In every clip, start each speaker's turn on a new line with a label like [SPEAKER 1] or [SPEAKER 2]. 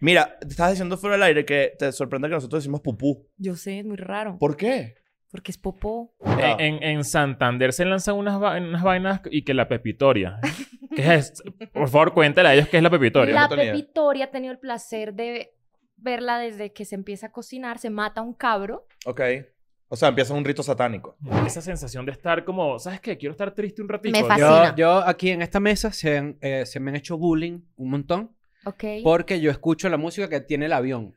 [SPEAKER 1] Mira, te estabas diciendo fuera del aire que te sorprende que nosotros decimos pupú.
[SPEAKER 2] Yo sé, es muy raro.
[SPEAKER 1] ¿Por qué?
[SPEAKER 2] Porque es popó.
[SPEAKER 1] Ah.
[SPEAKER 3] En, en- en Santander se lanzan unas, va- unas vainas y que la pepitoria. ¿Qué es? Por favor, cuéntale a ellos qué es la pepitoria.
[SPEAKER 2] La
[SPEAKER 1] no tenía.
[SPEAKER 2] pepitoria ha tenido el placer de verla desde que se empieza a cocinar. Se mata un cabro.
[SPEAKER 1] Ok. O sea, empieza un rito satánico.
[SPEAKER 3] Esa sensación de estar como, ¿sabes qué? Quiero estar triste un ratito.
[SPEAKER 2] Me fascina.
[SPEAKER 4] Yo, yo aquí en esta mesa se, han, eh, se me han hecho bullying un montón
[SPEAKER 2] Ok.
[SPEAKER 4] porque yo escucho la música que tiene el avión.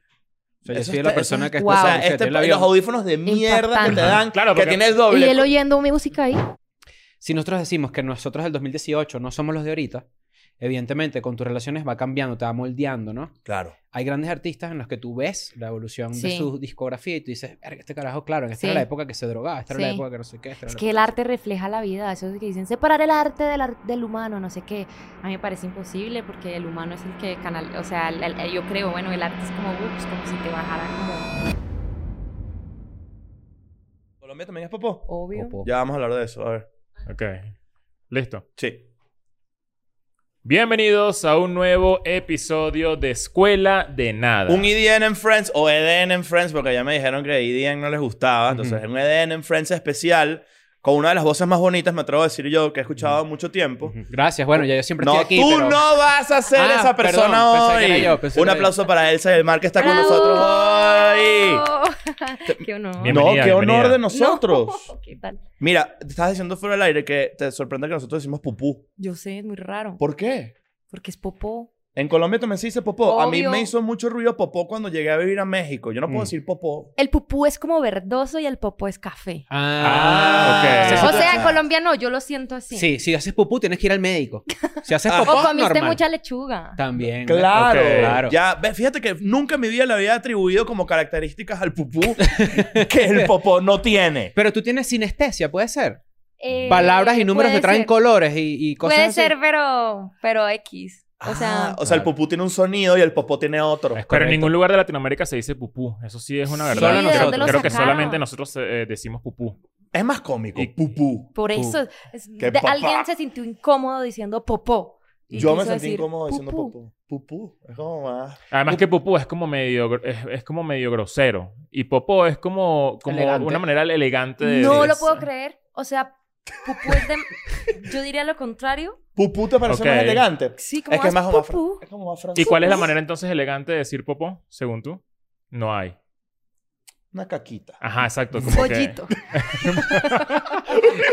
[SPEAKER 4] O sea, yo
[SPEAKER 1] Eso
[SPEAKER 4] soy
[SPEAKER 1] está-
[SPEAKER 4] la persona que
[SPEAKER 2] eso-
[SPEAKER 4] escucha
[SPEAKER 1] O
[SPEAKER 4] la
[SPEAKER 1] sea,
[SPEAKER 4] música que
[SPEAKER 1] este,
[SPEAKER 4] tiene el
[SPEAKER 1] los
[SPEAKER 4] avión.
[SPEAKER 1] audífonos de mierda que te
[SPEAKER 2] Impactante.
[SPEAKER 1] dan,
[SPEAKER 3] Claro,
[SPEAKER 1] que
[SPEAKER 3] porque-
[SPEAKER 1] tiene el
[SPEAKER 2] Y
[SPEAKER 1] doble.
[SPEAKER 2] él oyendo mi música ahí.
[SPEAKER 4] Si nosotros decimos que nosotros del 2018 no somos los de ahorita, evidentemente con tus relaciones va cambiando, te va moldeando, ¿no?
[SPEAKER 1] Claro.
[SPEAKER 4] Hay grandes artistas en los que tú ves la evolución de
[SPEAKER 2] Sí.
[SPEAKER 4] su discografía y tú dices, "Verga, este carajo, claro, esta
[SPEAKER 2] Sí.
[SPEAKER 4] era la época que se drogaba, esta era la
[SPEAKER 2] Sí.
[SPEAKER 4] época que no sé qué. esta era
[SPEAKER 2] Es
[SPEAKER 4] la
[SPEAKER 2] que el
[SPEAKER 4] época
[SPEAKER 2] arte refleja la vida. Eso es que dicen separar el arte del, ar- del humano, no sé qué. A mí me parece imposible porque el humano es el que canal. O sea, el- el- yo creo, bueno, el arte es como, ups, como si te bajara como.
[SPEAKER 1] Colombia también es popó.
[SPEAKER 4] que
[SPEAKER 2] Obvio.
[SPEAKER 4] popó.
[SPEAKER 1] Ya vamos a hablar de eso, a ver.
[SPEAKER 3] Ok. Listo.
[SPEAKER 1] Sí.
[SPEAKER 3] Bienvenidos a un nuevo episodio de Escuela de Nada.
[SPEAKER 1] Un EDN en Friends o EDN en Friends, porque ya me dijeron que EDN no les gustaba. Entonces,
[SPEAKER 4] Ujú.
[SPEAKER 1] un EDN en Friends especial con una de las voces más bonitas, me atrevo a decir yo, que he escuchado mucho tiempo.
[SPEAKER 4] Ujú. Gracias, bueno, ya yo siempre
[SPEAKER 1] No,
[SPEAKER 4] estoy aquí.
[SPEAKER 1] tú
[SPEAKER 4] pero-
[SPEAKER 1] no vas a ser
[SPEAKER 4] Ah,
[SPEAKER 1] esa persona
[SPEAKER 4] perdón, pensé que
[SPEAKER 1] hoy.
[SPEAKER 4] era yo, pensé que
[SPEAKER 1] un
[SPEAKER 4] era yo.
[SPEAKER 1] aplauso para Elsa y el Mar que está con
[SPEAKER 2] ¡Bravo!
[SPEAKER 1] nosotros hoy.
[SPEAKER 2] ¡Qué honor!
[SPEAKER 3] Bienvenida,
[SPEAKER 1] no, qué honor
[SPEAKER 3] bienvenida.
[SPEAKER 1] de nosotros.
[SPEAKER 2] No, ¿Qué tal?
[SPEAKER 1] Mira, te estabas diciendo fuera del aire que te sorprende que nosotros decimos pupú.
[SPEAKER 2] Yo sé, es muy raro.
[SPEAKER 1] ¿Por qué?
[SPEAKER 2] Porque es popó.
[SPEAKER 1] En Colombia también se dice popó. A mí
[SPEAKER 2] Obvio.
[SPEAKER 1] me hizo mucho ruido popó cuando llegué a vivir a México. Yo no puedo
[SPEAKER 4] Mm.
[SPEAKER 1] decir popó.
[SPEAKER 2] El pupú es como verdoso y el popó es café.
[SPEAKER 3] Ah,
[SPEAKER 4] Ah,
[SPEAKER 3] ok.
[SPEAKER 2] O
[SPEAKER 4] sí,
[SPEAKER 2] sea, en Colombia no, yo lo siento así.
[SPEAKER 4] Sí, si haces pupú tienes que ir al médico. Si haces
[SPEAKER 1] Ah.
[SPEAKER 4] popó,
[SPEAKER 2] O comiste
[SPEAKER 4] normal.
[SPEAKER 2] mucha lechuga.
[SPEAKER 4] También.
[SPEAKER 1] Claro,
[SPEAKER 3] Ok.
[SPEAKER 4] Claro.
[SPEAKER 1] Ya, ve, fíjate que nunca en mi vida le había atribuido como características al pupú que el popó no tiene.
[SPEAKER 4] Pero tú tienes sinestesia, puede ser.
[SPEAKER 2] Eh,
[SPEAKER 4] Palabras y números
[SPEAKER 2] puede
[SPEAKER 4] que traen
[SPEAKER 2] ser.
[SPEAKER 4] colores y, y cosas
[SPEAKER 2] Puede
[SPEAKER 4] así.
[SPEAKER 2] ser, pero, pero X. O sea,
[SPEAKER 1] Ah, o sea, el
[SPEAKER 4] Claro.
[SPEAKER 1] pupú tiene un sonido y el popó tiene otro.
[SPEAKER 3] Pero en
[SPEAKER 4] Correcto.
[SPEAKER 3] ningún lugar de Latinoamérica se dice pupú. Eso sí es una
[SPEAKER 2] Sí,
[SPEAKER 3] verdad.
[SPEAKER 4] ¿de
[SPEAKER 3] Creo-
[SPEAKER 4] dónde
[SPEAKER 3] creo
[SPEAKER 4] lo
[SPEAKER 3] que
[SPEAKER 2] sacaron?
[SPEAKER 3] solamente nosotros eh, decimos pupú.
[SPEAKER 1] Es más cómico.
[SPEAKER 3] Y-
[SPEAKER 1] Pupú.
[SPEAKER 2] por eso es-
[SPEAKER 1] Qué
[SPEAKER 2] de-
[SPEAKER 1] papá.
[SPEAKER 2] alguien se sintió incómodo diciendo popó. y
[SPEAKER 1] Yo me
[SPEAKER 2] quiso
[SPEAKER 1] sentí
[SPEAKER 2] decir
[SPEAKER 1] incómodo diciendo
[SPEAKER 2] pupú.
[SPEAKER 1] popó. Pupú. Es como más.
[SPEAKER 3] Además que pupú es como medio gr- es, es como medio grosero y popó es como como
[SPEAKER 4] Elegante.
[SPEAKER 3] una manera elegante de
[SPEAKER 2] No lo
[SPEAKER 3] decir-
[SPEAKER 2] puedo creer. O sea, pupú es de. Yo diría lo contrario.
[SPEAKER 1] Pupú te parece
[SPEAKER 3] Ok.
[SPEAKER 1] más elegante.
[SPEAKER 2] Sí, como
[SPEAKER 1] Es que es
[SPEAKER 2] más
[SPEAKER 1] más, más,
[SPEAKER 2] pupú.
[SPEAKER 1] fran- es como más francés.
[SPEAKER 3] ¿Y cuál es la manera entonces elegante de decir popó según tú? No hay.
[SPEAKER 1] Una caquita.
[SPEAKER 3] Ajá, exacto, como
[SPEAKER 2] Bollito.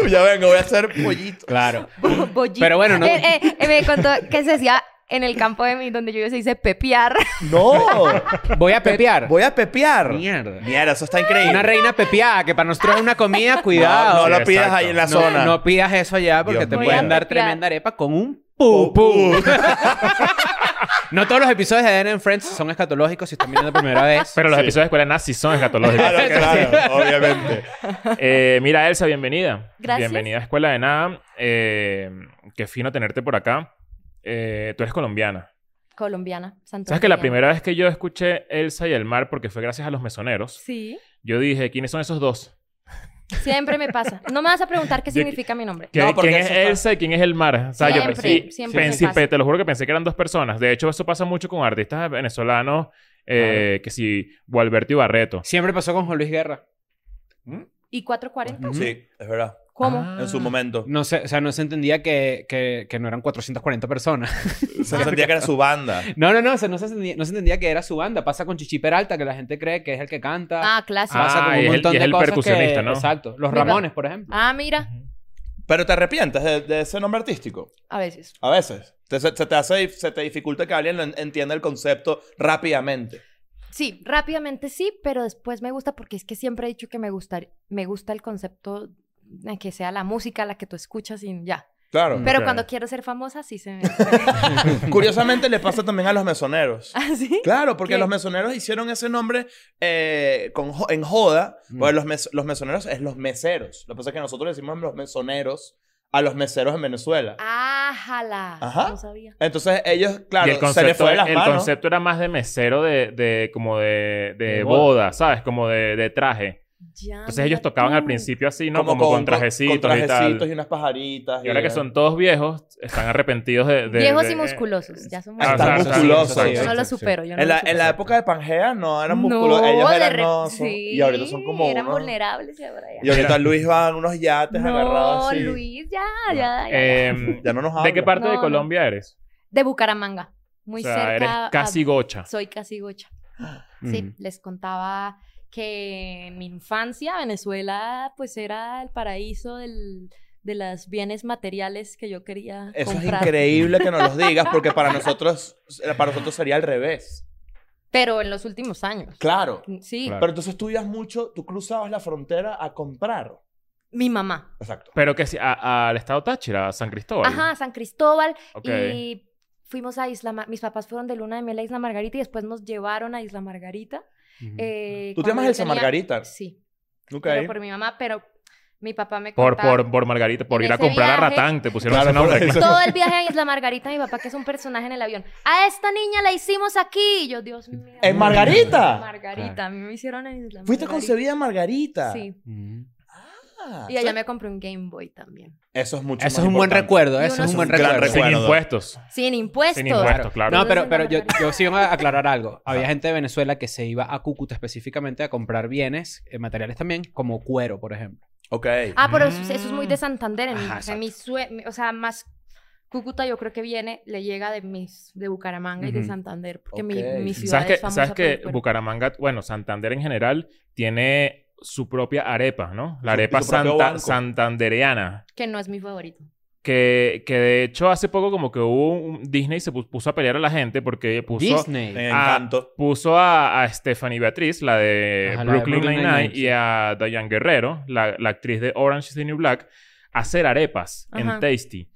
[SPEAKER 1] ya vengo, voy a hacer pollito.
[SPEAKER 4] Claro.
[SPEAKER 2] Bollito.
[SPEAKER 4] Pero bueno, no-
[SPEAKER 2] Eh, eh, eh, me contó que se decía en el campo de mí, donde yo vivo, se dice pepiar.
[SPEAKER 1] No.
[SPEAKER 4] Voy a pepear.
[SPEAKER 1] Voy a pepear.
[SPEAKER 4] Mierda.
[SPEAKER 1] Mierda, eso está increíble.
[SPEAKER 4] Una reina pepeada, que para nosotros es una comida,
[SPEAKER 1] No,
[SPEAKER 4] cuidado.
[SPEAKER 1] no lo
[SPEAKER 3] Exacto.
[SPEAKER 1] pidas ahí en la
[SPEAKER 4] No,
[SPEAKER 1] zona.
[SPEAKER 4] no pidas eso allá porque
[SPEAKER 1] Dios
[SPEAKER 4] te
[SPEAKER 1] mío.
[SPEAKER 4] pueden dar
[SPEAKER 2] Pepear.
[SPEAKER 4] tremenda arepa con un pupú. no todos los episodios de Eden and Friends son escatológicos si están mirando por primera vez.
[SPEAKER 3] Pero los
[SPEAKER 1] Sí.
[SPEAKER 3] episodios de Escuela de Nada sí son escatológicos.
[SPEAKER 1] Claro, Ah, claro, obviamente.
[SPEAKER 3] Eh, mira, Elsa, bienvenida.
[SPEAKER 2] Gracias.
[SPEAKER 3] Bienvenida a Escuela de Nada. Eh, qué fino tenerte por acá. Eh, tú eres colombiana.
[SPEAKER 2] Colombiana, santo.
[SPEAKER 3] ¿Sabes que la primera vez que yo escuché Elsa y el mar, porque fue gracias a los mesoneros,
[SPEAKER 2] Sí,
[SPEAKER 3] yo dije, ¿quiénes son esos dos?
[SPEAKER 2] siempre me pasa. No me vas a preguntar qué
[SPEAKER 3] Yo-
[SPEAKER 2] significa mi nombre.
[SPEAKER 3] ¿Qué-
[SPEAKER 1] No, porque
[SPEAKER 3] ¿Quién es
[SPEAKER 1] eso está-
[SPEAKER 3] Elsa y quién es el mar? O sea, yo
[SPEAKER 2] Siempre,
[SPEAKER 3] pensé,
[SPEAKER 2] siempre
[SPEAKER 3] pensé-
[SPEAKER 2] pasa.
[SPEAKER 3] te lo juro que pensé que eran dos personas. De hecho, eso pasa mucho con artistas venezolanos, eh, que si Gualberto y Barreto.
[SPEAKER 4] Siempre pasó con Juan Luis Guerra.
[SPEAKER 2] ¿Y 440?
[SPEAKER 4] Ujú.
[SPEAKER 1] Sí, es verdad.
[SPEAKER 2] ¿Cómo?
[SPEAKER 3] Ah.
[SPEAKER 1] En su momento.
[SPEAKER 4] No se, o sea, no se entendía que, que, que no eran 440 personas.
[SPEAKER 1] Se sentía que era su banda.
[SPEAKER 4] No, no, no, o sea, no, se entendía, no se entendía que era su banda. Pasa con Chichi Peralta, que la gente cree que es el que canta.
[SPEAKER 2] Ah, clásico.
[SPEAKER 3] Ah,
[SPEAKER 4] Pasa con
[SPEAKER 3] y
[SPEAKER 4] un
[SPEAKER 3] es el-
[SPEAKER 4] montón
[SPEAKER 3] y es
[SPEAKER 4] de
[SPEAKER 3] el
[SPEAKER 4] cosas
[SPEAKER 3] percusionista,
[SPEAKER 4] que-
[SPEAKER 3] ¿no?
[SPEAKER 4] Exacto. Los
[SPEAKER 2] Mira.
[SPEAKER 4] Ramones, por ejemplo.
[SPEAKER 2] Ah, mira,
[SPEAKER 1] Pero te arrepientes de, de ese nombre artístico.
[SPEAKER 2] a veces.
[SPEAKER 1] A veces. Te- se, se te hace, se te dificulta que alguien lo en- entienda el concepto rápidamente.
[SPEAKER 2] Sí, rápidamente sí, pero después me gusta porque es que siempre he dicho que me gusta, me gusta el concepto de que sea la música la que tú escuchas y ya.
[SPEAKER 1] Claro.
[SPEAKER 2] Pero
[SPEAKER 3] Ok.
[SPEAKER 2] cuando quiero ser famosa sí se me...
[SPEAKER 1] Curiosamente le pasa también a los mesoneros.
[SPEAKER 2] ¿Ah, sí?
[SPEAKER 1] Claro, porque
[SPEAKER 2] ¿Qué?
[SPEAKER 1] los mesoneros hicieron ese nombre eh, con jo- en joda.
[SPEAKER 4] Mm.
[SPEAKER 1] Porque los, mes- los mesoneros es los meseros. Lo que pasa es que nosotros le decimos los mesoneros a los meseros en Venezuela.
[SPEAKER 2] Ah, jala.
[SPEAKER 1] Ajá.
[SPEAKER 2] No sabía.
[SPEAKER 1] Entonces ellos, claro,
[SPEAKER 3] y el concepto,
[SPEAKER 1] se les fue de las
[SPEAKER 3] el
[SPEAKER 1] manos.
[SPEAKER 3] concepto era más de mesero de, de- como de, de
[SPEAKER 4] De boda.
[SPEAKER 3] boda. ¿sabes? Como de, de traje.
[SPEAKER 2] Ya,
[SPEAKER 3] Entonces
[SPEAKER 2] Ah, mira
[SPEAKER 3] ellos tocaban al
[SPEAKER 2] tú.
[SPEAKER 3] principio así, ¿no? Como, con,
[SPEAKER 1] con
[SPEAKER 3] trajecitos, y
[SPEAKER 1] trajecitos
[SPEAKER 3] tal.
[SPEAKER 1] y unas pajaritas.
[SPEAKER 3] Y ahora que son todos viejos, están arrepentidos de... de-
[SPEAKER 2] Viejos
[SPEAKER 3] de-
[SPEAKER 2] y musculosos. Ya somos.
[SPEAKER 1] Ah, están
[SPEAKER 3] o sea,
[SPEAKER 1] musculosos.
[SPEAKER 3] sí, sí,
[SPEAKER 2] Yo
[SPEAKER 3] sí.
[SPEAKER 2] no lo supero. Yo no
[SPEAKER 1] En
[SPEAKER 2] lo
[SPEAKER 1] la, en la
[SPEAKER 2] supero.
[SPEAKER 1] época de Pangea no eran
[SPEAKER 2] No,
[SPEAKER 1] musculosos. ellos
[SPEAKER 2] de
[SPEAKER 1] eran
[SPEAKER 2] re-
[SPEAKER 1] no, son- Y ahorita son como
[SPEAKER 2] Eran
[SPEAKER 1] unos-
[SPEAKER 2] vulnerables y ahora ya.
[SPEAKER 1] Y ahorita Luis va en unos yates agarrados
[SPEAKER 2] no,
[SPEAKER 1] así.
[SPEAKER 2] Luis, ya, ya, ya.
[SPEAKER 3] Em,
[SPEAKER 1] Ya no nos habla.
[SPEAKER 3] ¿De qué parte
[SPEAKER 2] No,
[SPEAKER 3] de
[SPEAKER 2] no.
[SPEAKER 3] Colombia eres?
[SPEAKER 2] De Bucaramanga. Muy
[SPEAKER 3] o sea,
[SPEAKER 2] cerca.
[SPEAKER 3] eres
[SPEAKER 2] a-
[SPEAKER 3] casi gocha.
[SPEAKER 2] Soy casi gocha.
[SPEAKER 4] Mm.
[SPEAKER 2] Sí, les contaba que en mi infancia Venezuela pues era el paraíso del- de los bienes materiales que yo quería
[SPEAKER 1] Eso es
[SPEAKER 2] comprar.
[SPEAKER 1] increíble que nos los digas porque para nosotros, para nosotros sería al revés.
[SPEAKER 2] Pero en los últimos años.
[SPEAKER 1] Claro.
[SPEAKER 2] Sí,
[SPEAKER 3] Claro.
[SPEAKER 1] Pero entonces tú ibas mucho, tú cruzabas la frontera a comprar.
[SPEAKER 2] mi mamá.
[SPEAKER 1] Exacto.
[SPEAKER 3] Pero que sí, a- al estado Táchira, a San Cristóbal.
[SPEAKER 2] Ajá, San Cristóbal
[SPEAKER 3] Ok.
[SPEAKER 2] y fuimos a Isla Mar- mis papás fueron de luna de miel a Isla Margarita y después nos llevaron a Isla Margarita.
[SPEAKER 4] Mm.
[SPEAKER 3] Ujú.
[SPEAKER 2] Eh,
[SPEAKER 1] Tú te
[SPEAKER 2] cuando
[SPEAKER 1] llamas
[SPEAKER 2] yo
[SPEAKER 1] Elsa
[SPEAKER 2] tenía-
[SPEAKER 1] Margarita.
[SPEAKER 2] Sí,
[SPEAKER 1] Ok.
[SPEAKER 2] pero por mi mamá, pero mi papá me
[SPEAKER 3] por,
[SPEAKER 2] contaba-
[SPEAKER 3] por, por Margarita, por
[SPEAKER 2] en
[SPEAKER 3] ir a
[SPEAKER 2] ese
[SPEAKER 3] comprar a
[SPEAKER 2] viaje-
[SPEAKER 3] Ratán, te pusieron
[SPEAKER 1] Claro,
[SPEAKER 3] ese nombre.
[SPEAKER 1] por eso.
[SPEAKER 3] claro.
[SPEAKER 2] Todo el viaje a Isla Margarita, mi papá, que es un personaje en el avión. A esta niña la hicimos aquí. Y yo, Dios mío.
[SPEAKER 1] ¿En Margarita?
[SPEAKER 2] Margarita. A mí me hicieron en Isla Margarita.
[SPEAKER 1] Fuiste concebida en Margarita.
[SPEAKER 2] Sí.
[SPEAKER 4] Mm.
[SPEAKER 1] Ah,
[SPEAKER 2] Y allá me compré un Game Boy también.
[SPEAKER 1] Eso es mucho
[SPEAKER 4] Eso
[SPEAKER 1] más
[SPEAKER 4] es un buen
[SPEAKER 1] importante.
[SPEAKER 4] recuerdo,
[SPEAKER 2] Y
[SPEAKER 4] eso
[SPEAKER 2] uno
[SPEAKER 4] es
[SPEAKER 2] es
[SPEAKER 4] un buen
[SPEAKER 2] un
[SPEAKER 1] gran
[SPEAKER 4] recuerdo.
[SPEAKER 3] Sin
[SPEAKER 1] Recuerdo.
[SPEAKER 3] impuestos.
[SPEAKER 2] Sin impuestos.
[SPEAKER 3] Sin impuestos, claro.
[SPEAKER 4] No, pero,
[SPEAKER 2] Entonces,
[SPEAKER 4] pero
[SPEAKER 2] la
[SPEAKER 4] yo,
[SPEAKER 2] margarita.
[SPEAKER 4] yo sí iba a aclarar algo. Había gente de Venezuela que se iba a Cúcuta específicamente a comprar bienes, eh, materiales también, como cuero, por ejemplo.
[SPEAKER 1] Ok.
[SPEAKER 2] Ah, pero eso, eso es muy de Santander. En mi-
[SPEAKER 4] Ajá,
[SPEAKER 2] o sea, mi sue- mi- o sea, más Cúcuta yo creo que viene, le llega de mis, de Bucaramanga y de
[SPEAKER 4] Ujú.
[SPEAKER 2] Santander. Porque
[SPEAKER 1] Ok.
[SPEAKER 2] mi, mi ciudad
[SPEAKER 3] ¿Sabes que,
[SPEAKER 2] es famosa pues,
[SPEAKER 3] ¿sabes
[SPEAKER 2] por
[SPEAKER 3] que
[SPEAKER 2] el cuero.
[SPEAKER 3] Bucaramanga, bueno, Santander en general, tiene su propia arepa, ¿no? La
[SPEAKER 1] Su-
[SPEAKER 3] arepa
[SPEAKER 1] su propio
[SPEAKER 3] santa-
[SPEAKER 1] banco.
[SPEAKER 3] santandereana.
[SPEAKER 2] Que no es mi favorito.
[SPEAKER 3] Que, que de hecho hace poco como que hubo un Disney se pu- puso a pelear a la gente porque puso...
[SPEAKER 4] Disney.
[SPEAKER 1] En
[SPEAKER 3] Ah,
[SPEAKER 1] encanto.
[SPEAKER 3] puso a, a Stephanie Beatriz, la de
[SPEAKER 4] Ajá, la de
[SPEAKER 3] Brooklyn
[SPEAKER 4] Brooklyn
[SPEAKER 3] Nine-Nine,
[SPEAKER 4] Nine-Nine,
[SPEAKER 3] y a Diane Guerrero, la, la actriz de Orange is the New Black, a hacer arepas
[SPEAKER 2] Ajá.
[SPEAKER 3] en Tasty.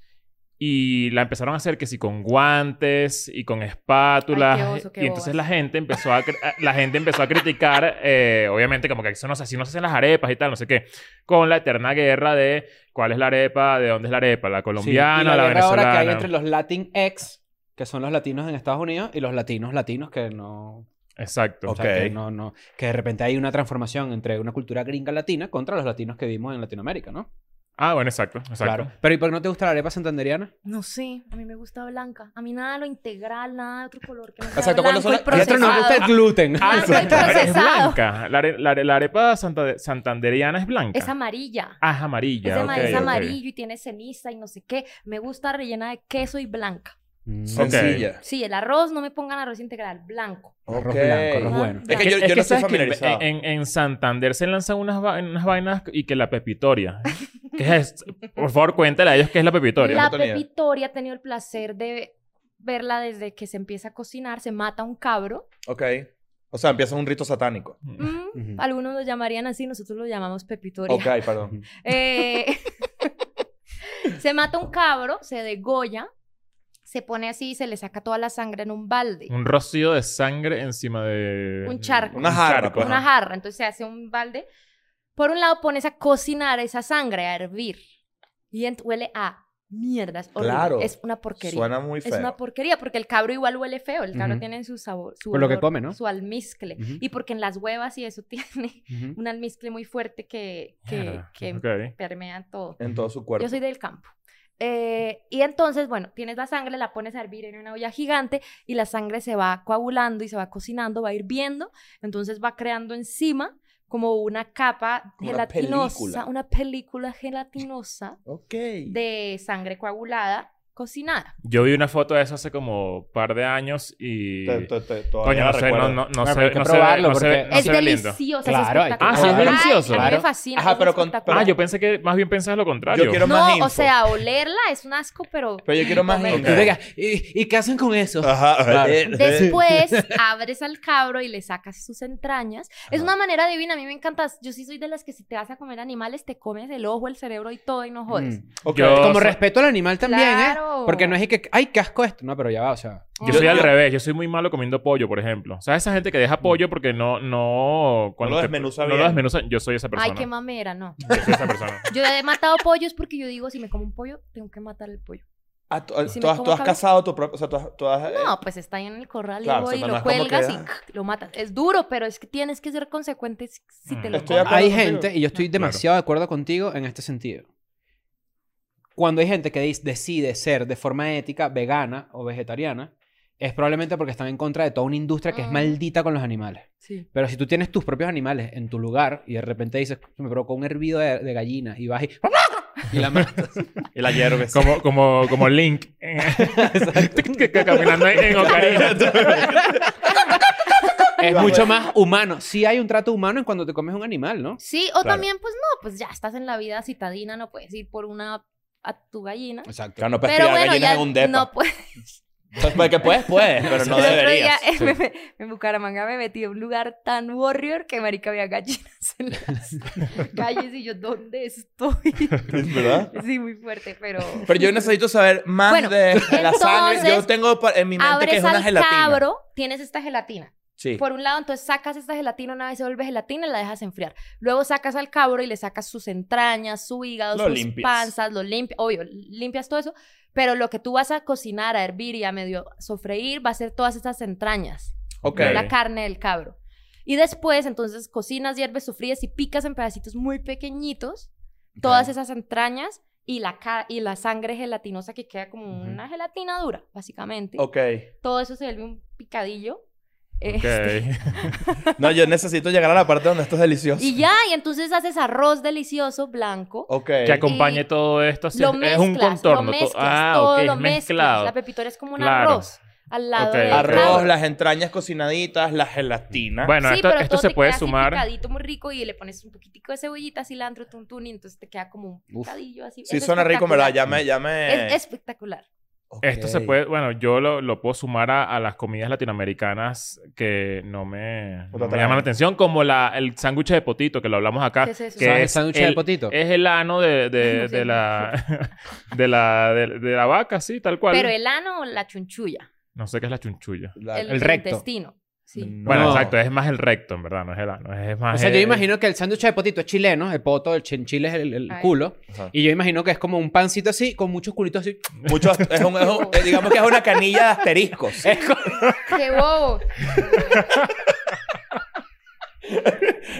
[SPEAKER 3] Y la empezaron a hacer que sí con guantes y con espátulas.
[SPEAKER 2] Ay, qué oso, qué
[SPEAKER 3] y entonces
[SPEAKER 2] bobas.
[SPEAKER 3] la gente empezó a, cri- a- la gente empezó a criticar, eh, obviamente, como que eso no se, así no se hacen las arepas y tal, no sé qué. Con la eterna guerra de cuál es la arepa, de dónde es la arepa, la
[SPEAKER 4] Sí. Y la
[SPEAKER 3] colombiana, la,
[SPEAKER 4] guerra
[SPEAKER 3] venezolana.
[SPEAKER 4] ahora que hay entre los Latinx, que son los latinos en Estados Unidos, y los latinos latinos que no...
[SPEAKER 3] Exacto.
[SPEAKER 4] o sea,
[SPEAKER 1] Ok.
[SPEAKER 4] que, no, no, que de repente hay una transformación entre una cultura gringa latina contra los latinos que vimos en Latinoamérica, ¿no?
[SPEAKER 3] Ah, bueno, exacto. exacto.
[SPEAKER 4] Claro. Pero ¿y por qué no te gusta la arepa santanderiana?
[SPEAKER 2] No sé, a mí me gusta blanca. A mí nada de lo integral, nada de otro color que no sea
[SPEAKER 1] Exacto, ¿cuándo
[SPEAKER 2] blanco
[SPEAKER 1] son
[SPEAKER 2] y
[SPEAKER 1] las- Y
[SPEAKER 2] procesado.
[SPEAKER 4] otro no gusta el gluten.
[SPEAKER 2] Ah,
[SPEAKER 3] Blanca y
[SPEAKER 2] Procesado.
[SPEAKER 3] Es blanca. La, are- la are- la arepa santa- santanderiana es blanca.
[SPEAKER 2] Es amarilla.
[SPEAKER 3] Ah, es
[SPEAKER 2] es,
[SPEAKER 3] amarilla.
[SPEAKER 2] de
[SPEAKER 3] ok,
[SPEAKER 2] maíz
[SPEAKER 3] ok.
[SPEAKER 2] amarillo y tiene ceniza y no sé qué. Me gusta rellena de queso y blanca.
[SPEAKER 1] Mm. Sencilla.
[SPEAKER 2] Sí, el arroz, no me pongan arroz integral, blanco.
[SPEAKER 1] Ok.
[SPEAKER 4] Arroz blanco, arroz
[SPEAKER 2] Ah,
[SPEAKER 4] bueno.
[SPEAKER 1] Es que yo,
[SPEAKER 3] Es
[SPEAKER 1] yo
[SPEAKER 3] que
[SPEAKER 1] no estoy
[SPEAKER 3] sabes que en-
[SPEAKER 1] familiarizado.
[SPEAKER 3] en, en Santander se lanzan unas, va- unas vainas y que la pepitoria. ¿Qué es? Por favor, cuéntale a ellos qué es la pepitoria.
[SPEAKER 2] La
[SPEAKER 1] no tenía.
[SPEAKER 2] pepitoria, he tenido el placer de verla desde que se empieza a cocinar, se mata un cabro.
[SPEAKER 1] Ok. O sea, empieza un rito satánico.
[SPEAKER 2] Mm,
[SPEAKER 4] Ujú.
[SPEAKER 2] Algunos lo llamarían así, nosotros lo llamamos pepitoria.
[SPEAKER 1] Ok, perdón.
[SPEAKER 2] Eh, se mata un cabro, se degolla, se pone así y se le saca toda la sangre en un balde.
[SPEAKER 3] Un rocío de sangre encima de...
[SPEAKER 2] Un charco.
[SPEAKER 1] Una jarra,
[SPEAKER 3] charco,
[SPEAKER 1] pues.
[SPEAKER 3] ajá.
[SPEAKER 2] una jarra. Entonces se hace un balde. Por un lado pones a cocinar esa sangre, a hervir. Y ent- huele a mierdas.
[SPEAKER 1] Claro.
[SPEAKER 2] Es una porquería.
[SPEAKER 1] Suena muy
[SPEAKER 2] es una
[SPEAKER 1] feo.
[SPEAKER 2] porquería porque el cabro igual huele feo. El cabro
[SPEAKER 4] Ujú.
[SPEAKER 2] tiene su sabor. Su
[SPEAKER 4] Por lo que
[SPEAKER 2] olor,
[SPEAKER 4] come, ¿no?
[SPEAKER 2] Su almizcle.
[SPEAKER 4] Ujú.
[SPEAKER 2] Y porque en las huevas y eso tiene
[SPEAKER 4] Ujú.
[SPEAKER 2] un almizcle muy fuerte que, que,
[SPEAKER 3] Mierda,
[SPEAKER 2] que
[SPEAKER 3] ok.
[SPEAKER 2] permea todo.
[SPEAKER 1] En todo su cuerpo.
[SPEAKER 2] Yo soy del campo. Eh, y entonces, bueno, tienes la sangre, la pones a hervir en una olla gigante y la sangre se va coagulando y se va cocinando, va hirviendo, entonces va creando encima como una capa
[SPEAKER 1] Como una película.
[SPEAKER 2] gelatinosa, una película gelatinosa
[SPEAKER 1] Ok.
[SPEAKER 2] de sangre coagulada cocinada.
[SPEAKER 3] Yo vi una foto de eso hace como un par de años y...
[SPEAKER 1] Te- te- te-
[SPEAKER 3] Coño,
[SPEAKER 1] todavía la
[SPEAKER 3] no sé,
[SPEAKER 1] recuerdo.
[SPEAKER 3] no, no, no
[SPEAKER 4] Bueno,
[SPEAKER 3] sé,
[SPEAKER 4] hay que
[SPEAKER 3] no se ve-
[SPEAKER 4] probarlo
[SPEAKER 3] no se ve-
[SPEAKER 4] porque-
[SPEAKER 3] no
[SPEAKER 2] es
[SPEAKER 3] se ve lindo.
[SPEAKER 2] delicioso,
[SPEAKER 4] Claro,
[SPEAKER 2] es
[SPEAKER 4] hay que
[SPEAKER 2] espectacular.
[SPEAKER 3] Ah, sí, es
[SPEAKER 2] Ay,
[SPEAKER 3] delicioso.
[SPEAKER 2] a mí
[SPEAKER 4] Claro.
[SPEAKER 2] me fascina.
[SPEAKER 1] Ajá,
[SPEAKER 2] es
[SPEAKER 1] pero con-
[SPEAKER 2] espectacular.
[SPEAKER 3] Ah, yo pensé que... Más bien pensabas lo contrario.
[SPEAKER 1] Yo quiero más
[SPEAKER 2] No,
[SPEAKER 1] info.
[SPEAKER 2] o sea, olerla es un asco, pero
[SPEAKER 1] Pero yo quiero más
[SPEAKER 2] Ok. Ah.
[SPEAKER 4] Y
[SPEAKER 1] info.
[SPEAKER 4] tú digas, ¿y, y qué hacen con eso?
[SPEAKER 1] Ajá.
[SPEAKER 4] Claro.
[SPEAKER 1] eh, eh.
[SPEAKER 2] Después abres al cabro y le sacas sus entrañas. Es una manera divina, a mí me encanta. Yo sí soy de las que si te vas a comer animales, te comes el ojo, el cerebro y todo y no jodes.
[SPEAKER 4] Mm.
[SPEAKER 1] Ok.
[SPEAKER 3] Yo-
[SPEAKER 4] Como
[SPEAKER 3] soy-
[SPEAKER 4] respeto al animal también, ¿eh?
[SPEAKER 2] Claro.
[SPEAKER 4] Porque no es que, ay, qué asco esto. No, pero ya va, o sea.
[SPEAKER 3] Yo
[SPEAKER 1] Yo-
[SPEAKER 3] soy al
[SPEAKER 1] yo-
[SPEAKER 3] revés, yo soy muy malo comiendo pollo, por ejemplo. O sea, esa gente que
[SPEAKER 4] Mm.
[SPEAKER 3] deja pollo porque no, no,
[SPEAKER 1] lo
[SPEAKER 3] te-
[SPEAKER 1] desmenuza
[SPEAKER 3] no
[SPEAKER 1] bien.
[SPEAKER 3] lo desmenuza, yo soy esa persona.
[SPEAKER 2] Ay, qué mamera, no.
[SPEAKER 3] Yo soy esa persona.
[SPEAKER 2] Yo he matado pollos porque yo digo, si me como un pollo, tengo que matar el pollo.
[SPEAKER 1] Ah, tú, ah,
[SPEAKER 2] Si me
[SPEAKER 1] tú has,
[SPEAKER 2] como
[SPEAKER 1] tú has
[SPEAKER 2] cabe-
[SPEAKER 1] casado tu propio. O sea, tú has. tú has, eh,
[SPEAKER 2] No, pues está ahí en el corral
[SPEAKER 1] Claro,
[SPEAKER 2] hijo,
[SPEAKER 1] o sea,
[SPEAKER 2] y
[SPEAKER 1] no- no
[SPEAKER 2] lo
[SPEAKER 1] es como que,
[SPEAKER 2] cuelgas y
[SPEAKER 1] ah.
[SPEAKER 2] lo matas. Es duro, pero es que tienes que ser consecuente si- si te
[SPEAKER 3] Mm.
[SPEAKER 2] lo
[SPEAKER 1] Estoy de
[SPEAKER 2] comes.
[SPEAKER 1] acuerdo
[SPEAKER 4] hay
[SPEAKER 1] contigo.
[SPEAKER 4] gente, y yo estoy demasiado de acuerdo contigo en este sentido. Cuando hay gente que dis- decide ser de forma ética vegana o vegetariana, es probablemente porque están en contra de toda una industria que es
[SPEAKER 2] Mm.
[SPEAKER 4] maldita con los animales.
[SPEAKER 2] Sí.
[SPEAKER 4] Pero si tú tienes tus propios animales en tu lugar y de repente dices, me provocó un hervido de, de gallina y vas y... y la matas.
[SPEAKER 1] El ayer que
[SPEAKER 3] Como, como, como Link. Caminando en, en Ocarina.
[SPEAKER 4] es mucho más humano. Sí hay un trato humano en cuando te comes un animal, ¿no?
[SPEAKER 2] Sí, o
[SPEAKER 1] Claro.
[SPEAKER 2] también, pues no, pues ya estás en la vida citadina, no puedes ir por una a tu gallina.
[SPEAKER 4] Exacto.
[SPEAKER 1] Claro, no pues, puedes
[SPEAKER 2] Pero
[SPEAKER 1] criar
[SPEAKER 2] bueno,
[SPEAKER 1] gallinas
[SPEAKER 2] ya
[SPEAKER 1] en un depa.
[SPEAKER 2] no puedes.
[SPEAKER 1] Entonces, que puedes, puedes, pero no
[SPEAKER 2] el otro día
[SPEAKER 1] deberías.
[SPEAKER 2] eh, me- me- en Bucaramanga me metí a un lugar tan warrior que marica había gallinas en las calles y yo, ¿dónde estoy?
[SPEAKER 1] ¿Es ¿Verdad?
[SPEAKER 2] Sí, muy fuerte, pero...
[SPEAKER 1] Pero yo necesito saber más
[SPEAKER 2] Bueno,
[SPEAKER 1] de la sangre. Yo
[SPEAKER 2] entonces,
[SPEAKER 1] tengo pa- en mi mente que es
[SPEAKER 2] Abres
[SPEAKER 1] una
[SPEAKER 2] al
[SPEAKER 1] gelatina.
[SPEAKER 2] cabro, tienes esta gelatina.
[SPEAKER 1] Sí.
[SPEAKER 2] Por un lado, entonces sacas esta gelatina, una vez se vuelve gelatina, la dejas enfriar. Luego sacas al cabro y le sacas sus entrañas, su hígado,
[SPEAKER 1] Lo
[SPEAKER 2] sus
[SPEAKER 1] limpias.
[SPEAKER 2] panzas, lo limpias, obvio, limpias todo eso. Pero lo que tú vas a cocinar, a hervir y a medio sofreír va a ser todas estas entrañas.
[SPEAKER 1] Ok.
[SPEAKER 2] no
[SPEAKER 3] Ok.
[SPEAKER 2] la carne del cabro. Y después, entonces, cocinas, hierves, sofríes y picas en pedacitos muy pequeñitos todas esas entrañas y la, ca- y la sangre gelatinosa que queda como
[SPEAKER 4] Ujú.
[SPEAKER 2] una gelatina dura, básicamente.
[SPEAKER 1] Ok.
[SPEAKER 2] Todo eso se vuelve un picadillo.
[SPEAKER 3] Ok.
[SPEAKER 2] Este,
[SPEAKER 1] No, yo necesito llegar a la parte donde esto es delicioso.
[SPEAKER 2] Y ya, y entonces haces arroz delicioso, blanco.
[SPEAKER 1] Ok.
[SPEAKER 3] Que acompañe todo esto. así
[SPEAKER 2] Lo
[SPEAKER 3] Oh, es-
[SPEAKER 2] mezclas,
[SPEAKER 3] es un contorno.
[SPEAKER 2] lo
[SPEAKER 3] to-
[SPEAKER 2] mezclas,
[SPEAKER 3] ah,
[SPEAKER 2] todo
[SPEAKER 3] ok,
[SPEAKER 2] lo
[SPEAKER 3] es
[SPEAKER 2] mezclas.
[SPEAKER 3] mezclado.
[SPEAKER 2] La pepitoria es como un
[SPEAKER 3] Claro.
[SPEAKER 2] arroz al lado
[SPEAKER 3] Ok.
[SPEAKER 2] del
[SPEAKER 1] Arroz,
[SPEAKER 2] cabro.
[SPEAKER 1] las entrañas cocinaditas, la gelatina.
[SPEAKER 3] Bueno,
[SPEAKER 2] sí,
[SPEAKER 3] esto,
[SPEAKER 2] pero
[SPEAKER 3] esto
[SPEAKER 2] todo
[SPEAKER 3] se
[SPEAKER 2] te
[SPEAKER 3] puede
[SPEAKER 2] queda así
[SPEAKER 3] sumar.
[SPEAKER 2] picadito muy rico y le pones un poquitico de cebollita, cilantro, tuntún y entonces te queda como un
[SPEAKER 4] Uf.
[SPEAKER 2] picadillo así.
[SPEAKER 1] sí,
[SPEAKER 2] Es
[SPEAKER 1] suena rico,
[SPEAKER 2] espectacular.
[SPEAKER 1] ¿verdad? Ya me. Ya me...
[SPEAKER 2] Es espectacular.
[SPEAKER 1] Ok.
[SPEAKER 3] Esto se puede, bueno, yo lo, lo puedo sumar a, a las comidas latinoamericanas que no me,
[SPEAKER 1] No te
[SPEAKER 3] no me
[SPEAKER 1] atraen.
[SPEAKER 3] llaman la atención, como la, el sándwich de potito, que lo hablamos acá.
[SPEAKER 2] ¿Qué es eso?
[SPEAKER 3] que
[SPEAKER 4] ¿Sabes el
[SPEAKER 3] es
[SPEAKER 4] sándwich
[SPEAKER 3] el-
[SPEAKER 4] de potito?
[SPEAKER 3] Es el ano de, de-
[SPEAKER 2] No sé.
[SPEAKER 3] de la, de, la, de, de la vaca, sí, tal cual.
[SPEAKER 2] Pero el ano o la chunchulla.
[SPEAKER 3] No sé qué es la chunchulla.
[SPEAKER 1] La-
[SPEAKER 2] El,
[SPEAKER 4] el recto.
[SPEAKER 2] intestino. Sí.
[SPEAKER 1] No.
[SPEAKER 3] Bueno, exacto, es más el recto, en verdad, no es el ano. Es más
[SPEAKER 4] O sea, yo
[SPEAKER 3] el-
[SPEAKER 4] imagino que el sándwich de potito es chileno, el poto, el chin- chile es el, el
[SPEAKER 2] Ay.
[SPEAKER 4] culo.
[SPEAKER 1] Ajá.
[SPEAKER 4] Y yo imagino que es como un pancito así, con muchos culitos así.
[SPEAKER 1] Mucho, es un- es un- eh, digamos que es una canilla de asteriscos.
[SPEAKER 2] ¡Qué bobo!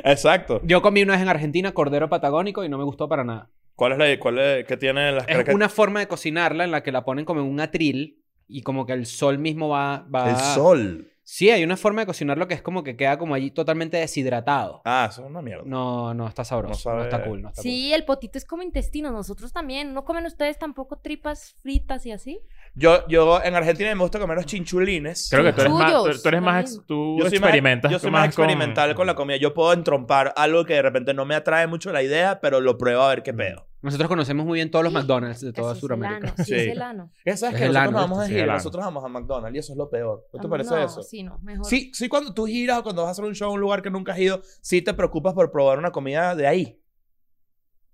[SPEAKER 1] Exacto.
[SPEAKER 4] Yo comí una vez en Argentina cordero patagónico y no me gustó para nada.
[SPEAKER 1] ¿Cuál es la cuál es, qué tiene las
[SPEAKER 4] Es una forma de cocinarla en la que la ponen como en un atril y como que el sol mismo va... va...
[SPEAKER 1] El sol.
[SPEAKER 4] Sí, hay una forma de cocinarlo que es como que queda como allí totalmente deshidratado.
[SPEAKER 1] Ah, eso es una mierda.
[SPEAKER 4] No, no está sabroso.
[SPEAKER 1] No
[SPEAKER 4] No,
[SPEAKER 1] sabe-
[SPEAKER 4] está cool, no está
[SPEAKER 2] Sí, el potito es como intestino. Nosotros también. ¿No comen ustedes tampoco tripas fritas y así?
[SPEAKER 1] Yo, yo en Argentina me gusta comer los chinchulines.
[SPEAKER 3] Creo que tú eres más, tú,
[SPEAKER 2] Chunchullos,
[SPEAKER 3] tú eres
[SPEAKER 2] lo
[SPEAKER 3] más,
[SPEAKER 2] mismo.
[SPEAKER 3] tú
[SPEAKER 1] Yo soy más-
[SPEAKER 3] experimentas.
[SPEAKER 1] yo soy más,
[SPEAKER 3] con-
[SPEAKER 1] experimental con... la comida. Yo puedo entrompar algo que de repente no me atrae mucho la idea, pero lo pruebo a ver
[SPEAKER 3] Mm.
[SPEAKER 1] qué pedo.
[SPEAKER 4] cool. Nosotros conocemos muy bien todos los
[SPEAKER 2] Sí.
[SPEAKER 4] McDonald's de
[SPEAKER 2] Eso
[SPEAKER 4] toda
[SPEAKER 2] es el
[SPEAKER 4] Sudamérica.
[SPEAKER 2] ano, Sí,
[SPEAKER 1] Sí.
[SPEAKER 2] es el ano.
[SPEAKER 1] Ya sabes
[SPEAKER 4] Es
[SPEAKER 1] que
[SPEAKER 4] el
[SPEAKER 1] nosotros
[SPEAKER 4] ano,
[SPEAKER 1] nos vamos de
[SPEAKER 3] este sí, el
[SPEAKER 1] gira,
[SPEAKER 3] ano.
[SPEAKER 1] nosotros vamos a McDonald's y eso es lo peor. ¿No te
[SPEAKER 2] Ah,
[SPEAKER 1] parece
[SPEAKER 2] no,
[SPEAKER 1] eso?
[SPEAKER 2] Sí, no, mejor.
[SPEAKER 1] Sí, sí, cuando tú giras o cuando vas a hacer un show a un lugar que nunca has ido, sí te preocupas por probar una comida de ahí.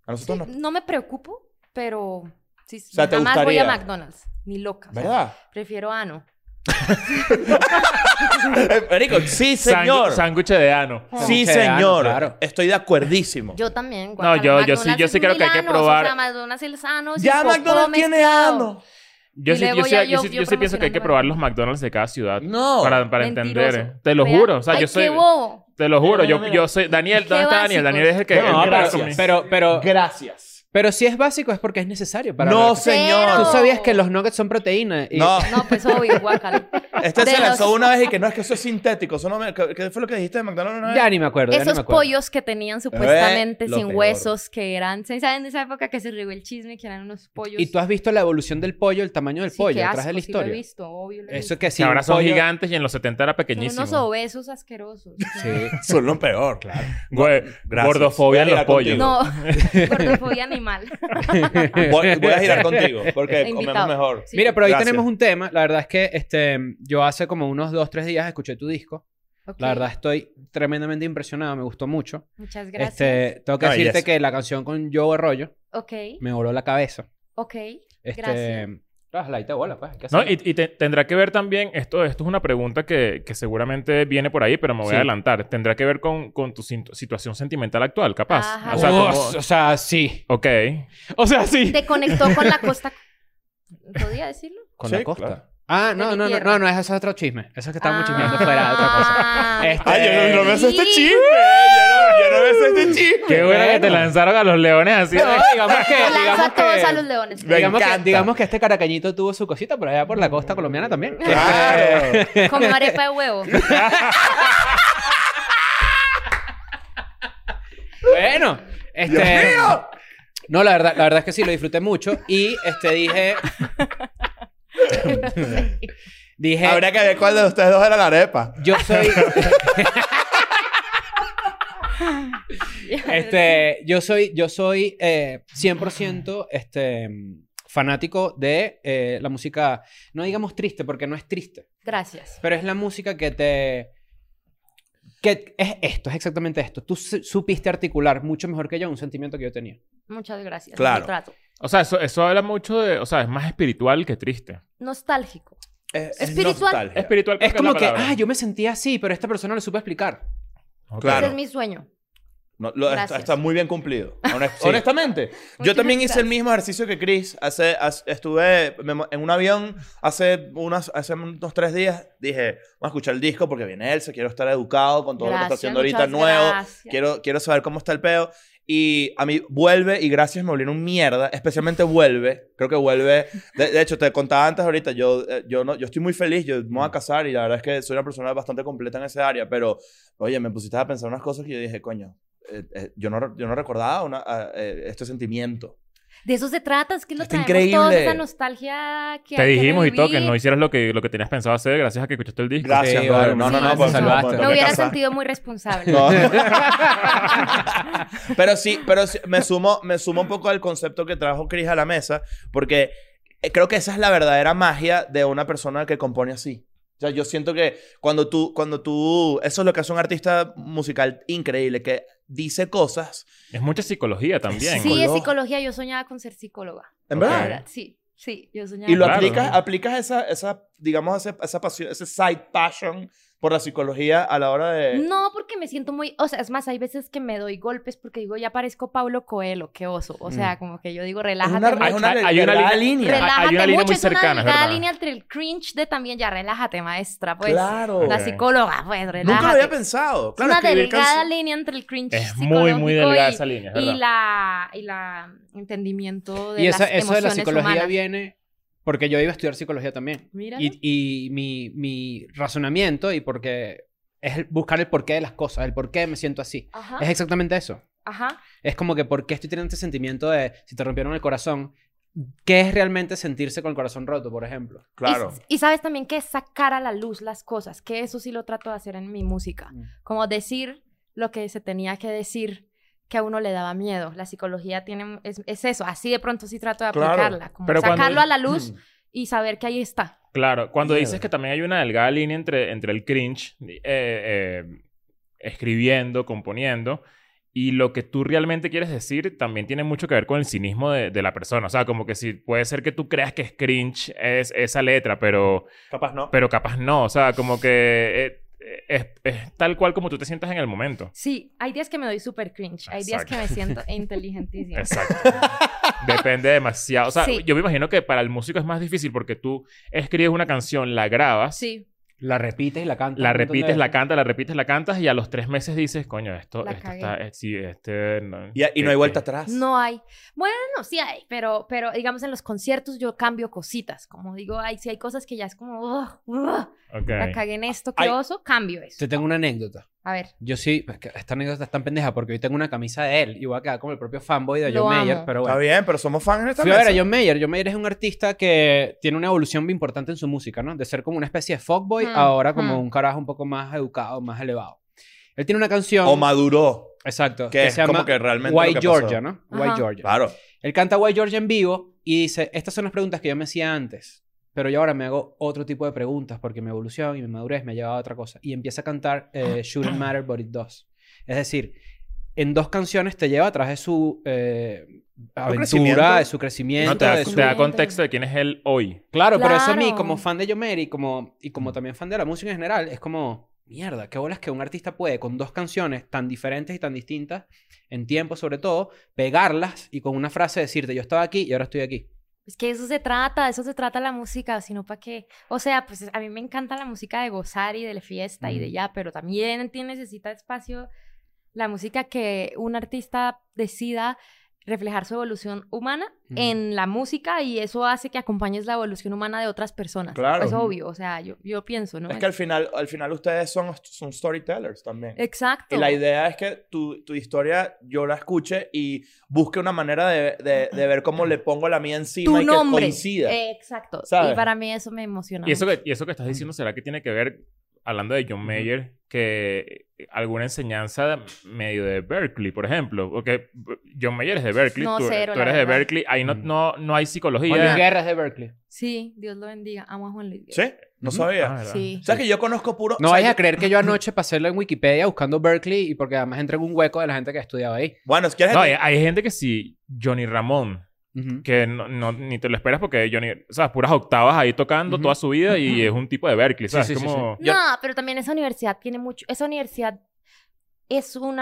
[SPEAKER 1] A
[SPEAKER 2] Sí,
[SPEAKER 1] nosotros no.
[SPEAKER 2] no me preocupo, pero sí,
[SPEAKER 1] sea, ¿te
[SPEAKER 2] jamás voy a
[SPEAKER 1] gustaría?
[SPEAKER 2] McDonald's, ni loca. O sea,
[SPEAKER 1] ¿Verdad?
[SPEAKER 2] Prefiero ah, ano.
[SPEAKER 1] Eh, Marico, sí,
[SPEAKER 3] Sang-
[SPEAKER 1] señor.
[SPEAKER 3] Sándwich de ano.
[SPEAKER 1] Sí,
[SPEAKER 2] Ah.
[SPEAKER 4] Sándwich de ano,
[SPEAKER 1] señor.
[SPEAKER 4] claro.
[SPEAKER 1] Estoy de acuerdísimo.
[SPEAKER 2] Yo también.
[SPEAKER 3] No, yo- yo sí-
[SPEAKER 2] McDonald's
[SPEAKER 3] yo sí
[SPEAKER 2] es
[SPEAKER 3] creo que hay que
[SPEAKER 2] milanos,
[SPEAKER 3] probar-
[SPEAKER 2] O sea, McDonald's el sano. sin
[SPEAKER 1] ya
[SPEAKER 2] popó
[SPEAKER 1] McDonald's tiene
[SPEAKER 2] mezclado.
[SPEAKER 1] ano.
[SPEAKER 3] Yo
[SPEAKER 2] Y
[SPEAKER 3] sí,
[SPEAKER 2] le
[SPEAKER 3] yo
[SPEAKER 2] voy
[SPEAKER 3] sí,
[SPEAKER 2] a-
[SPEAKER 3] yo
[SPEAKER 2] yo-
[SPEAKER 3] sí-
[SPEAKER 2] yo
[SPEAKER 3] yo sí pienso que hay que
[SPEAKER 2] promocionando
[SPEAKER 3] probar
[SPEAKER 2] algo.
[SPEAKER 3] los McDonald's de cada ciudad.
[SPEAKER 1] No.
[SPEAKER 3] Para, para entender.
[SPEAKER 2] Mentiroso.
[SPEAKER 3] eh. Te lo
[SPEAKER 2] Vea,
[SPEAKER 3] juro. O sea,
[SPEAKER 2] ay,
[SPEAKER 3] yo soy.
[SPEAKER 2] qué bobo.
[SPEAKER 3] Te lo juro.
[SPEAKER 1] Mira,
[SPEAKER 3] Yo,
[SPEAKER 1] mira,
[SPEAKER 3] yo soy. Daniel, ¿dónde
[SPEAKER 2] Qué
[SPEAKER 3] está Daniel?
[SPEAKER 2] básicos.
[SPEAKER 3] Daniel es el que.
[SPEAKER 1] No,
[SPEAKER 3] el que
[SPEAKER 1] pero-
[SPEAKER 3] come.
[SPEAKER 4] pero, pero,
[SPEAKER 1] Gracias.
[SPEAKER 4] pero si es básico es porque es necesario para...
[SPEAKER 1] No,
[SPEAKER 4] ¿Tú
[SPEAKER 1] señor.
[SPEAKER 2] Cero.
[SPEAKER 4] sabías que los nuggets son proteína? Y...
[SPEAKER 1] No,
[SPEAKER 2] No, pues obvio, guacala.
[SPEAKER 1] este
[SPEAKER 2] De
[SPEAKER 1] se lanzó
[SPEAKER 2] los-
[SPEAKER 1] una vez y que no es que eso es sintético. Eso no me- ¿qué- ¿Qué fue lo que dijiste de McDonald's una vez?
[SPEAKER 4] Ya ni me acuerdo. ya ni me
[SPEAKER 2] Esos
[SPEAKER 4] acuerdo.
[SPEAKER 2] pollos que tenían supuestamente
[SPEAKER 1] lo
[SPEAKER 2] sin
[SPEAKER 1] peor.
[SPEAKER 2] huesos, que eran, ¿sí ¿saben de esa época que se regó el chisme que eran unos pollos?
[SPEAKER 4] Y tú has visto la evolución del pollo, el tamaño del
[SPEAKER 2] Sí,
[SPEAKER 4] pollo,
[SPEAKER 2] qué asco,
[SPEAKER 4] atrás de la
[SPEAKER 2] sí lo he
[SPEAKER 4] historia.
[SPEAKER 2] visto, obvio, lo he
[SPEAKER 4] Eso
[SPEAKER 2] visto.
[SPEAKER 4] que
[SPEAKER 3] Que
[SPEAKER 4] sí.
[SPEAKER 3] ahora
[SPEAKER 4] un
[SPEAKER 3] son
[SPEAKER 4] pollo-
[SPEAKER 3] gigantes y en los 70 era
[SPEAKER 2] Son
[SPEAKER 3] pequeñísimo.
[SPEAKER 2] unos obesos asquerosos.
[SPEAKER 4] Sí.
[SPEAKER 1] Son lo peor, claro.
[SPEAKER 3] Güey,
[SPEAKER 1] Gracias.
[SPEAKER 3] Gordofobia en
[SPEAKER 1] Voy a
[SPEAKER 3] los
[SPEAKER 1] ir
[SPEAKER 3] pollos.
[SPEAKER 1] contigo.
[SPEAKER 2] No, gordofobia animal.
[SPEAKER 1] Voy, voy a girar contigo porque comemos
[SPEAKER 2] Invitado.
[SPEAKER 1] mejor.
[SPEAKER 2] Sí.
[SPEAKER 4] Mira, pero ahí
[SPEAKER 1] Gracias.
[SPEAKER 4] tenemos un tema. La verdad es que este, yo hace como unos dos, tres días escuché tu disco.
[SPEAKER 2] Ok,
[SPEAKER 4] La verdad estoy tremendamente impresionado, me gustó mucho.
[SPEAKER 2] Muchas gracias.
[SPEAKER 4] Este, tengo que
[SPEAKER 1] No, y
[SPEAKER 4] decirte
[SPEAKER 1] eso.
[SPEAKER 4] que la canción con Joe Arroyo
[SPEAKER 2] Ok,
[SPEAKER 4] me voló la cabeza.
[SPEAKER 2] ok.
[SPEAKER 4] Este,
[SPEAKER 2] Gracias.
[SPEAKER 4] ah, la te bola, pues. hay que
[SPEAKER 3] No,
[SPEAKER 4] hacerlo.
[SPEAKER 3] y, y te- tendrá que ver también, esto, esto es una pregunta que, que seguramente viene por ahí, pero me voy
[SPEAKER 4] Sí.
[SPEAKER 3] a adelantar. Tendrá que ver con, con tu sin- situación sentimental actual, capaz.
[SPEAKER 2] Ajá.
[SPEAKER 3] O sea,
[SPEAKER 4] Uf,
[SPEAKER 3] como-
[SPEAKER 4] o sea, sí.
[SPEAKER 3] Ok.
[SPEAKER 4] O sea, sí.
[SPEAKER 2] Te conectó con la costa ¿Podía decirlo?
[SPEAKER 4] Con
[SPEAKER 1] Sí,
[SPEAKER 4] la costa.
[SPEAKER 1] claro.
[SPEAKER 4] Ah,
[SPEAKER 2] De
[SPEAKER 4] no,
[SPEAKER 2] mi
[SPEAKER 4] no, no,
[SPEAKER 2] tierra.
[SPEAKER 4] no, no, eso es otro chisme. Eso es que estábamos chismeando
[SPEAKER 2] Ah.
[SPEAKER 4] fuera, otra cosa. Este-
[SPEAKER 1] Ay, yo no, no me sé este
[SPEAKER 2] Sí.
[SPEAKER 1] chisme. Yo no, yo no me sé este chisme.
[SPEAKER 3] Qué bueno que te
[SPEAKER 4] Bueno.
[SPEAKER 3] lanzaron a los leones así. de-
[SPEAKER 4] No, digamos que,
[SPEAKER 2] Lanza
[SPEAKER 4] digamos
[SPEAKER 2] a todos
[SPEAKER 4] que-
[SPEAKER 2] a los leones.
[SPEAKER 1] Me
[SPEAKER 4] digamos, que,
[SPEAKER 1] encanta.
[SPEAKER 4] digamos que este caracañito tuvo su cosita por allá por la costa colombiana también.
[SPEAKER 1] Claro.
[SPEAKER 2] Como arepa de huevo.
[SPEAKER 4] Bueno, este.
[SPEAKER 1] ¡Dios mío!
[SPEAKER 4] No, la verdad, la verdad es que sí, lo disfruté mucho. Y este dije. dije.
[SPEAKER 1] Habrá que ver cuál de ustedes dos era la arepa.
[SPEAKER 4] Yo soy. Este, yo soy, yo soy eh, 100% este, fanático de eh, la música, no digamos triste, porque no es triste,
[SPEAKER 2] Gracias.
[SPEAKER 4] pero es la música que te... que es esto, es exactamente esto. Tú su- supiste articular mucho mejor que yo un sentimiento que yo tenía.
[SPEAKER 2] Muchas gracias.
[SPEAKER 1] Claro.
[SPEAKER 2] Lo trato.
[SPEAKER 3] O sea, eso, eso habla mucho de. O sea, es más espiritual que triste.
[SPEAKER 2] Nostálgico. este
[SPEAKER 1] Es,
[SPEAKER 2] Espiritual.
[SPEAKER 1] nostalgia.
[SPEAKER 3] Espiritual creo
[SPEAKER 4] Es
[SPEAKER 3] es
[SPEAKER 4] como
[SPEAKER 3] la
[SPEAKER 4] que,
[SPEAKER 3] palabra.
[SPEAKER 4] ah, yo me sentía así, pero esta persona lo supo explicar.
[SPEAKER 3] Ok.
[SPEAKER 1] Claro.
[SPEAKER 2] Ese es mi sueño.
[SPEAKER 1] No, lo- está,
[SPEAKER 2] Gracias.
[SPEAKER 1] está muy bien cumplido. Honest-
[SPEAKER 4] Sí.
[SPEAKER 1] Honestamente. Yo
[SPEAKER 2] Muchas
[SPEAKER 1] también hice el
[SPEAKER 2] gracias.
[SPEAKER 1] mismo ejercicio que Chris. Hace, hace- estuve me mo- en un avión hace, unas, hace unos tres días. Dije, vamos a escuchar el disco porque viene Elsa. Quiero estar educado con todo lo que está
[SPEAKER 2] Gracias,
[SPEAKER 1] haciendo ahorita
[SPEAKER 2] muchas
[SPEAKER 1] nuevo.
[SPEAKER 2] gracias.
[SPEAKER 1] Quiero, quiero saber cómo está el peo. Y a mí vuelve y gracias me volvieron mierda. Especialmente vuelve. Creo que vuelve. De, de hecho, te contaba antes ahorita. Yo, eh, yo, no, yo estoy muy feliz. Yo me voy a casar y la verdad es que soy una persona bastante completa en esa área. Pero, oye, me pusiste a pensar unas cosas que yo dije, coño, eh, eh, yo, no, re- yo no recordaba una- a- eh, este sentimiento.
[SPEAKER 2] De eso se trata, es que lo
[SPEAKER 1] Está
[SPEAKER 2] traemos
[SPEAKER 1] increíble.
[SPEAKER 2] todos, esa nostalgia que
[SPEAKER 3] Te
[SPEAKER 2] hay que
[SPEAKER 3] dijimos y todo que
[SPEAKER 2] revivir.
[SPEAKER 3] no hicieras lo que, lo que tenías pensado hacer gracias a que escuchaste el disco.
[SPEAKER 1] Gracias,
[SPEAKER 4] Sí,
[SPEAKER 1] brother.
[SPEAKER 4] vale,
[SPEAKER 1] No, no,
[SPEAKER 2] sí,
[SPEAKER 1] no,
[SPEAKER 2] te
[SPEAKER 1] pues, no,
[SPEAKER 4] salvaste.
[SPEAKER 1] pues,
[SPEAKER 2] Me
[SPEAKER 4] Me
[SPEAKER 1] tengo que
[SPEAKER 2] hubiera
[SPEAKER 1] casar.
[SPEAKER 2] sentido muy responsable.
[SPEAKER 1] No. pero sí, pero sí, me sumo, me sumo un poco al concepto que trajo Chris a la mesa, porque eh, creo que esa es la verdadera magia de una persona que compone así. O sea, yo siento que cuando tú, cuando tú, eso es lo que hace un artista musical increíble, que dice cosas.
[SPEAKER 3] Es mucha psicología también.
[SPEAKER 1] Sí.
[SPEAKER 2] Sí, es
[SPEAKER 1] Psicóloga.
[SPEAKER 2] psicología. Yo soñaba con ser psicóloga.
[SPEAKER 1] En
[SPEAKER 3] Ok.
[SPEAKER 2] La
[SPEAKER 1] verdad.
[SPEAKER 2] verdad, Sí, sí, yo soñaba.
[SPEAKER 1] Y lo
[SPEAKER 3] Claro.
[SPEAKER 1] aplicas, aplicas esa, esa, digamos, esa, esa pasión, ese side passion por la psicología a la hora de...
[SPEAKER 2] No, porque me siento muy, o sea, es más, hay veces que me doy golpes porque digo, ya parezco Pablo Coelho, qué oso. O sea, como que yo digo,
[SPEAKER 1] Es
[SPEAKER 2] relájate.
[SPEAKER 1] una,
[SPEAKER 2] mucho.
[SPEAKER 1] es una
[SPEAKER 3] Hay- Mm. hay una
[SPEAKER 1] delgada
[SPEAKER 3] línea-
[SPEAKER 1] línea.
[SPEAKER 2] Relájate
[SPEAKER 3] Hay una línea
[SPEAKER 2] mucho,
[SPEAKER 3] muy
[SPEAKER 2] es una
[SPEAKER 3] cercana, es
[SPEAKER 2] delgada
[SPEAKER 3] verdad.
[SPEAKER 2] línea entre el cringe de también, ya relájate, maestra, pues.
[SPEAKER 1] Claro.
[SPEAKER 2] La
[SPEAKER 3] Ok.
[SPEAKER 2] psicóloga, pues, relájate.
[SPEAKER 1] Nunca lo había pensado. Claro,
[SPEAKER 2] es una
[SPEAKER 1] escribir
[SPEAKER 2] delgada
[SPEAKER 1] canciones-
[SPEAKER 2] línea entre el cringe
[SPEAKER 3] Es muy, muy
[SPEAKER 2] psicológico
[SPEAKER 3] delgada
[SPEAKER 2] y,
[SPEAKER 3] esa línea, es
[SPEAKER 2] y
[SPEAKER 3] ¿verdad?
[SPEAKER 2] la y la entendimiento de
[SPEAKER 4] y esa-
[SPEAKER 2] las
[SPEAKER 4] eso de la
[SPEAKER 2] emociones
[SPEAKER 4] psicología
[SPEAKER 2] humanas.
[SPEAKER 4] viene porque yo iba a estudiar psicología también.
[SPEAKER 2] Mira.
[SPEAKER 4] Y, y mi, mi razonamiento y porque es el- buscar el porqué de las cosas, el porqué me siento así.
[SPEAKER 2] Ajá.
[SPEAKER 4] Es exactamente eso.
[SPEAKER 2] Ajá.
[SPEAKER 4] Es como que por qué estoy teniendo este sentimiento de si te rompieron el corazón, ¿qué es realmente sentirse con el corazón roto, por ejemplo?
[SPEAKER 1] Claro.
[SPEAKER 2] Y, y sabes también que es sacar a la luz las cosas, que eso sí lo trato de hacer en mi música.
[SPEAKER 4] Mm.
[SPEAKER 2] Como decir lo que se tenía que decir que a uno le daba miedo. La psicología tiene es, es eso, así de pronto sí trato de
[SPEAKER 1] Claro.
[SPEAKER 2] aplicarla, como
[SPEAKER 3] Pero cuando-
[SPEAKER 2] sacarlo a la luz y saber que ahí está.
[SPEAKER 3] Claro, cuando
[SPEAKER 1] Mierda.
[SPEAKER 3] dices que también hay una delgada línea entre, entre el cringe, eh, eh, escribiendo, componiendo, y lo que tú realmente quieres decir también tiene mucho que ver con el cinismo de, de la persona. O sea, como que si puede ser que tú creas que es cringe es esa letra, pero,
[SPEAKER 1] Capaz no.
[SPEAKER 3] pero capaz no. O sea, como que eh, es, es tal cual como tú te sientas en el momento.
[SPEAKER 2] Sí, hay días que me doy súper cringe, hay días que me siento inteligentísima.
[SPEAKER 3] Exacto. Depende demasiado. O sea,
[SPEAKER 2] Sí.
[SPEAKER 3] yo me imagino que para el músico es más difícil porque tú escribes una canción, la grabas,
[SPEAKER 2] Sí,
[SPEAKER 4] La repites y la cantas.
[SPEAKER 3] La
[SPEAKER 4] un montón de
[SPEAKER 3] repites, la
[SPEAKER 4] veces.
[SPEAKER 3] cantas, la repites, la cantas y a los tres meses dices, coño, esto,
[SPEAKER 2] La
[SPEAKER 3] esto
[SPEAKER 2] cagué.
[SPEAKER 3] está, eh, sí, este, no,
[SPEAKER 1] Y, y no hay
[SPEAKER 3] que-
[SPEAKER 1] vuelta
[SPEAKER 3] que-
[SPEAKER 1] atrás.
[SPEAKER 2] No hay. Bueno, sí hay, pero, pero digamos en los conciertos yo cambio cositas. Como digo, ay, si hay cosas que ya es como, "Ugh, ugh,
[SPEAKER 3] Ok.
[SPEAKER 2] la cagué en esto, qué
[SPEAKER 1] Ay.
[SPEAKER 2] oso, cambio eso.
[SPEAKER 4] Te tengo una anécdota.
[SPEAKER 2] A ver,
[SPEAKER 4] Yo sí, es que esta anécdota es tan pendeja porque hoy tengo una camisa de él y voy a quedar como el propio fanboy de
[SPEAKER 2] Lo
[SPEAKER 4] John
[SPEAKER 2] amo.
[SPEAKER 4] Mayer, pero
[SPEAKER 1] Está
[SPEAKER 4] bueno.
[SPEAKER 1] bien, pero somos fans en esta
[SPEAKER 4] Fui a ver a
[SPEAKER 1] mesa.
[SPEAKER 4] John Mayer. John Mayer es un artista que tiene una evolución muy importante en su música, ¿no? De ser como una especie de fuckboy,
[SPEAKER 2] Mm,
[SPEAKER 4] ahora como
[SPEAKER 2] mm.
[SPEAKER 4] un carajo un poco más educado, más elevado. Él tiene una canción.
[SPEAKER 1] O maduró.
[SPEAKER 4] exacto.
[SPEAKER 1] Que es
[SPEAKER 4] se llama
[SPEAKER 1] como que realmente lo
[SPEAKER 4] White
[SPEAKER 1] que pasó.
[SPEAKER 4] Georgia, ¿no?
[SPEAKER 2] Ajá.
[SPEAKER 4] White Georgia.
[SPEAKER 1] Claro.
[SPEAKER 4] Él canta White Georgia en vivo y dice, estas son las preguntas que yo me hacía antes, pero yo ahora me hago otro tipo de preguntas porque mi evolución y mi madurez me ha llevado a otra cosa. Y empieza a cantar eh, Shouldn't Matter But It Does. Es decir, en dos canciones te lleva atrás de su eh,
[SPEAKER 1] crecimiento.
[SPEAKER 4] aventura, de su crecimiento.
[SPEAKER 3] No, te, da,
[SPEAKER 4] de
[SPEAKER 3] te
[SPEAKER 4] su...
[SPEAKER 3] da contexto de quién es él hoy.
[SPEAKER 4] Claro, pero eso a mí,
[SPEAKER 2] Claro.
[SPEAKER 4] como fan de Yomer y como, y como también fan de la música en general, es como, mierda, qué bolas que un artista puede con dos canciones tan diferentes y tan distintas, en tiempo sobre todo, pegarlas y con una frase decirte, yo estaba aquí y ahora estoy aquí.
[SPEAKER 2] Es pues, que eso se trata, de eso se trata la música, sino para qué. O sea, pues a mí me encanta la música de gozar y de la fiesta y de
[SPEAKER 3] Ujú.
[SPEAKER 2] ya, pero también tiene- necesita espacio la música que un artista decida reflejar su evolución humana
[SPEAKER 4] Ujú.
[SPEAKER 2] en la música y eso hace que acompañes la evolución humana de otras personas.
[SPEAKER 1] Claro.
[SPEAKER 2] Es
[SPEAKER 1] Ujú.
[SPEAKER 2] obvio, o sea, yo, yo pienso, ¿no?
[SPEAKER 1] Es que al final, al final ustedes son, son storytellers también.
[SPEAKER 2] Exacto.
[SPEAKER 1] Y la idea es que tu, tu historia yo la escuche y busque una manera de, de- de ver cómo le pongo la mía encima
[SPEAKER 2] tu
[SPEAKER 1] y
[SPEAKER 2] nombre.
[SPEAKER 1] que coincida.
[SPEAKER 2] Eh, Exacto.
[SPEAKER 1] ¿Sabes?
[SPEAKER 2] Y para mí eso me emociona.
[SPEAKER 3] Y eso,
[SPEAKER 2] mucho.
[SPEAKER 3] que, y eso que estás diciendo, ¿será que tiene que ver, hablando de John Mayer, que eh, alguna enseñanza medio de Berkeley, por ejemplo? Porque John Mayer es de Berkeley,
[SPEAKER 2] No,
[SPEAKER 3] tú,
[SPEAKER 2] cero,
[SPEAKER 3] tú
[SPEAKER 2] la
[SPEAKER 3] eres de
[SPEAKER 2] verdad.
[SPEAKER 3] Berkeley, ahí no,
[SPEAKER 4] Mm.
[SPEAKER 3] no, no hay psicología.
[SPEAKER 4] Juan Luis Guerra es de Berkeley.
[SPEAKER 2] Sí, Dios lo bendiga. Amo a Juan Luis. Guerra.
[SPEAKER 1] ¿Sí? No
[SPEAKER 4] Ujú.
[SPEAKER 1] sabía.
[SPEAKER 3] Ah, ¿verdad?
[SPEAKER 2] Sí.
[SPEAKER 1] O sea, que yo conozco puro...
[SPEAKER 4] No
[SPEAKER 1] o sea,
[SPEAKER 4] vayas a
[SPEAKER 1] yo-
[SPEAKER 4] creer que yo anoche pasé en Wikipedia buscando Berkeley y porque además entré en un hueco de la gente que estudiaba ahí.
[SPEAKER 1] Bueno, si quieres...
[SPEAKER 3] No, hay, hay gente que sí, Johnny Ramón,
[SPEAKER 4] Ujú.
[SPEAKER 3] que no, no- ni te lo esperas porque Johnny, o sea, puras octavas ahí tocando
[SPEAKER 4] Ujú.
[SPEAKER 3] toda su vida y es un tipo de Berkeley,
[SPEAKER 4] Sí,
[SPEAKER 3] ¿sabes?
[SPEAKER 4] sí, sí,
[SPEAKER 3] como...
[SPEAKER 1] Yo-
[SPEAKER 2] No, pero también esa universidad tiene mucho. Esa universidad es un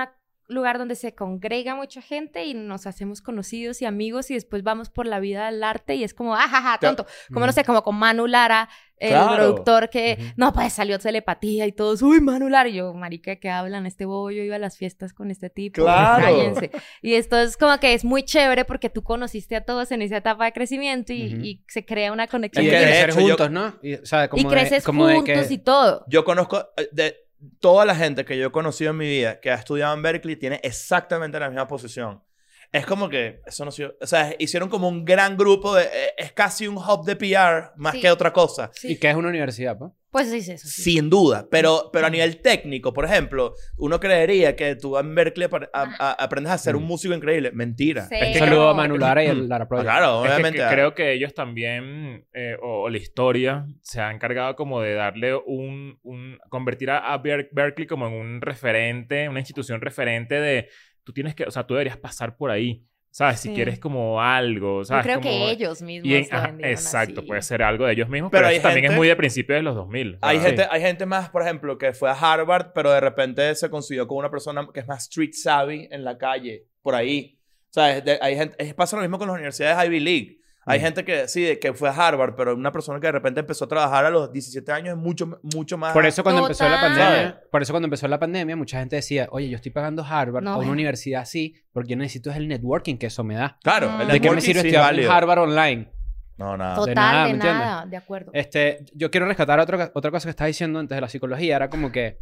[SPEAKER 2] lugar donde se congrega mucha gente y nos hacemos conocidos y amigos y después vamos por la vida del arte y es como, ajaja,
[SPEAKER 1] Te-
[SPEAKER 2] tonto. Como no sé, como con Manu Lara, el
[SPEAKER 1] Claro.
[SPEAKER 2] productor que,
[SPEAKER 4] Ujú.
[SPEAKER 2] no, pues salió telepatía y todos, uy, Manu Lara. Y yo, marica, ¿qué hablan? Este bobo, yo iba a las fiestas con este tipo.
[SPEAKER 1] Claro.
[SPEAKER 2] cállense". Y esto es como que es muy chévere porque tú conociste a todos en esa etapa de crecimiento y,
[SPEAKER 4] Ujú.
[SPEAKER 2] y se crea una
[SPEAKER 4] Y
[SPEAKER 2] conexión.
[SPEAKER 1] Es
[SPEAKER 4] de
[SPEAKER 1] que de
[SPEAKER 2] y,
[SPEAKER 4] crecer
[SPEAKER 1] hecho, yo-
[SPEAKER 4] juntos, ¿no? Y, o sea, como de-
[SPEAKER 2] creces
[SPEAKER 4] como de que-
[SPEAKER 2] juntos y todo.
[SPEAKER 1] Yo conozco eh, de toda la gente que yo he conocido en mi vida que ha estudiado en Berkeley tiene exactamente la misma posición. Es como que eso no ha sido- o sea, hicieron como un gran grupo de eh, es casi un hub de PR más
[SPEAKER 2] Sí.
[SPEAKER 1] que otra cosa.
[SPEAKER 2] Sí.
[SPEAKER 4] y que es una universidad, ¿no?
[SPEAKER 2] Pues sí, sí, eso sí.
[SPEAKER 1] Sin duda, pero, pero a nivel técnico, por ejemplo, uno creería que tú en Berkeley apar- a- a- aprendes a ser
[SPEAKER 3] Mm.
[SPEAKER 1] un músico increíble. Mentira.
[SPEAKER 2] Sí.
[SPEAKER 3] Es
[SPEAKER 4] Un
[SPEAKER 3] que
[SPEAKER 4] saludo
[SPEAKER 2] creo-
[SPEAKER 4] a Manu Lara y a Lara Project.
[SPEAKER 1] Mm. Claro,
[SPEAKER 3] Es que
[SPEAKER 1] obviamente.
[SPEAKER 3] cre-
[SPEAKER 1] ah,
[SPEAKER 3] creo que ellos también, eh, o, o la historia, se ha encargado como de darle un... un convertir a, a Ber- Berkeley como en un referente, una institución referente de... Tú tienes que... O sea, tú deberías pasar por ahí, ¿sabes? Si
[SPEAKER 2] Sí.
[SPEAKER 3] quieres como algo,
[SPEAKER 2] Yo
[SPEAKER 3] ¿sabes?
[SPEAKER 2] creo
[SPEAKER 3] Como-
[SPEAKER 2] que ellos mismos.
[SPEAKER 3] Y en-
[SPEAKER 2] lo
[SPEAKER 3] ajá,
[SPEAKER 2] vendieron
[SPEAKER 3] exacto,
[SPEAKER 2] así.
[SPEAKER 3] puede ser algo de ellos mismos,
[SPEAKER 1] Pero
[SPEAKER 3] pero,
[SPEAKER 1] hay
[SPEAKER 3] eso también es
[SPEAKER 1] gente-
[SPEAKER 3] muy de principios de los 2000.
[SPEAKER 1] Hay,
[SPEAKER 3] ¿sabes?
[SPEAKER 1] gente, hay gente más, por ejemplo, que fue a Harvard, pero de repente se consiguió con una persona que es más street savvy en la calle, por ahí. O sea, es de- hay gente, es- pasa lo mismo con las universidades Ivy League. Hay
[SPEAKER 4] Mm.
[SPEAKER 1] gente que sí, de que fue a Harvard, pero una persona que de repente empezó a trabajar a los 17 años es mucho, mucho más...
[SPEAKER 4] Por eso cuando empezó la
[SPEAKER 2] Total.
[SPEAKER 4] pandemia, por eso cuando empezó la pandemia, mucha gente decía, oye, yo estoy pagando Harvard
[SPEAKER 2] No,
[SPEAKER 4] o una
[SPEAKER 2] bueno.
[SPEAKER 4] universidad así, porque yo necesito es el networking que eso me da.
[SPEAKER 1] Claro, el
[SPEAKER 2] Mm.
[SPEAKER 4] ¿De qué me
[SPEAKER 1] networking
[SPEAKER 4] sirve
[SPEAKER 1] sí es
[SPEAKER 4] estudiar en
[SPEAKER 1] válido.
[SPEAKER 4] Harvard online?
[SPEAKER 1] No, nada.
[SPEAKER 2] Total, de
[SPEAKER 4] nada,
[SPEAKER 2] nada,
[SPEAKER 4] ¿me
[SPEAKER 2] de,
[SPEAKER 4] entiendes?
[SPEAKER 2] acuerdo.
[SPEAKER 4] Este, yo quiero rescatar otra, otra cosa que estás diciendo antes de la psicología. Era como que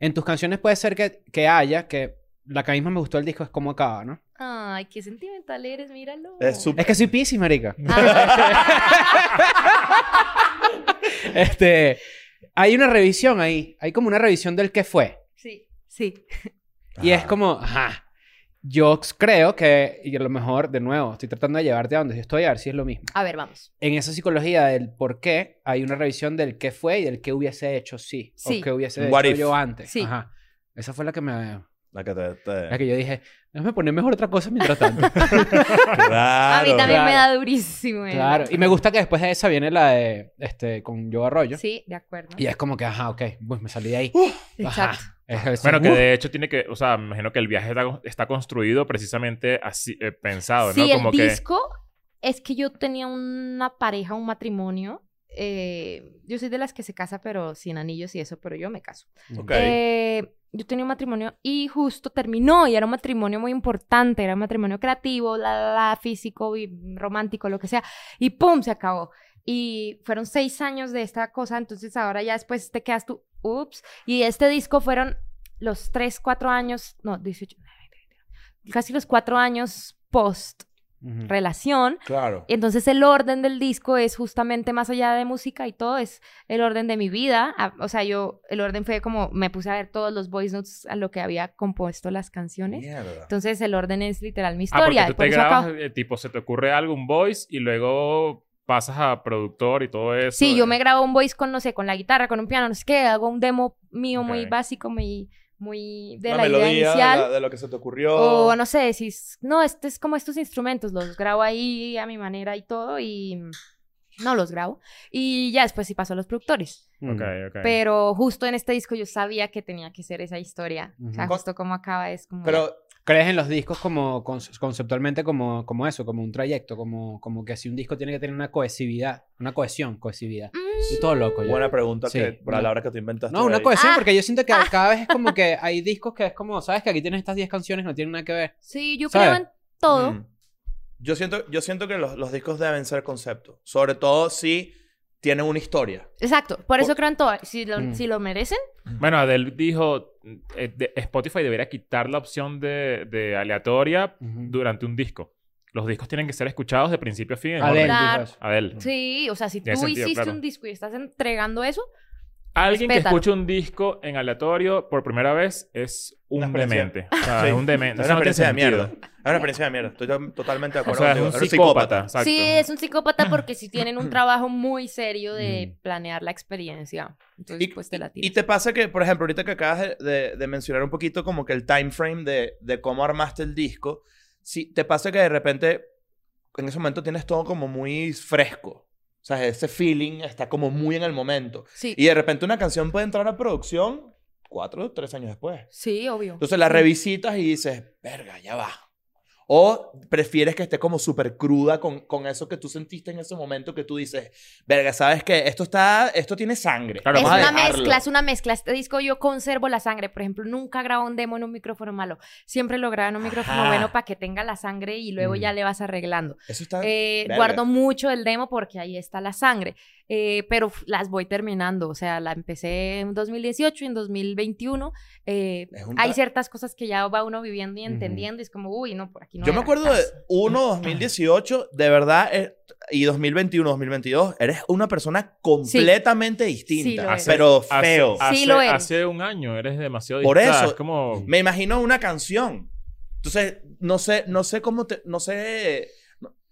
[SPEAKER 4] en tus canciones puede ser que, que haya, que la que misma me gustó el disco es como acaba, ¿no?
[SPEAKER 2] Ay, qué sentimental eres, míralo.
[SPEAKER 1] Es súper-
[SPEAKER 4] Es que soy piscis, marica.
[SPEAKER 2] Ah.
[SPEAKER 4] Este, hay una revisión ahí. Hay como una revisión del que fue.
[SPEAKER 2] sí, sí.
[SPEAKER 4] Y es
[SPEAKER 1] Ajá.
[SPEAKER 4] como, ajá. Yo creo que, y a lo mejor, de nuevo, estoy tratando de llevarte a donde yo estoy, a ver si es lo mismo.
[SPEAKER 2] A ver, vamos.
[SPEAKER 4] En esa psicología del por qué, hay una revisión del qué fue y del qué hubiese hecho sí.
[SPEAKER 2] Sí.
[SPEAKER 4] O qué hubiese
[SPEAKER 1] What
[SPEAKER 4] hecho
[SPEAKER 1] if.
[SPEAKER 4] yo antes.
[SPEAKER 2] Sí.
[SPEAKER 4] Ajá. Esa fue la que me...
[SPEAKER 1] La que te... te-
[SPEAKER 4] La que yo dije, déjame poner mejor otra cosa mientras tanto.
[SPEAKER 1] Claro.
[SPEAKER 2] a mí también
[SPEAKER 4] claro.
[SPEAKER 2] me da durísimo. eh.
[SPEAKER 4] claro. Y me gusta que después de esa viene la de, este, con Yo Arroyo.
[SPEAKER 2] Sí, de acuerdo.
[SPEAKER 4] Y es como que, ajá, ok, pues me salí de ahí. Ajá.
[SPEAKER 2] Exacto.
[SPEAKER 4] Es el-
[SPEAKER 3] Bueno, que
[SPEAKER 4] uh,
[SPEAKER 3] de hecho tiene que, o sea, me imagino que el viaje está, está construido precisamente así, eh, pensado,
[SPEAKER 2] sí,
[SPEAKER 3] ¿no? Como
[SPEAKER 2] el
[SPEAKER 3] que...
[SPEAKER 2] disco es que yo tenía una pareja, un matrimonio. eh, yo soy de las que se casa, pero sin anillos y eso, pero yo me caso.
[SPEAKER 1] Ok.
[SPEAKER 2] Eh, yo tenía un matrimonio y justo terminó y era un matrimonio muy importante, era un matrimonio creativo, la, la, la, físico, y romántico, lo que sea, y ¡pum! se acabó. Y fueron seis años de esta cosa, entonces ahora ya después te quedas tú, ups, y este disco fueron los tres, cuatro años, no, 18, casi los cuatro años post
[SPEAKER 4] ujú.
[SPEAKER 2] relación
[SPEAKER 1] Claro.
[SPEAKER 2] y Entonces el orden del disco es justamente más allá de música y todo, es el orden de mi vida. Ah, O sea, yo, el orden fue como me puse a ver todos los voice notes a lo que había compuesto las canciones.
[SPEAKER 1] Mierda.
[SPEAKER 2] Entonces el orden es literal mi
[SPEAKER 3] Ah, porque
[SPEAKER 2] historia.
[SPEAKER 3] tú
[SPEAKER 2] y por
[SPEAKER 3] te
[SPEAKER 2] eso
[SPEAKER 3] grabas,
[SPEAKER 2] acabo-
[SPEAKER 3] eh, tipo, se te ocurre algo, un voice, y luego pasas a productor y todo eso.
[SPEAKER 2] Sí, yo
[SPEAKER 3] eh.
[SPEAKER 2] me grabo un voice con, no sé, con la guitarra, con un piano, no sé qué, hago un demo mío muy
[SPEAKER 3] Ok.
[SPEAKER 2] básico, muy, muy de
[SPEAKER 1] Una
[SPEAKER 2] la idea
[SPEAKER 1] melodía de,
[SPEAKER 2] inicial.
[SPEAKER 1] la- de lo que se te ocurrió.
[SPEAKER 2] O no sé, decís, no, este es como estos instrumentos, los grabo ahí a mi manera y todo, y mm, no los grabo. Y ya después sí paso a los productores.
[SPEAKER 3] Ok,
[SPEAKER 4] Mm.
[SPEAKER 3] ok.
[SPEAKER 2] Pero justo en este disco yo sabía que tenía que ser esa historia. O sea,
[SPEAKER 4] Ujú.
[SPEAKER 2] justo como acaba es como.
[SPEAKER 1] Pero
[SPEAKER 4] crees en los discos como con- conceptualmente como, como eso, como un trayecto, como, como que si un disco tiene que tener una cohesividad, una cohesión, cohesividad.
[SPEAKER 2] "Mm,
[SPEAKER 4] Estoy todo loco ya.
[SPEAKER 1] Buena pregunta
[SPEAKER 4] Sí.
[SPEAKER 1] que, por la palabra que tú inventaste.
[SPEAKER 4] no, una
[SPEAKER 1] ahí.
[SPEAKER 4] cohesión,
[SPEAKER 2] Ah.
[SPEAKER 4] porque yo siento que cada vez es como que hay discos que es como, sabes que aquí tienes estas 10 canciones que no tienen nada que ver.
[SPEAKER 2] Sí, yo
[SPEAKER 4] ¿Sabes?
[SPEAKER 2] creo en todo.
[SPEAKER 1] Mm. Yo siento, yo siento que los, los discos deben ser concepto. Sobre todo si tienen una historia.
[SPEAKER 2] Exacto, por eso
[SPEAKER 1] Por-
[SPEAKER 2] creo en todo. Si lo,
[SPEAKER 4] Mm.
[SPEAKER 2] si lo merecen,
[SPEAKER 3] Bueno, Adele dijo, eh, de- Spotify debería quitar la opción de, de aleatoria durante un disco. Los discos tienen que ser escuchados de principio a fin. en
[SPEAKER 4] Adele Mm.
[SPEAKER 3] orden.
[SPEAKER 4] dijo
[SPEAKER 2] Claro.
[SPEAKER 4] eso.
[SPEAKER 3] Adele.
[SPEAKER 2] sí, o sea, si tú
[SPEAKER 3] Mm. Tiene sentido,
[SPEAKER 2] hiciste
[SPEAKER 3] claro.
[SPEAKER 2] un disco y estás entregando eso,
[SPEAKER 3] Alguien que
[SPEAKER 2] Respétalo.
[SPEAKER 3] escucha un disco en aleatorio por primera vez es un
[SPEAKER 1] Una experiencia.
[SPEAKER 3] demente. O sea,
[SPEAKER 1] Sí.
[SPEAKER 3] es un demente.
[SPEAKER 1] Es una
[SPEAKER 3] Eso no tiene
[SPEAKER 1] experiencia de
[SPEAKER 3] sentido.
[SPEAKER 1] mierda. Es una experiencia de mierda. Estoy to- totalmente de
[SPEAKER 3] O
[SPEAKER 1] acuerdo
[SPEAKER 3] sea, es
[SPEAKER 1] contigo.
[SPEAKER 3] un
[SPEAKER 1] Eres
[SPEAKER 3] psicópata. Exacto.
[SPEAKER 2] sí, es un psicópata porque sí tienen un trabajo muy serio de
[SPEAKER 4] Mm.
[SPEAKER 2] planear la experiencia. Entonces,
[SPEAKER 1] Y,
[SPEAKER 2] pues te la
[SPEAKER 1] y
[SPEAKER 2] tiras.
[SPEAKER 1] te pasa que, por ejemplo, ahorita que acabas de, de- de mencionar un poquito como que el time frame de, de cómo armaste el disco, si te pasa que de repente en ese momento tienes todo como muy fresco. O sea, ese feeling está como muy en el momento.
[SPEAKER 2] Sí,
[SPEAKER 1] Y de repente una canción puede entrar a producción cuatro o tres años después.
[SPEAKER 2] sí, obvio.
[SPEAKER 1] Entonces la revisitas y dices, verga, ya va. O prefieres que esté como súper cruda con, con eso que tú sentiste en ese momento que tú dices, verga, sabes que esto está, esto tiene sangre.
[SPEAKER 3] Claro,
[SPEAKER 2] es
[SPEAKER 1] vamos a
[SPEAKER 2] una
[SPEAKER 1] dejarlo".
[SPEAKER 2] mezcla, es una mezcla. Este disco yo conservo la sangre. Por ejemplo, nunca grabo un demo en un micrófono malo. Siempre lo grabo en un micrófono
[SPEAKER 1] Ajá.
[SPEAKER 2] bueno para que tenga la sangre y luego
[SPEAKER 4] Mm.
[SPEAKER 2] ya le vas arreglando.
[SPEAKER 1] Eso está...
[SPEAKER 2] Eh,
[SPEAKER 1] Ah, verga.
[SPEAKER 2] guardo mucho el demo porque ahí está la sangre, Eh, pero f- las voy terminando, o sea, la empecé en 2018 y en 2021 eh,
[SPEAKER 1] Es un
[SPEAKER 2] hay
[SPEAKER 1] ta-
[SPEAKER 2] ciertas cosas que ya va uno viviendo y
[SPEAKER 4] Ujú.
[SPEAKER 2] entendiendo y es como, uy, no, por aquí no.
[SPEAKER 1] Yo me
[SPEAKER 2] era,
[SPEAKER 1] acuerdo de
[SPEAKER 2] tas.
[SPEAKER 1] 1 2018, de verdad, eh, y 2021, 2022, eres una persona completamente distinta,
[SPEAKER 2] lo eres.
[SPEAKER 1] pero
[SPEAKER 3] Hace-
[SPEAKER 1] feo.
[SPEAKER 3] Hace,
[SPEAKER 2] Sí lo eres.
[SPEAKER 3] hace un año eres demasiado
[SPEAKER 1] Por
[SPEAKER 3] distada,
[SPEAKER 1] eso-
[SPEAKER 3] Es como...
[SPEAKER 1] Me imagino una canción. Entonces, no sé, no sé cómo te, no sé,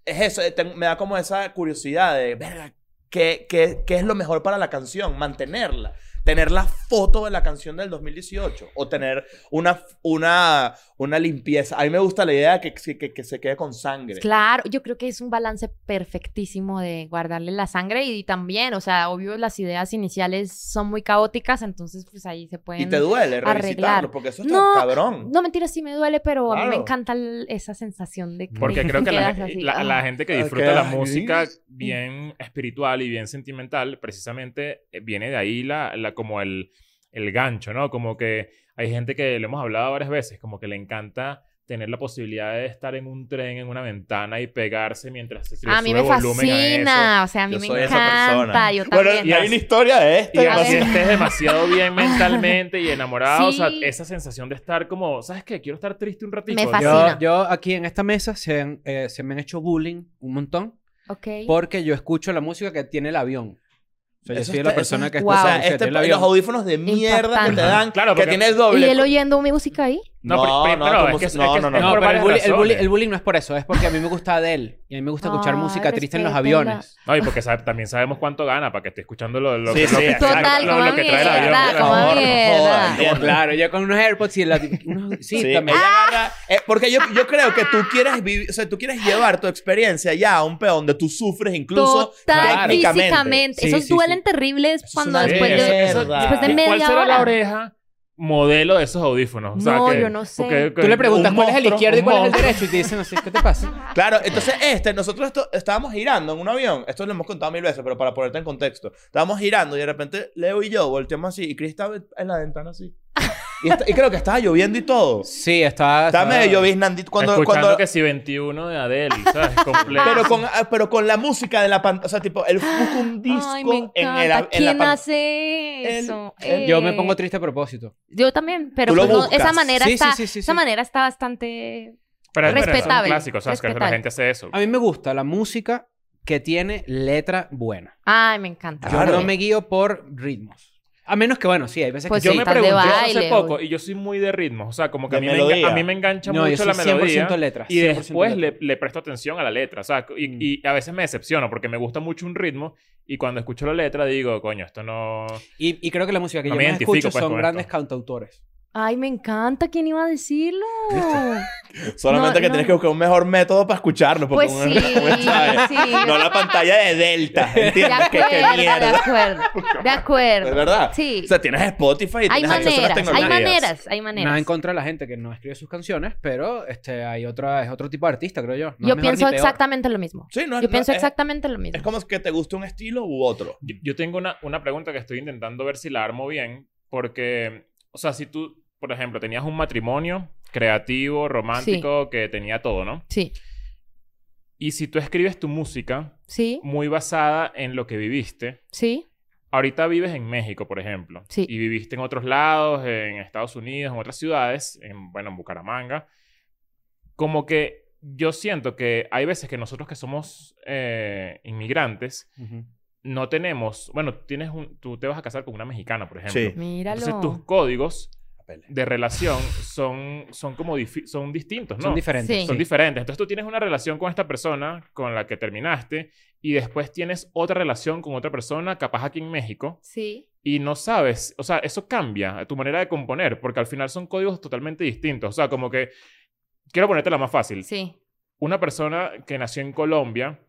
[SPEAKER 1] es eso, eh, ten- me da como esa curiosidad de, verga, ¿qué, qué, qué es lo mejor para la canción? Mantenerla. Tener la foto de la canción del 2018 o tener una, una, una limpieza. A mí me gusta la idea de que, se- que, que se quede con sangre.
[SPEAKER 2] Claro, yo creo que es un balance perfectísimo de guardarle la sangre y, también, o sea, obvio las ideas iniciales son muy caóticas, entonces pues ahí se pueden...
[SPEAKER 1] Y te duele
[SPEAKER 2] arreglar.
[SPEAKER 1] revisitarlo porque eso está
[SPEAKER 2] No,
[SPEAKER 1] cabrón.
[SPEAKER 2] No, mentira, sí me duele, pero a mí me
[SPEAKER 1] Claro.
[SPEAKER 2] encanta el- esa sensación de que
[SPEAKER 3] Porque creo que la,
[SPEAKER 2] quedas así,
[SPEAKER 3] la-
[SPEAKER 2] ah.
[SPEAKER 3] la gente que
[SPEAKER 1] Ah,
[SPEAKER 3] disfruta
[SPEAKER 1] quedas
[SPEAKER 3] la
[SPEAKER 1] así.
[SPEAKER 3] música bien espiritual y bien sentimental, precisamente eh, viene de ahí la, la- como el, el gancho, ¿no? Como que hay gente que lo hemos hablado varias veces, como que le encanta tener la posibilidad de estar en un tren, en una ventana y pegarse mientras se le
[SPEAKER 2] a mí
[SPEAKER 3] sube
[SPEAKER 2] me
[SPEAKER 3] volumen a eso.
[SPEAKER 2] fascina, o sea, a mí
[SPEAKER 1] Yo
[SPEAKER 2] me
[SPEAKER 1] soy esa
[SPEAKER 2] encanta,
[SPEAKER 1] persona.
[SPEAKER 2] yo
[SPEAKER 1] bueno,
[SPEAKER 2] también.
[SPEAKER 1] y hay una historia de
[SPEAKER 3] Y
[SPEAKER 1] este.
[SPEAKER 2] A
[SPEAKER 3] así
[SPEAKER 2] ver.
[SPEAKER 3] estés demasiado bien mentalmente y enamorado, o
[SPEAKER 2] Sí.
[SPEAKER 3] sea, esa sensación de estar como, ¿sabes qué? Quiero estar triste un ratito.
[SPEAKER 2] Me
[SPEAKER 3] Yo-
[SPEAKER 2] fascina.
[SPEAKER 4] Yo, yo aquí en esta mesa se, han, eh, se me han hecho bullying un montón
[SPEAKER 2] Ok.
[SPEAKER 4] porque yo escucho la música que tiene el avión. O sea, yo
[SPEAKER 1] Eso
[SPEAKER 4] soy
[SPEAKER 1] está-
[SPEAKER 4] la persona
[SPEAKER 1] eso-
[SPEAKER 4] que
[SPEAKER 2] Wow.
[SPEAKER 4] escucha
[SPEAKER 1] O
[SPEAKER 4] la
[SPEAKER 1] sea,
[SPEAKER 4] música que
[SPEAKER 1] este-
[SPEAKER 4] tiene el
[SPEAKER 1] los
[SPEAKER 4] avión.
[SPEAKER 1] audífonos de mierda que te
[SPEAKER 2] Impactante.
[SPEAKER 1] dan,
[SPEAKER 3] Claro,
[SPEAKER 1] que
[SPEAKER 3] porque-
[SPEAKER 1] tienes
[SPEAKER 2] ¿Y
[SPEAKER 1] doble.
[SPEAKER 2] él oyendo mi música ahí?
[SPEAKER 3] No,
[SPEAKER 1] No,
[SPEAKER 3] pero,
[SPEAKER 1] no,
[SPEAKER 3] pero
[SPEAKER 1] como
[SPEAKER 3] es que
[SPEAKER 1] si-
[SPEAKER 3] es,
[SPEAKER 1] no,
[SPEAKER 3] es que-
[SPEAKER 1] no,
[SPEAKER 3] es
[SPEAKER 1] no.
[SPEAKER 4] No,
[SPEAKER 3] por
[SPEAKER 4] pero el
[SPEAKER 3] varias
[SPEAKER 4] bullying, el, bullying,
[SPEAKER 3] razones.
[SPEAKER 4] el bullying no es por eso, es porque a mí me gusta Adele y a mí me gusta escuchar
[SPEAKER 2] Ay,
[SPEAKER 4] música triste en los
[SPEAKER 2] respétenla.
[SPEAKER 4] aviones.
[SPEAKER 3] No, y porque sabe- también sabemos cuánto gana para que esté escuchando lo, lo,
[SPEAKER 1] Sí,
[SPEAKER 3] lo
[SPEAKER 1] sí,
[SPEAKER 3] que,
[SPEAKER 1] exacto.
[SPEAKER 2] Total,
[SPEAKER 3] lo- lo
[SPEAKER 2] coma
[SPEAKER 3] que trae el avión.
[SPEAKER 2] mierda,
[SPEAKER 3] por
[SPEAKER 2] coma
[SPEAKER 3] favor.
[SPEAKER 2] mierda.
[SPEAKER 1] entiendo.
[SPEAKER 4] Como, claro, yo con unos AirPods y la... unos- sí,
[SPEAKER 1] Sí,
[SPEAKER 4] también.
[SPEAKER 2] Ah.
[SPEAKER 1] ella agarra- eh, porque yo, yo creo que tú quieres vivir, o sea, tú quieres llevar tu experiencia ya a un peón donde tú sufres incluso
[SPEAKER 2] Total,
[SPEAKER 1] técnicamente.
[SPEAKER 2] físicamente.
[SPEAKER 4] Sí,
[SPEAKER 2] Esos
[SPEAKER 4] sí,
[SPEAKER 2] duelen
[SPEAKER 4] sí.
[SPEAKER 2] terribles
[SPEAKER 1] Eso es
[SPEAKER 2] cuando
[SPEAKER 1] una
[SPEAKER 2] después
[SPEAKER 3] Sí,
[SPEAKER 2] de...
[SPEAKER 3] eso-
[SPEAKER 1] mierda.
[SPEAKER 2] después de
[SPEAKER 3] ¿Y ¿Cuál
[SPEAKER 2] media
[SPEAKER 3] será la
[SPEAKER 2] hora?
[SPEAKER 3] oreja modelo de esos audífonos? O sea,
[SPEAKER 2] No,
[SPEAKER 3] que-
[SPEAKER 2] yo no sé.
[SPEAKER 3] porque-
[SPEAKER 4] Tú le preguntas
[SPEAKER 3] un
[SPEAKER 4] cuál es el
[SPEAKER 3] monstruo-
[SPEAKER 4] izquierdo y
[SPEAKER 3] un
[SPEAKER 4] cuál es el
[SPEAKER 3] monstruo-
[SPEAKER 4] derecho y te dicen así, ¿qué te pasa?
[SPEAKER 1] Claro, entonces este, nosotros esto- estábamos girando en un avión, esto lo hemos contado mil veces, pero para ponerte en contexto, estábamos girando y de repente Leo y yo volteamos así y Chris estaba en la ventana así. Y, esta- y creo que estaba lloviendo y todo.
[SPEAKER 4] Sí, está...
[SPEAKER 1] Estaba medio lloviznandito cuando,
[SPEAKER 3] Escuchando
[SPEAKER 1] cuando
[SPEAKER 3] que si 21 de Adele, ¿sabes? Completo.
[SPEAKER 1] pero con ah, pero con la música de la pantalla, o sea, tipo, él busca un disco
[SPEAKER 2] Ay, me
[SPEAKER 1] en,
[SPEAKER 2] encanta.
[SPEAKER 1] el, a- en la
[SPEAKER 2] ¿Quién
[SPEAKER 1] pan-
[SPEAKER 2] hace
[SPEAKER 1] El-
[SPEAKER 2] eso?
[SPEAKER 1] el-
[SPEAKER 4] Yo me pongo
[SPEAKER 2] Eh,
[SPEAKER 4] triste a propósito.
[SPEAKER 2] Yo también, pero
[SPEAKER 1] Tú lo
[SPEAKER 2] pues no,
[SPEAKER 1] buscas.
[SPEAKER 2] esa manera
[SPEAKER 4] Sí, sí,
[SPEAKER 2] está...
[SPEAKER 4] sí, sí,
[SPEAKER 2] Esa
[SPEAKER 4] sí.
[SPEAKER 2] manera está bastante...
[SPEAKER 3] pero, pero es un
[SPEAKER 2] respetable,
[SPEAKER 3] clásico, ¿sabes? Que la
[SPEAKER 2] respetable.
[SPEAKER 3] gente hace eso.
[SPEAKER 4] A mí me gusta la música que tiene letra buena.
[SPEAKER 2] Ay, me encanta.
[SPEAKER 1] Claro.
[SPEAKER 4] Yo no me guío por ritmos. A menos que, bueno, sí, hay veces
[SPEAKER 2] Pues
[SPEAKER 4] que
[SPEAKER 3] Yo
[SPEAKER 2] sí,
[SPEAKER 3] me
[SPEAKER 2] tal de
[SPEAKER 3] pregunté eso hace
[SPEAKER 2] baile,
[SPEAKER 3] poco
[SPEAKER 2] o-
[SPEAKER 3] y yo soy muy de ritmos. O sea, como que
[SPEAKER 1] De
[SPEAKER 3] a mí, me, enga-
[SPEAKER 1] melodía.
[SPEAKER 3] a mí me engancha
[SPEAKER 4] No, yo
[SPEAKER 3] mucho
[SPEAKER 4] soy
[SPEAKER 3] la
[SPEAKER 4] 100%
[SPEAKER 3] melodía.
[SPEAKER 4] letras.
[SPEAKER 3] Y después le,
[SPEAKER 4] letras.
[SPEAKER 3] le presto atención a la letra, o sea, y,
[SPEAKER 4] Mm.
[SPEAKER 3] y a veces me decepciono porque me gusta mucho un ritmo y cuando escucho la letra digo, coño, esto no...
[SPEAKER 4] Y, y creo que la música que
[SPEAKER 3] No
[SPEAKER 4] yo
[SPEAKER 3] me
[SPEAKER 4] más
[SPEAKER 3] identifico,
[SPEAKER 4] escucho
[SPEAKER 3] pues,
[SPEAKER 4] son
[SPEAKER 3] con
[SPEAKER 4] grandes
[SPEAKER 3] esto.
[SPEAKER 4] cantautores.
[SPEAKER 2] Ay, me encanta. ¿Quién iba a decirlo?
[SPEAKER 1] Solamente
[SPEAKER 2] No,
[SPEAKER 1] que
[SPEAKER 2] no.
[SPEAKER 1] tienes que buscar un mejor método para escucharnos. Porque
[SPEAKER 2] Pues
[SPEAKER 1] uno-
[SPEAKER 2] sí,
[SPEAKER 1] ¿sabes?
[SPEAKER 2] sí.
[SPEAKER 1] No la pantalla de Delta.
[SPEAKER 2] De
[SPEAKER 1] ¿Entiendes? Que
[SPEAKER 2] acuerdo,
[SPEAKER 1] qué
[SPEAKER 2] de
[SPEAKER 1] mierda.
[SPEAKER 2] acuerdo. De
[SPEAKER 1] ¿Es
[SPEAKER 2] acuerdo.
[SPEAKER 1] verdad?
[SPEAKER 2] Sí.
[SPEAKER 1] O sea, tienes Spotify y
[SPEAKER 2] Hay
[SPEAKER 1] tienes acceso a las
[SPEAKER 2] maneras, hay
[SPEAKER 1] tecnologías.
[SPEAKER 2] maneras, hay
[SPEAKER 4] Nada
[SPEAKER 2] maneras.
[SPEAKER 4] en contra de la gente que no escribe sus canciones, pero este, hay otra, es otro tipo de artista, creo yo. No es
[SPEAKER 2] Yo
[SPEAKER 4] mejor
[SPEAKER 2] pienso
[SPEAKER 4] ni peor.
[SPEAKER 2] exactamente lo mismo.
[SPEAKER 1] Sí, no es-
[SPEAKER 2] Yo
[SPEAKER 1] no,
[SPEAKER 2] pienso
[SPEAKER 1] es-
[SPEAKER 2] exactamente lo mismo.
[SPEAKER 1] Es como que te gusta un estilo u otro.
[SPEAKER 3] Yo, yo tengo una, una pregunta que estoy intentando ver si la armo bien, porque, o sea, si tú, por ejemplo, tenías un matrimonio creativo, romántico, que tenía todo, ¿no?
[SPEAKER 2] Sí,
[SPEAKER 3] Y si tú escribes tu música
[SPEAKER 2] sí,
[SPEAKER 3] muy basada en lo que viviste,
[SPEAKER 2] sí,
[SPEAKER 3] ahorita vives en México, por ejemplo,
[SPEAKER 2] Sí.
[SPEAKER 3] y viviste en otros lados, en Estados Unidos, en otras ciudades, en, bueno, en Bucaramanga, como que yo siento que hay veces que nosotros que somos eh, inmigrantes,
[SPEAKER 4] Ujú.
[SPEAKER 3] no tenemos, bueno, tienes un, tú te vas a casar con una mexicana, por ejemplo.
[SPEAKER 1] Sí.
[SPEAKER 2] míralo.
[SPEAKER 3] Entonces tus códigos
[SPEAKER 1] Papeles.
[SPEAKER 3] de relación son, son como difi- son distintos, ¿no?
[SPEAKER 4] Son diferentes.
[SPEAKER 2] Sí.
[SPEAKER 3] Son diferentes. Entonces tú tienes una relación con esta persona con la que terminaste y después tienes otra relación con otra persona, capaz aquí en México,
[SPEAKER 2] Sí,
[SPEAKER 3] y no sabes, o sea, eso cambia tu manera de componer, porque al final son códigos totalmente distintos. O sea, como que, quiero ponerte la más fácil
[SPEAKER 2] sí,
[SPEAKER 3] una persona que nació en Colombia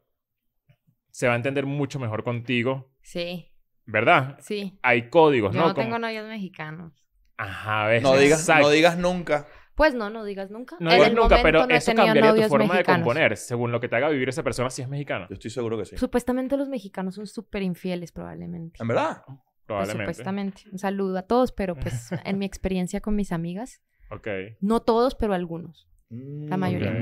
[SPEAKER 3] se va a entender mucho mejor contigo,
[SPEAKER 2] sí, ¿verdad?
[SPEAKER 3] ¿verdad?
[SPEAKER 2] sí.
[SPEAKER 3] Hay
[SPEAKER 1] Pues
[SPEAKER 3] códigos,
[SPEAKER 2] Yo
[SPEAKER 3] ¿no?
[SPEAKER 2] no
[SPEAKER 3] Como-
[SPEAKER 2] tengo novios mexicanos.
[SPEAKER 3] Ajá, a veces.
[SPEAKER 1] No digas,
[SPEAKER 3] Exacto.
[SPEAKER 1] no digas nunca.
[SPEAKER 2] Pues no, no digas nunca.
[SPEAKER 3] No
[SPEAKER 2] En
[SPEAKER 3] digas
[SPEAKER 2] el
[SPEAKER 3] nunca, pero
[SPEAKER 2] momento no he
[SPEAKER 3] eso
[SPEAKER 2] tenido
[SPEAKER 3] cambiaría tu
[SPEAKER 2] novios
[SPEAKER 3] forma de
[SPEAKER 2] mexicanos.
[SPEAKER 3] componer, según lo que te haga vivir esa persona si es mexicana.
[SPEAKER 1] Yo estoy seguro que sí.
[SPEAKER 2] Supuestamente los mexicanos son súper infieles, probablemente.
[SPEAKER 1] ¿En verdad?
[SPEAKER 2] Pues,
[SPEAKER 3] Probablemente.
[SPEAKER 2] supuestamente. Un saludo a todos, pero pues en mi experiencia con mis amigas,
[SPEAKER 3] Ok.
[SPEAKER 2] no todos, pero algunos. La mayoría.
[SPEAKER 1] Mm.
[SPEAKER 4] Mm.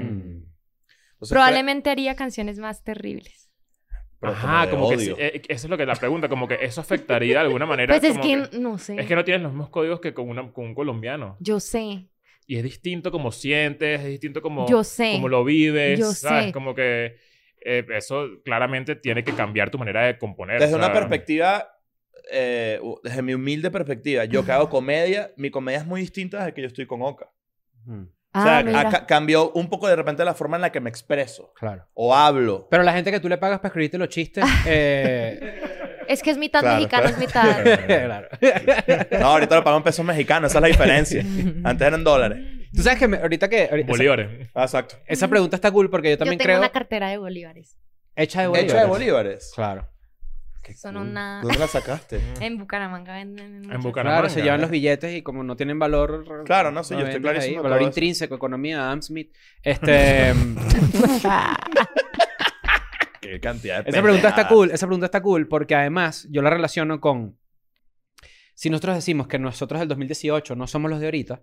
[SPEAKER 1] Entonces,
[SPEAKER 2] Probablemente haría canciones más terribles.
[SPEAKER 1] pero
[SPEAKER 3] Ajá,
[SPEAKER 1] de
[SPEAKER 3] como que...
[SPEAKER 1] odio.
[SPEAKER 3] eh, eh, Esa es lo que la pregunta, como que eso afectaría de alguna manera.
[SPEAKER 2] Pues es
[SPEAKER 3] como
[SPEAKER 2] que, no sé.
[SPEAKER 3] Es que no tienes los mismos códigos que con, una- con un colombiano.
[SPEAKER 2] Yo sé,
[SPEAKER 3] Y es distinto como sientes, es distinto como...
[SPEAKER 2] yo sé.
[SPEAKER 3] Como lo vives,
[SPEAKER 2] Yo
[SPEAKER 3] ¿sabes?
[SPEAKER 2] sé.
[SPEAKER 3] Como que eh, eso claramente tiene que cambiar tu manera de componer.
[SPEAKER 1] Desde
[SPEAKER 3] o sea,
[SPEAKER 1] una perspectiva, eh, u- desde mi humilde perspectiva, yo que hago comedia, mi comedia es muy distinta desde que yo estoy con Oka.
[SPEAKER 4] Mm,
[SPEAKER 2] Ah,
[SPEAKER 1] o sea,
[SPEAKER 2] mira.
[SPEAKER 1] ha ca- cambió un poco de repente la forma en la que me expreso
[SPEAKER 4] Claro.
[SPEAKER 1] o hablo.
[SPEAKER 4] Pero la gente que tú le pagas para escribirte los chistes. eh,
[SPEAKER 2] Es que es mitad
[SPEAKER 1] Claro,
[SPEAKER 2] mexicano, es mitad.
[SPEAKER 4] claro.
[SPEAKER 1] No, ahorita lo pagan en pesos mexicanos, esa es la diferencia. Antes eran dólares.
[SPEAKER 4] Tú sabes que me- ahorita que. ahorita- esa,
[SPEAKER 3] Bolívares.
[SPEAKER 1] Ah, Exacto.
[SPEAKER 4] esa pregunta está cool porque yo
[SPEAKER 2] Yo
[SPEAKER 4] también
[SPEAKER 2] tengo
[SPEAKER 4] creo.
[SPEAKER 2] una cartera de bolívares.
[SPEAKER 4] Hecha de bolívares.
[SPEAKER 1] Hecha de bolívares.
[SPEAKER 4] Claro.
[SPEAKER 2] Son una.
[SPEAKER 1] ¿Dónde la sacaste?
[SPEAKER 2] En Bucaramanga venden.
[SPEAKER 3] En
[SPEAKER 2] muchas-
[SPEAKER 3] Bucaramanga.
[SPEAKER 4] Claro, se llevan los billetes y como no tienen valor.
[SPEAKER 1] Claro, no sé, yo estoy
[SPEAKER 4] vendes ahí.
[SPEAKER 1] clarísimo de
[SPEAKER 4] Valor
[SPEAKER 1] todo eso.
[SPEAKER 4] intrínseco, economía, Adam Smith. Este.
[SPEAKER 1] Qué cantidad de
[SPEAKER 4] Esa pregunta está
[SPEAKER 1] pendejadas.
[SPEAKER 4] cool, esa pregunta está cool porque además yo la relaciono con si nosotros decimos que nosotros del 2018 no somos los de ahorita,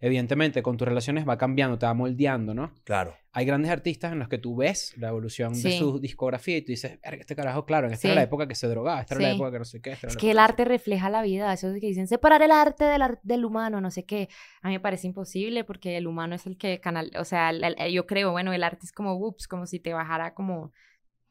[SPEAKER 4] evidentemente con tus relaciones va cambiando, te va moldeando, ¿no?
[SPEAKER 1] Claro.
[SPEAKER 4] Hay grandes artistas en los que tú ves la evolución de
[SPEAKER 2] Sí.
[SPEAKER 4] su discografía y tú dices, "Verga, este carajo, claro, esta
[SPEAKER 2] Sí.
[SPEAKER 4] era la época que se drogaba, esta era la
[SPEAKER 2] Sí.
[SPEAKER 4] época que no sé qué. esta era
[SPEAKER 2] Es
[SPEAKER 4] la
[SPEAKER 2] que el
[SPEAKER 4] época
[SPEAKER 2] arte refleja la vida, eso es que dicen separar el arte del, ar- del humano, no sé qué. A mí me parece imposible porque el humano es el que canal, o sea, el- el- yo creo, bueno, el arte es como whoops, como si te bajara como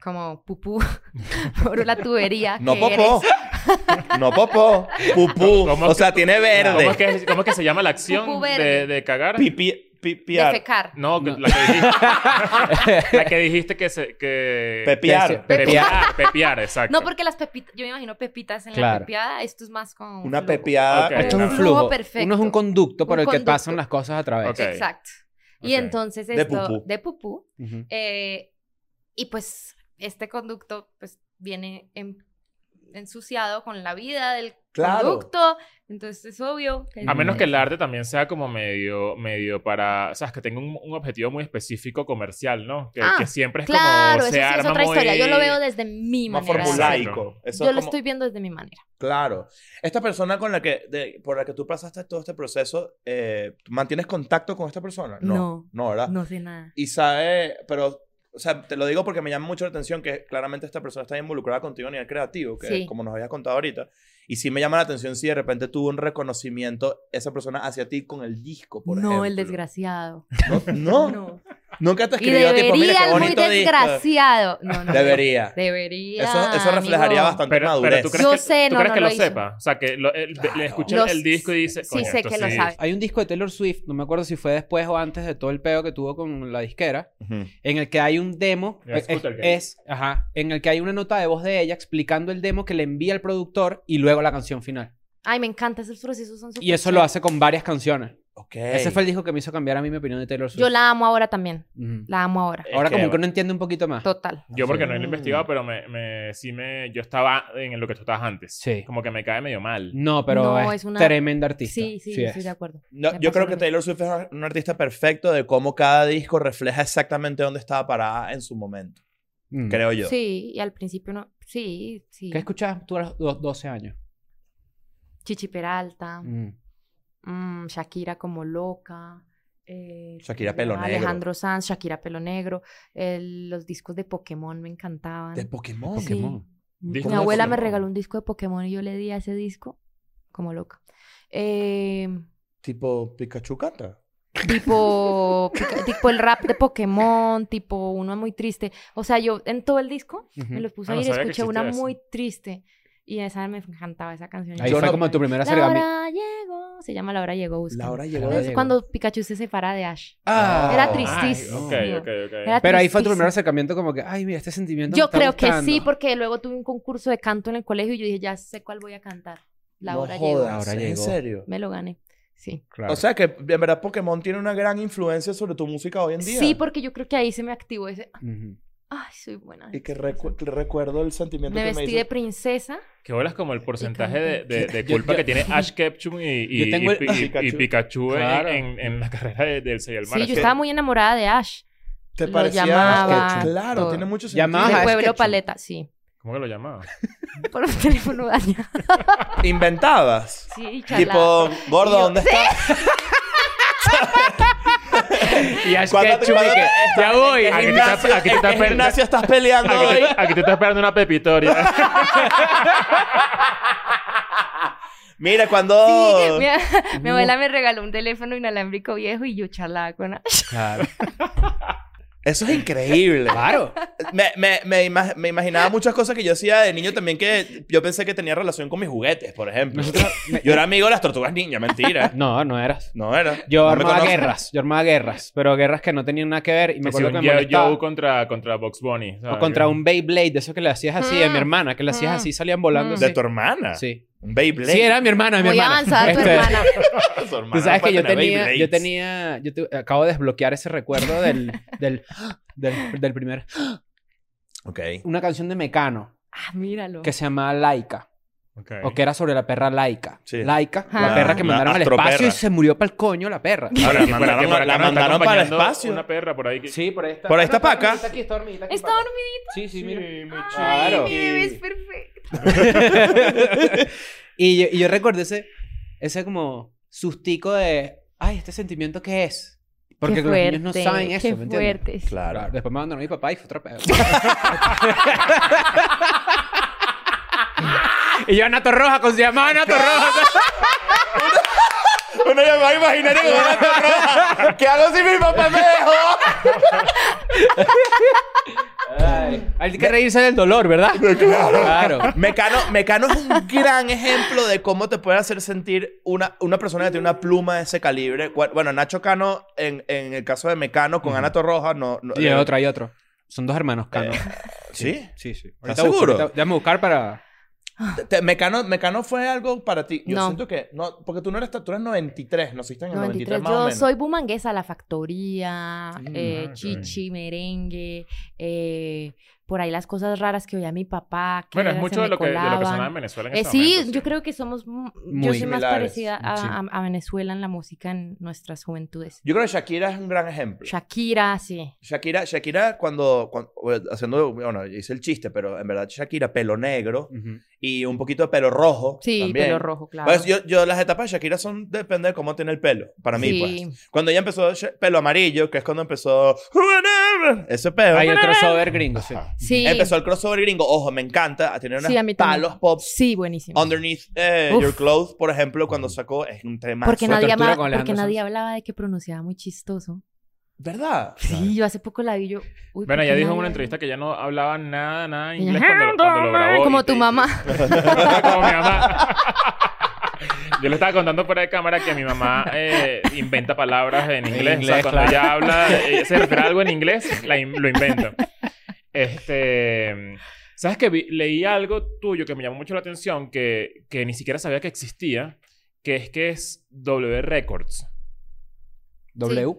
[SPEAKER 2] como pupú por la tubería.
[SPEAKER 1] No
[SPEAKER 2] que
[SPEAKER 1] popó.
[SPEAKER 2] eres.
[SPEAKER 1] No popó. Pupú.
[SPEAKER 3] ¿Cómo
[SPEAKER 1] O
[SPEAKER 3] que-
[SPEAKER 1] sea, tiene
[SPEAKER 3] ¿Cómo es,
[SPEAKER 1] verde.
[SPEAKER 3] que, cómo es que se llama la acción
[SPEAKER 2] Pupú
[SPEAKER 3] de,
[SPEAKER 2] verde.
[SPEAKER 3] de cagar?
[SPEAKER 1] Pipi, pipiar.
[SPEAKER 2] Defecar.
[SPEAKER 3] No,
[SPEAKER 4] No.
[SPEAKER 3] La, que dijiste, la que dijiste que se... Que...
[SPEAKER 1] Pepiar.
[SPEAKER 4] Pe-
[SPEAKER 3] Pepiar. Pepiar, exacto.
[SPEAKER 2] No porque las pepitas, yo me imagino pepitas en
[SPEAKER 4] Claro.
[SPEAKER 2] la pepiada, esto es más como un
[SPEAKER 1] Una
[SPEAKER 2] flujo.
[SPEAKER 1] pepiada.
[SPEAKER 3] Ok.
[SPEAKER 1] con-
[SPEAKER 4] Esto es un
[SPEAKER 2] Claro.
[SPEAKER 4] flujo.
[SPEAKER 2] Flujo perfecto.
[SPEAKER 4] Uno es un conducto por
[SPEAKER 2] Un
[SPEAKER 4] el que
[SPEAKER 2] conducto.
[SPEAKER 4] pasan las cosas a través.
[SPEAKER 3] Ok.
[SPEAKER 2] Exacto. Y
[SPEAKER 3] Ok.
[SPEAKER 2] entonces
[SPEAKER 1] De
[SPEAKER 2] esto
[SPEAKER 1] pupú.
[SPEAKER 2] de pupú
[SPEAKER 4] Ujú.
[SPEAKER 2] Eh, y pues este conducto pues viene en- ensuciado con la vida del
[SPEAKER 1] Claro.
[SPEAKER 2] conducto. Entonces es obvio.
[SPEAKER 3] A menos que el arte también sea como medio, medio para, o sea, que tenga un, un objetivo muy específico comercial, ¿no? Que,
[SPEAKER 2] Ah,
[SPEAKER 3] que siempre es
[SPEAKER 2] Claro,
[SPEAKER 3] como
[SPEAKER 2] eso
[SPEAKER 3] se
[SPEAKER 2] sí es
[SPEAKER 3] arma
[SPEAKER 2] otra historia.
[SPEAKER 3] muy-
[SPEAKER 2] Yo lo veo desde mi
[SPEAKER 1] Más
[SPEAKER 2] manera. de
[SPEAKER 3] formulaico.
[SPEAKER 2] hacer.
[SPEAKER 1] formulaico. Eso
[SPEAKER 2] Yo
[SPEAKER 1] es
[SPEAKER 2] lo
[SPEAKER 1] como-
[SPEAKER 2] estoy viendo desde mi manera.
[SPEAKER 1] Claro. Esta persona con la que, de- por la que tú pasaste todo este proceso, eh, ¿mantienes contacto con esta persona? No.
[SPEAKER 2] No.
[SPEAKER 1] No, ¿verdad?
[SPEAKER 2] No sé nada.
[SPEAKER 1] Y sabe, pero, o sea, te lo digo porque me llama mucho la atención que claramente esta persona está involucrada contigo a nivel creativo, que
[SPEAKER 2] Sí.
[SPEAKER 1] como nos habías contado ahorita. Y sí me llama la atención si de repente tuvo un reconocimiento esa persona hacia ti con el disco, por
[SPEAKER 2] no,
[SPEAKER 1] ejemplo.
[SPEAKER 2] el desgraciado.
[SPEAKER 1] No, no. Nunca te
[SPEAKER 2] Y
[SPEAKER 1] escribió tipo, mira
[SPEAKER 2] debería,
[SPEAKER 1] qué
[SPEAKER 2] el muy
[SPEAKER 1] bonito disco.
[SPEAKER 2] desgraciado. No, no.
[SPEAKER 1] Debería.
[SPEAKER 2] Debería.
[SPEAKER 1] Eso, eso reflejaría
[SPEAKER 2] amigo.
[SPEAKER 1] bastante
[SPEAKER 3] Pero,
[SPEAKER 1] madurez.
[SPEAKER 3] pero tú crees
[SPEAKER 2] Yo
[SPEAKER 3] que,
[SPEAKER 2] sé,
[SPEAKER 3] ¿tú
[SPEAKER 2] no,
[SPEAKER 3] crees
[SPEAKER 2] no
[SPEAKER 3] que
[SPEAKER 2] lo
[SPEAKER 3] lo
[SPEAKER 2] hizo.
[SPEAKER 3] sepa. O sea, que lo, el-
[SPEAKER 1] Claro.
[SPEAKER 3] le escucha
[SPEAKER 2] Los-
[SPEAKER 3] el disco y dice.
[SPEAKER 2] sí,
[SPEAKER 3] "Coño,
[SPEAKER 2] sé
[SPEAKER 3] esto
[SPEAKER 2] que lo
[SPEAKER 3] sí".
[SPEAKER 2] sabe.
[SPEAKER 4] Hay un disco de Taylor Swift, no me acuerdo si fue después o antes de todo el peo que tuvo con la disquera.
[SPEAKER 1] Ujú.
[SPEAKER 4] en el que hay un demo
[SPEAKER 3] Ya,
[SPEAKER 4] es,
[SPEAKER 3] Scootergate.
[SPEAKER 4] es- ajá en el que hay una nota de voz de ella explicando el demo que le envía el productor y luego la canción final
[SPEAKER 2] Ay, me encanta, esos procesos son súper
[SPEAKER 4] Y eso lo
[SPEAKER 2] chéveres.
[SPEAKER 4] hace con varias canciones.
[SPEAKER 1] Ok.
[SPEAKER 4] Ese fue el disco que me hizo cambiar a mí mi opinión de Taylor Swift.
[SPEAKER 2] Yo la amo ahora también.
[SPEAKER 4] Ujú.
[SPEAKER 2] La amo ahora.
[SPEAKER 1] Es
[SPEAKER 4] Ahora
[SPEAKER 1] que-
[SPEAKER 4] como que uno entiende un poquito más.
[SPEAKER 2] Total.
[SPEAKER 3] Yo porque no lo he
[SPEAKER 1] Mm.
[SPEAKER 3] investigado, pero me, me, sí me... Yo estaba en lo que tú estabas antes.
[SPEAKER 4] Sí.
[SPEAKER 3] Como que me cae medio mal.
[SPEAKER 4] No, pero
[SPEAKER 2] No,
[SPEAKER 4] es,
[SPEAKER 2] es una-
[SPEAKER 4] tremenda artista.
[SPEAKER 2] Sí, sí,
[SPEAKER 4] Sí
[SPEAKER 2] yo
[SPEAKER 4] es.
[SPEAKER 2] estoy de acuerdo.
[SPEAKER 1] No,
[SPEAKER 2] Me
[SPEAKER 1] yo
[SPEAKER 2] pasa
[SPEAKER 1] creo
[SPEAKER 2] lo
[SPEAKER 1] que
[SPEAKER 2] mismo.
[SPEAKER 1] Taylor Swift es una- un artista perfecto de cómo cada disco refleja exactamente dónde estaba parada en su momento,
[SPEAKER 4] Mm.
[SPEAKER 1] creo yo.
[SPEAKER 2] Sí, y al principio no. Sí, sí.
[SPEAKER 4] ¿Qué escuchabas tú a los do- 12 años?
[SPEAKER 2] Chichi Peralta,
[SPEAKER 4] Mm.
[SPEAKER 2] mm, Shakira como loca. eh, ¿cómo
[SPEAKER 1] Shakira
[SPEAKER 2] se
[SPEAKER 1] Pelo
[SPEAKER 2] llama?
[SPEAKER 1] Negro.
[SPEAKER 2] Alejandro Sanz, Shakira Pelo Negro. el- los discos de Pokémon me encantaban.
[SPEAKER 1] De Pokémon.
[SPEAKER 2] Sí.
[SPEAKER 3] Discos
[SPEAKER 2] Mi
[SPEAKER 3] de
[SPEAKER 2] abuela me
[SPEAKER 3] Pokémon.
[SPEAKER 2] regaló un disco de Pokémon y yo le di a ese disco como loca. Eh,
[SPEAKER 1] Tipo Pikachu canta.
[SPEAKER 2] tipo, pica- tipo el rap de Pokémon, tipo uno muy triste. O sea, yo en todo el disco me los puse
[SPEAKER 3] Ah,
[SPEAKER 2] a
[SPEAKER 3] no
[SPEAKER 2] ir y
[SPEAKER 3] sabía que
[SPEAKER 2] escuché
[SPEAKER 3] existía
[SPEAKER 2] una
[SPEAKER 3] eso.
[SPEAKER 2] muy triste. Y esa me encantaba esa canción.
[SPEAKER 4] Ahí
[SPEAKER 1] Yo
[SPEAKER 4] fue
[SPEAKER 1] no-
[SPEAKER 4] como tu primer
[SPEAKER 2] La
[SPEAKER 4] acercamiento.
[SPEAKER 2] hora llegó. Se llama La hora llegó. búscala.
[SPEAKER 1] Laura llegó.
[SPEAKER 4] Hora
[SPEAKER 2] Es
[SPEAKER 4] llegó.
[SPEAKER 2] cuando Pikachu se separa de Ash.
[SPEAKER 1] Ah.
[SPEAKER 2] Era
[SPEAKER 3] Ay,
[SPEAKER 2] tristísimo.
[SPEAKER 3] ok, ok, ok.
[SPEAKER 2] Era
[SPEAKER 4] Pero ahí fue tu
[SPEAKER 2] tristísimo.
[SPEAKER 4] primer acercamiento como que, ay, mira, este sentimiento me
[SPEAKER 2] Yo
[SPEAKER 4] está
[SPEAKER 2] creo que
[SPEAKER 4] gustando".
[SPEAKER 2] sí, porque luego tuve un concurso de canto en el colegio y yo dije, ya sé cuál voy a cantar. La
[SPEAKER 1] No
[SPEAKER 2] hora
[SPEAKER 1] jodas,
[SPEAKER 2] llegó.
[SPEAKER 4] Laura
[SPEAKER 1] ¿En
[SPEAKER 4] llegó.
[SPEAKER 1] serio?
[SPEAKER 2] Me lo gané. Sí.
[SPEAKER 4] Claro.
[SPEAKER 1] O sea que en verdad Pokémon tiene una gran influencia sobre tu música hoy en día.
[SPEAKER 2] Sí, porque yo creo que ahí se me activó ese.
[SPEAKER 4] Ujú.
[SPEAKER 2] Ay, soy buena.
[SPEAKER 1] Y que recu- que recuerdo el sentimiento
[SPEAKER 2] me
[SPEAKER 1] que me
[SPEAKER 2] vestí
[SPEAKER 1] hizo.
[SPEAKER 2] de princesa.
[SPEAKER 3] Que bolas como el porcentaje de, de- de
[SPEAKER 4] Yo-
[SPEAKER 3] culpa
[SPEAKER 4] yo-
[SPEAKER 3] que tiene Ash Ketchum y, y,
[SPEAKER 4] Yo tengo
[SPEAKER 3] y-
[SPEAKER 4] el-
[SPEAKER 3] y- y Pikachu,
[SPEAKER 1] Pikachu.
[SPEAKER 3] en-
[SPEAKER 4] Claro.
[SPEAKER 3] en, en la carrera de- del Señor
[SPEAKER 2] Sí,
[SPEAKER 3] Mar.
[SPEAKER 2] yo estaba muy enamorada de Ash.
[SPEAKER 1] Te
[SPEAKER 2] Lo
[SPEAKER 1] parecía.
[SPEAKER 2] llamaba,
[SPEAKER 1] claro,
[SPEAKER 2] todo.
[SPEAKER 1] tiene mucho sentido.
[SPEAKER 4] Llamabas Ah,
[SPEAKER 2] de
[SPEAKER 4] a-
[SPEAKER 2] Pueblo
[SPEAKER 4] Sketchup.
[SPEAKER 2] Paleta, sí.
[SPEAKER 3] ¿Cómo que lo llamaba?
[SPEAKER 2] Por un teléfono dañado.
[SPEAKER 1] Inventabas.
[SPEAKER 2] Sí, chalada.
[SPEAKER 1] Tipo, gordo,
[SPEAKER 2] Y yo-
[SPEAKER 1] ¿dónde estás?
[SPEAKER 4] Y Ash
[SPEAKER 1] ¿Cuándo-
[SPEAKER 4] Ketchum
[SPEAKER 1] cuándo
[SPEAKER 4] y que,
[SPEAKER 1] te-
[SPEAKER 4] ya voy.
[SPEAKER 3] Aquí te
[SPEAKER 1] Ignacio,
[SPEAKER 3] está- aquí te está
[SPEAKER 1] ¿en qué
[SPEAKER 3] perdiendo.
[SPEAKER 1] gimnasio estás peleando
[SPEAKER 3] Aquí
[SPEAKER 1] hoy?
[SPEAKER 3] te, aquí te está esperando una pepitoria.
[SPEAKER 1] Mira,
[SPEAKER 2] Sí,
[SPEAKER 1] cuando...
[SPEAKER 2] mi, a- mi abuela me regaló un teléfono inalámbrico viejo y yo charlaba con Ash.
[SPEAKER 4] Claro.
[SPEAKER 1] Eso es increíble.
[SPEAKER 4] Claro.
[SPEAKER 1] me, me, me, ima- me imaginaba muchas cosas que yo hacía de niño también que yo pensé que tenía relación con mis juguetes, por ejemplo. Yo era amigo de las tortugas ninja, mentira.
[SPEAKER 4] No, no eras.
[SPEAKER 1] No era.
[SPEAKER 4] Yo
[SPEAKER 1] no me
[SPEAKER 4] armaba
[SPEAKER 1] conoces.
[SPEAKER 4] guerras. Yo armaba guerras. Pero guerras que no tenían nada que ver. Y me
[SPEAKER 3] Que si
[SPEAKER 4] acuerdo que
[SPEAKER 3] un
[SPEAKER 4] me
[SPEAKER 3] Yo-
[SPEAKER 4] molestaba.
[SPEAKER 3] Joe contra, contra Box Bunny. ¿sabes?
[SPEAKER 4] O contra un Beyblade, de esos que le hacías así, de
[SPEAKER 2] Mm.
[SPEAKER 4] mi hermana, que le hacías
[SPEAKER 2] Mm.
[SPEAKER 4] así, salían volando.
[SPEAKER 2] Mm.
[SPEAKER 4] así.
[SPEAKER 1] De tu hermana.
[SPEAKER 4] Sí.
[SPEAKER 1] Un Beyblade.
[SPEAKER 4] Sí, era mi hermana, mi
[SPEAKER 2] Muy
[SPEAKER 4] hermana.
[SPEAKER 2] avanzada tu
[SPEAKER 4] Este,
[SPEAKER 2] hermana.
[SPEAKER 1] Su hermana
[SPEAKER 4] Tú
[SPEAKER 1] no
[SPEAKER 4] sabes que
[SPEAKER 1] puede
[SPEAKER 4] yo
[SPEAKER 1] tener
[SPEAKER 4] tenía,
[SPEAKER 1] Beyblades.
[SPEAKER 4] yo tenía, yo tu- acabo de desbloquear ese recuerdo del, del, del, del primer,
[SPEAKER 1] Ok.
[SPEAKER 4] una canción de Mecano
[SPEAKER 2] Ah, míralo.
[SPEAKER 4] que se llamaba Laika,
[SPEAKER 3] Ok.
[SPEAKER 4] o que era sobre la perra Laika.
[SPEAKER 1] Sí.
[SPEAKER 4] Laika, la
[SPEAKER 2] Ah.
[SPEAKER 4] perra que
[SPEAKER 1] La
[SPEAKER 4] mandaron al
[SPEAKER 1] astroperra.
[SPEAKER 4] espacio y se murió pa'l coño la perra.
[SPEAKER 1] Ahora,
[SPEAKER 3] Que
[SPEAKER 1] la
[SPEAKER 3] por aquí-
[SPEAKER 1] mandaron,
[SPEAKER 3] por acá
[SPEAKER 1] la
[SPEAKER 3] nos está
[SPEAKER 1] mandaron para el
[SPEAKER 3] acompañando
[SPEAKER 1] espacio.
[SPEAKER 3] Una perra por ahí. que-
[SPEAKER 4] Sí, por ahí está.
[SPEAKER 1] Por ahí está
[SPEAKER 4] Ah, no,
[SPEAKER 1] Paca.
[SPEAKER 4] dormidita aquí, está dormidita aquí,
[SPEAKER 2] Está
[SPEAKER 4] Paca.
[SPEAKER 2] dormidita.
[SPEAKER 4] Sí, sí, mira.
[SPEAKER 2] Ay,
[SPEAKER 4] Claro.
[SPEAKER 2] mi bebé es perfecto.
[SPEAKER 4] y, yo, y yo recuerdo ese, ese como sustico de, ay, este sentimiento qué es. Porque
[SPEAKER 2] Qué
[SPEAKER 4] los niños no
[SPEAKER 2] fuerte,
[SPEAKER 4] saben eso,
[SPEAKER 2] qué
[SPEAKER 4] ¿me entiendes?
[SPEAKER 2] fuertes.
[SPEAKER 1] Claro.
[SPEAKER 4] Claro, Después me abandonó mi papá y fue otra pedo. y yo, Nato Roja, con se llamaba Nato Roja.
[SPEAKER 1] Una llamada imaginaria con una torre. ¿Qué hago si mi papá me dejó?
[SPEAKER 4] Ay, Hay que reírse del dolor, ¿verdad? Claro.
[SPEAKER 1] Mecano, Mecano es un gran ejemplo de cómo te puede hacer sentir una, una persona que tiene una pluma de ese calibre. Cu- Bueno, Nacho Cano, en, en el caso de Mecano, con
[SPEAKER 4] Ujú.
[SPEAKER 1] Ana Torroja, no... no-
[SPEAKER 4] Y
[SPEAKER 1] eh,
[SPEAKER 4] hay otro, hay otro. Son dos hermanos, Cano.
[SPEAKER 1] ¿Sí?
[SPEAKER 4] Sí, sí. Ahorita
[SPEAKER 1] ¿Estás
[SPEAKER 4] busco,
[SPEAKER 1] seguro?
[SPEAKER 4] ahorita- déjame buscar para...
[SPEAKER 1] Te- te- Mecano, Mecano fue algo para ti. Yo
[SPEAKER 2] No.
[SPEAKER 1] siento que... No, porque tú no eres... tan- Tú eres 93, naciste en el 93,
[SPEAKER 2] 93.
[SPEAKER 1] más o
[SPEAKER 2] Yo
[SPEAKER 1] menos.
[SPEAKER 2] soy bumanguesa, la factoría,
[SPEAKER 1] Mm,
[SPEAKER 2] eh,
[SPEAKER 3] ah, ok.
[SPEAKER 2] chichi, merengue, eh, por ahí las cosas raras que oía mi papá. Que
[SPEAKER 3] Bueno, es
[SPEAKER 2] era- se
[SPEAKER 3] mucho
[SPEAKER 2] me
[SPEAKER 3] de lo, que, de lo que
[SPEAKER 2] colaban.
[SPEAKER 3] sonaba en Venezuela en
[SPEAKER 2] Eh,
[SPEAKER 3] ese
[SPEAKER 2] sí,
[SPEAKER 3] momento,
[SPEAKER 2] yo creo que somos. m-
[SPEAKER 4] Muy
[SPEAKER 2] yo soy más
[SPEAKER 1] similares,
[SPEAKER 2] parecida a,
[SPEAKER 4] sí.
[SPEAKER 2] a- a Venezuela en la música en nuestras juventudes.
[SPEAKER 1] Yo creo que Shakira es un gran ejemplo.
[SPEAKER 2] Shakira, sí.
[SPEAKER 1] Shakira, Shakira cuando, cuando- haciendo, bueno, hice el chiste, pero en verdad Shakira pelo negro
[SPEAKER 4] Ujú.
[SPEAKER 1] y un poquito de pelo rojo.
[SPEAKER 2] Sí,
[SPEAKER 1] también.
[SPEAKER 2] pelo rojo, claro.
[SPEAKER 1] Pues yo, yo las etapas de Shakira son depende de cómo tiene el pelo, para mí
[SPEAKER 2] Sí.
[SPEAKER 1] pues. Cuando ella empezó Sha- pelo amarillo, que es cuando empezó whatever, ese pelo.
[SPEAKER 4] Hay el crossover gringo, sí.
[SPEAKER 1] Ajá.
[SPEAKER 2] Sí.
[SPEAKER 1] Empezó el crossover gringo, ojo, me encanta, a tener unos
[SPEAKER 2] Sí, a mí también.
[SPEAKER 1] palos pop
[SPEAKER 2] Sí, buenísimo.
[SPEAKER 1] underneath eh,
[SPEAKER 2] Uf.
[SPEAKER 1] your clothes, por ejemplo, cuando sacó es un tema.
[SPEAKER 2] Porque
[SPEAKER 4] Fue
[SPEAKER 2] nadie,
[SPEAKER 4] tortura
[SPEAKER 2] hablaba,
[SPEAKER 4] con Alejandro
[SPEAKER 2] porque nadie
[SPEAKER 4] Sanz.
[SPEAKER 2] hablaba de que pronunciaba muy chistoso.
[SPEAKER 1] ¿Verdad?
[SPEAKER 2] Sí, yo hace poco la vi yo. uy, ¿por
[SPEAKER 3] Bueno, ella
[SPEAKER 2] qué
[SPEAKER 3] dijo
[SPEAKER 2] nadie
[SPEAKER 3] en una
[SPEAKER 2] habla?
[SPEAKER 3] entrevista que ya no hablaba nada, nada
[SPEAKER 2] Ella,
[SPEAKER 3] inglés cuando, cuando lo grabó.
[SPEAKER 2] Como
[SPEAKER 3] y
[SPEAKER 2] tu "Ah,
[SPEAKER 3] te-
[SPEAKER 2] mamá.
[SPEAKER 3] como mi mamá. Yo le estaba contando fuera de cámara que mi mamá eh, inventa palabras en inglés. o sea,
[SPEAKER 4] inglés,
[SPEAKER 3] cuando
[SPEAKER 4] claro.
[SPEAKER 3] ella habla, eh, se refiere a algo en inglés, la in- lo inventa. Este, ¿Sabes que vi- leí algo tuyo que me llamó mucho la atención, que, que ni siquiera sabía que existía, que es que es W Records.
[SPEAKER 4] W.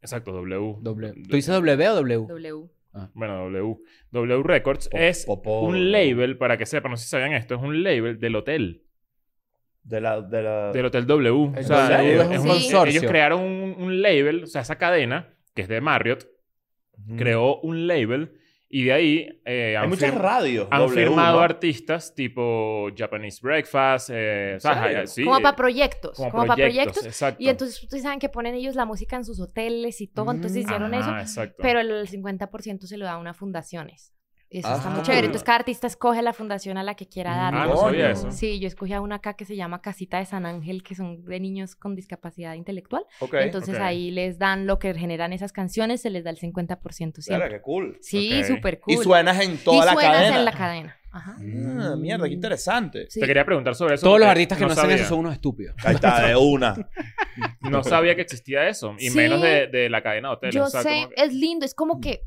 [SPEAKER 3] Exacto, W.
[SPEAKER 4] W. ¿Tú dices W o W?
[SPEAKER 2] W.
[SPEAKER 3] Bueno, W. W Records
[SPEAKER 1] Po-
[SPEAKER 3] es
[SPEAKER 1] po- po-
[SPEAKER 3] un label, para que sepan, no sé si sabían esto, es un label del hotel.
[SPEAKER 1] De la... De la...
[SPEAKER 3] Del Hotel W.
[SPEAKER 4] El
[SPEAKER 3] O sea,
[SPEAKER 1] W
[SPEAKER 3] ellos-
[SPEAKER 1] es
[SPEAKER 2] un
[SPEAKER 3] un-
[SPEAKER 4] consorcio.
[SPEAKER 3] Ellos crearon un, un label, o sea, esa cadena, que es de Marriott,
[SPEAKER 4] Mm.
[SPEAKER 1] Ujú.
[SPEAKER 3] creó un label y de ahí eh,
[SPEAKER 1] Hay
[SPEAKER 3] han,
[SPEAKER 1] muchas
[SPEAKER 3] fir-
[SPEAKER 1] radios.
[SPEAKER 3] han
[SPEAKER 1] W,
[SPEAKER 3] firmado
[SPEAKER 1] ¿no?
[SPEAKER 3] artistas tipo Japanese Breakfast, eh, o sea,
[SPEAKER 1] serio?
[SPEAKER 3] ja- sí,
[SPEAKER 2] como
[SPEAKER 3] eh,
[SPEAKER 2] para proyectos. Como,
[SPEAKER 3] como
[SPEAKER 2] para proyectos.
[SPEAKER 3] exacto.
[SPEAKER 2] Y entonces ustedes saben que ponen ellos la música en sus hoteles y todo, entonces
[SPEAKER 4] Mm.
[SPEAKER 2] hicieron eso.
[SPEAKER 3] Ajá, exacto.
[SPEAKER 2] Pero el 50% se lo da a unas fundaciones. Y eso está
[SPEAKER 1] Ah.
[SPEAKER 2] muy chévere. Entonces cada artista escoge la fundación a la que quiera darle.
[SPEAKER 3] Ah, no sabía eso.
[SPEAKER 2] Sí, yo escogí a una acá que se llama Casita de San Ángel, que son de niños con discapacidad intelectual.
[SPEAKER 1] Ok.
[SPEAKER 2] Entonces
[SPEAKER 3] ok.
[SPEAKER 2] ahí les dan lo que generan esas canciones, se les da el 50%
[SPEAKER 1] Verga,
[SPEAKER 2] siempre.
[SPEAKER 1] qué cool.
[SPEAKER 2] Sí,
[SPEAKER 3] Ok.
[SPEAKER 2] súper cool.
[SPEAKER 1] Y suenas en toda
[SPEAKER 2] Y
[SPEAKER 1] la
[SPEAKER 2] suenas
[SPEAKER 1] cadena.
[SPEAKER 2] en la cadena. Ajá.
[SPEAKER 1] Ah, mierda, qué interesante.
[SPEAKER 2] Sí.
[SPEAKER 3] Te quería preguntar sobre eso.
[SPEAKER 4] Todos los
[SPEAKER 1] Eh,
[SPEAKER 3] porque
[SPEAKER 4] artistas que no, hacen
[SPEAKER 3] sabía.
[SPEAKER 4] eso son unos estúpidos.
[SPEAKER 1] Ahí está, de una.
[SPEAKER 3] No sabía que existía eso. Y
[SPEAKER 2] Sí.
[SPEAKER 3] menos de, de la cadena de hoteles.
[SPEAKER 2] Yo
[SPEAKER 3] o sea,
[SPEAKER 2] sé,
[SPEAKER 3] como que-
[SPEAKER 2] es lindo, es como que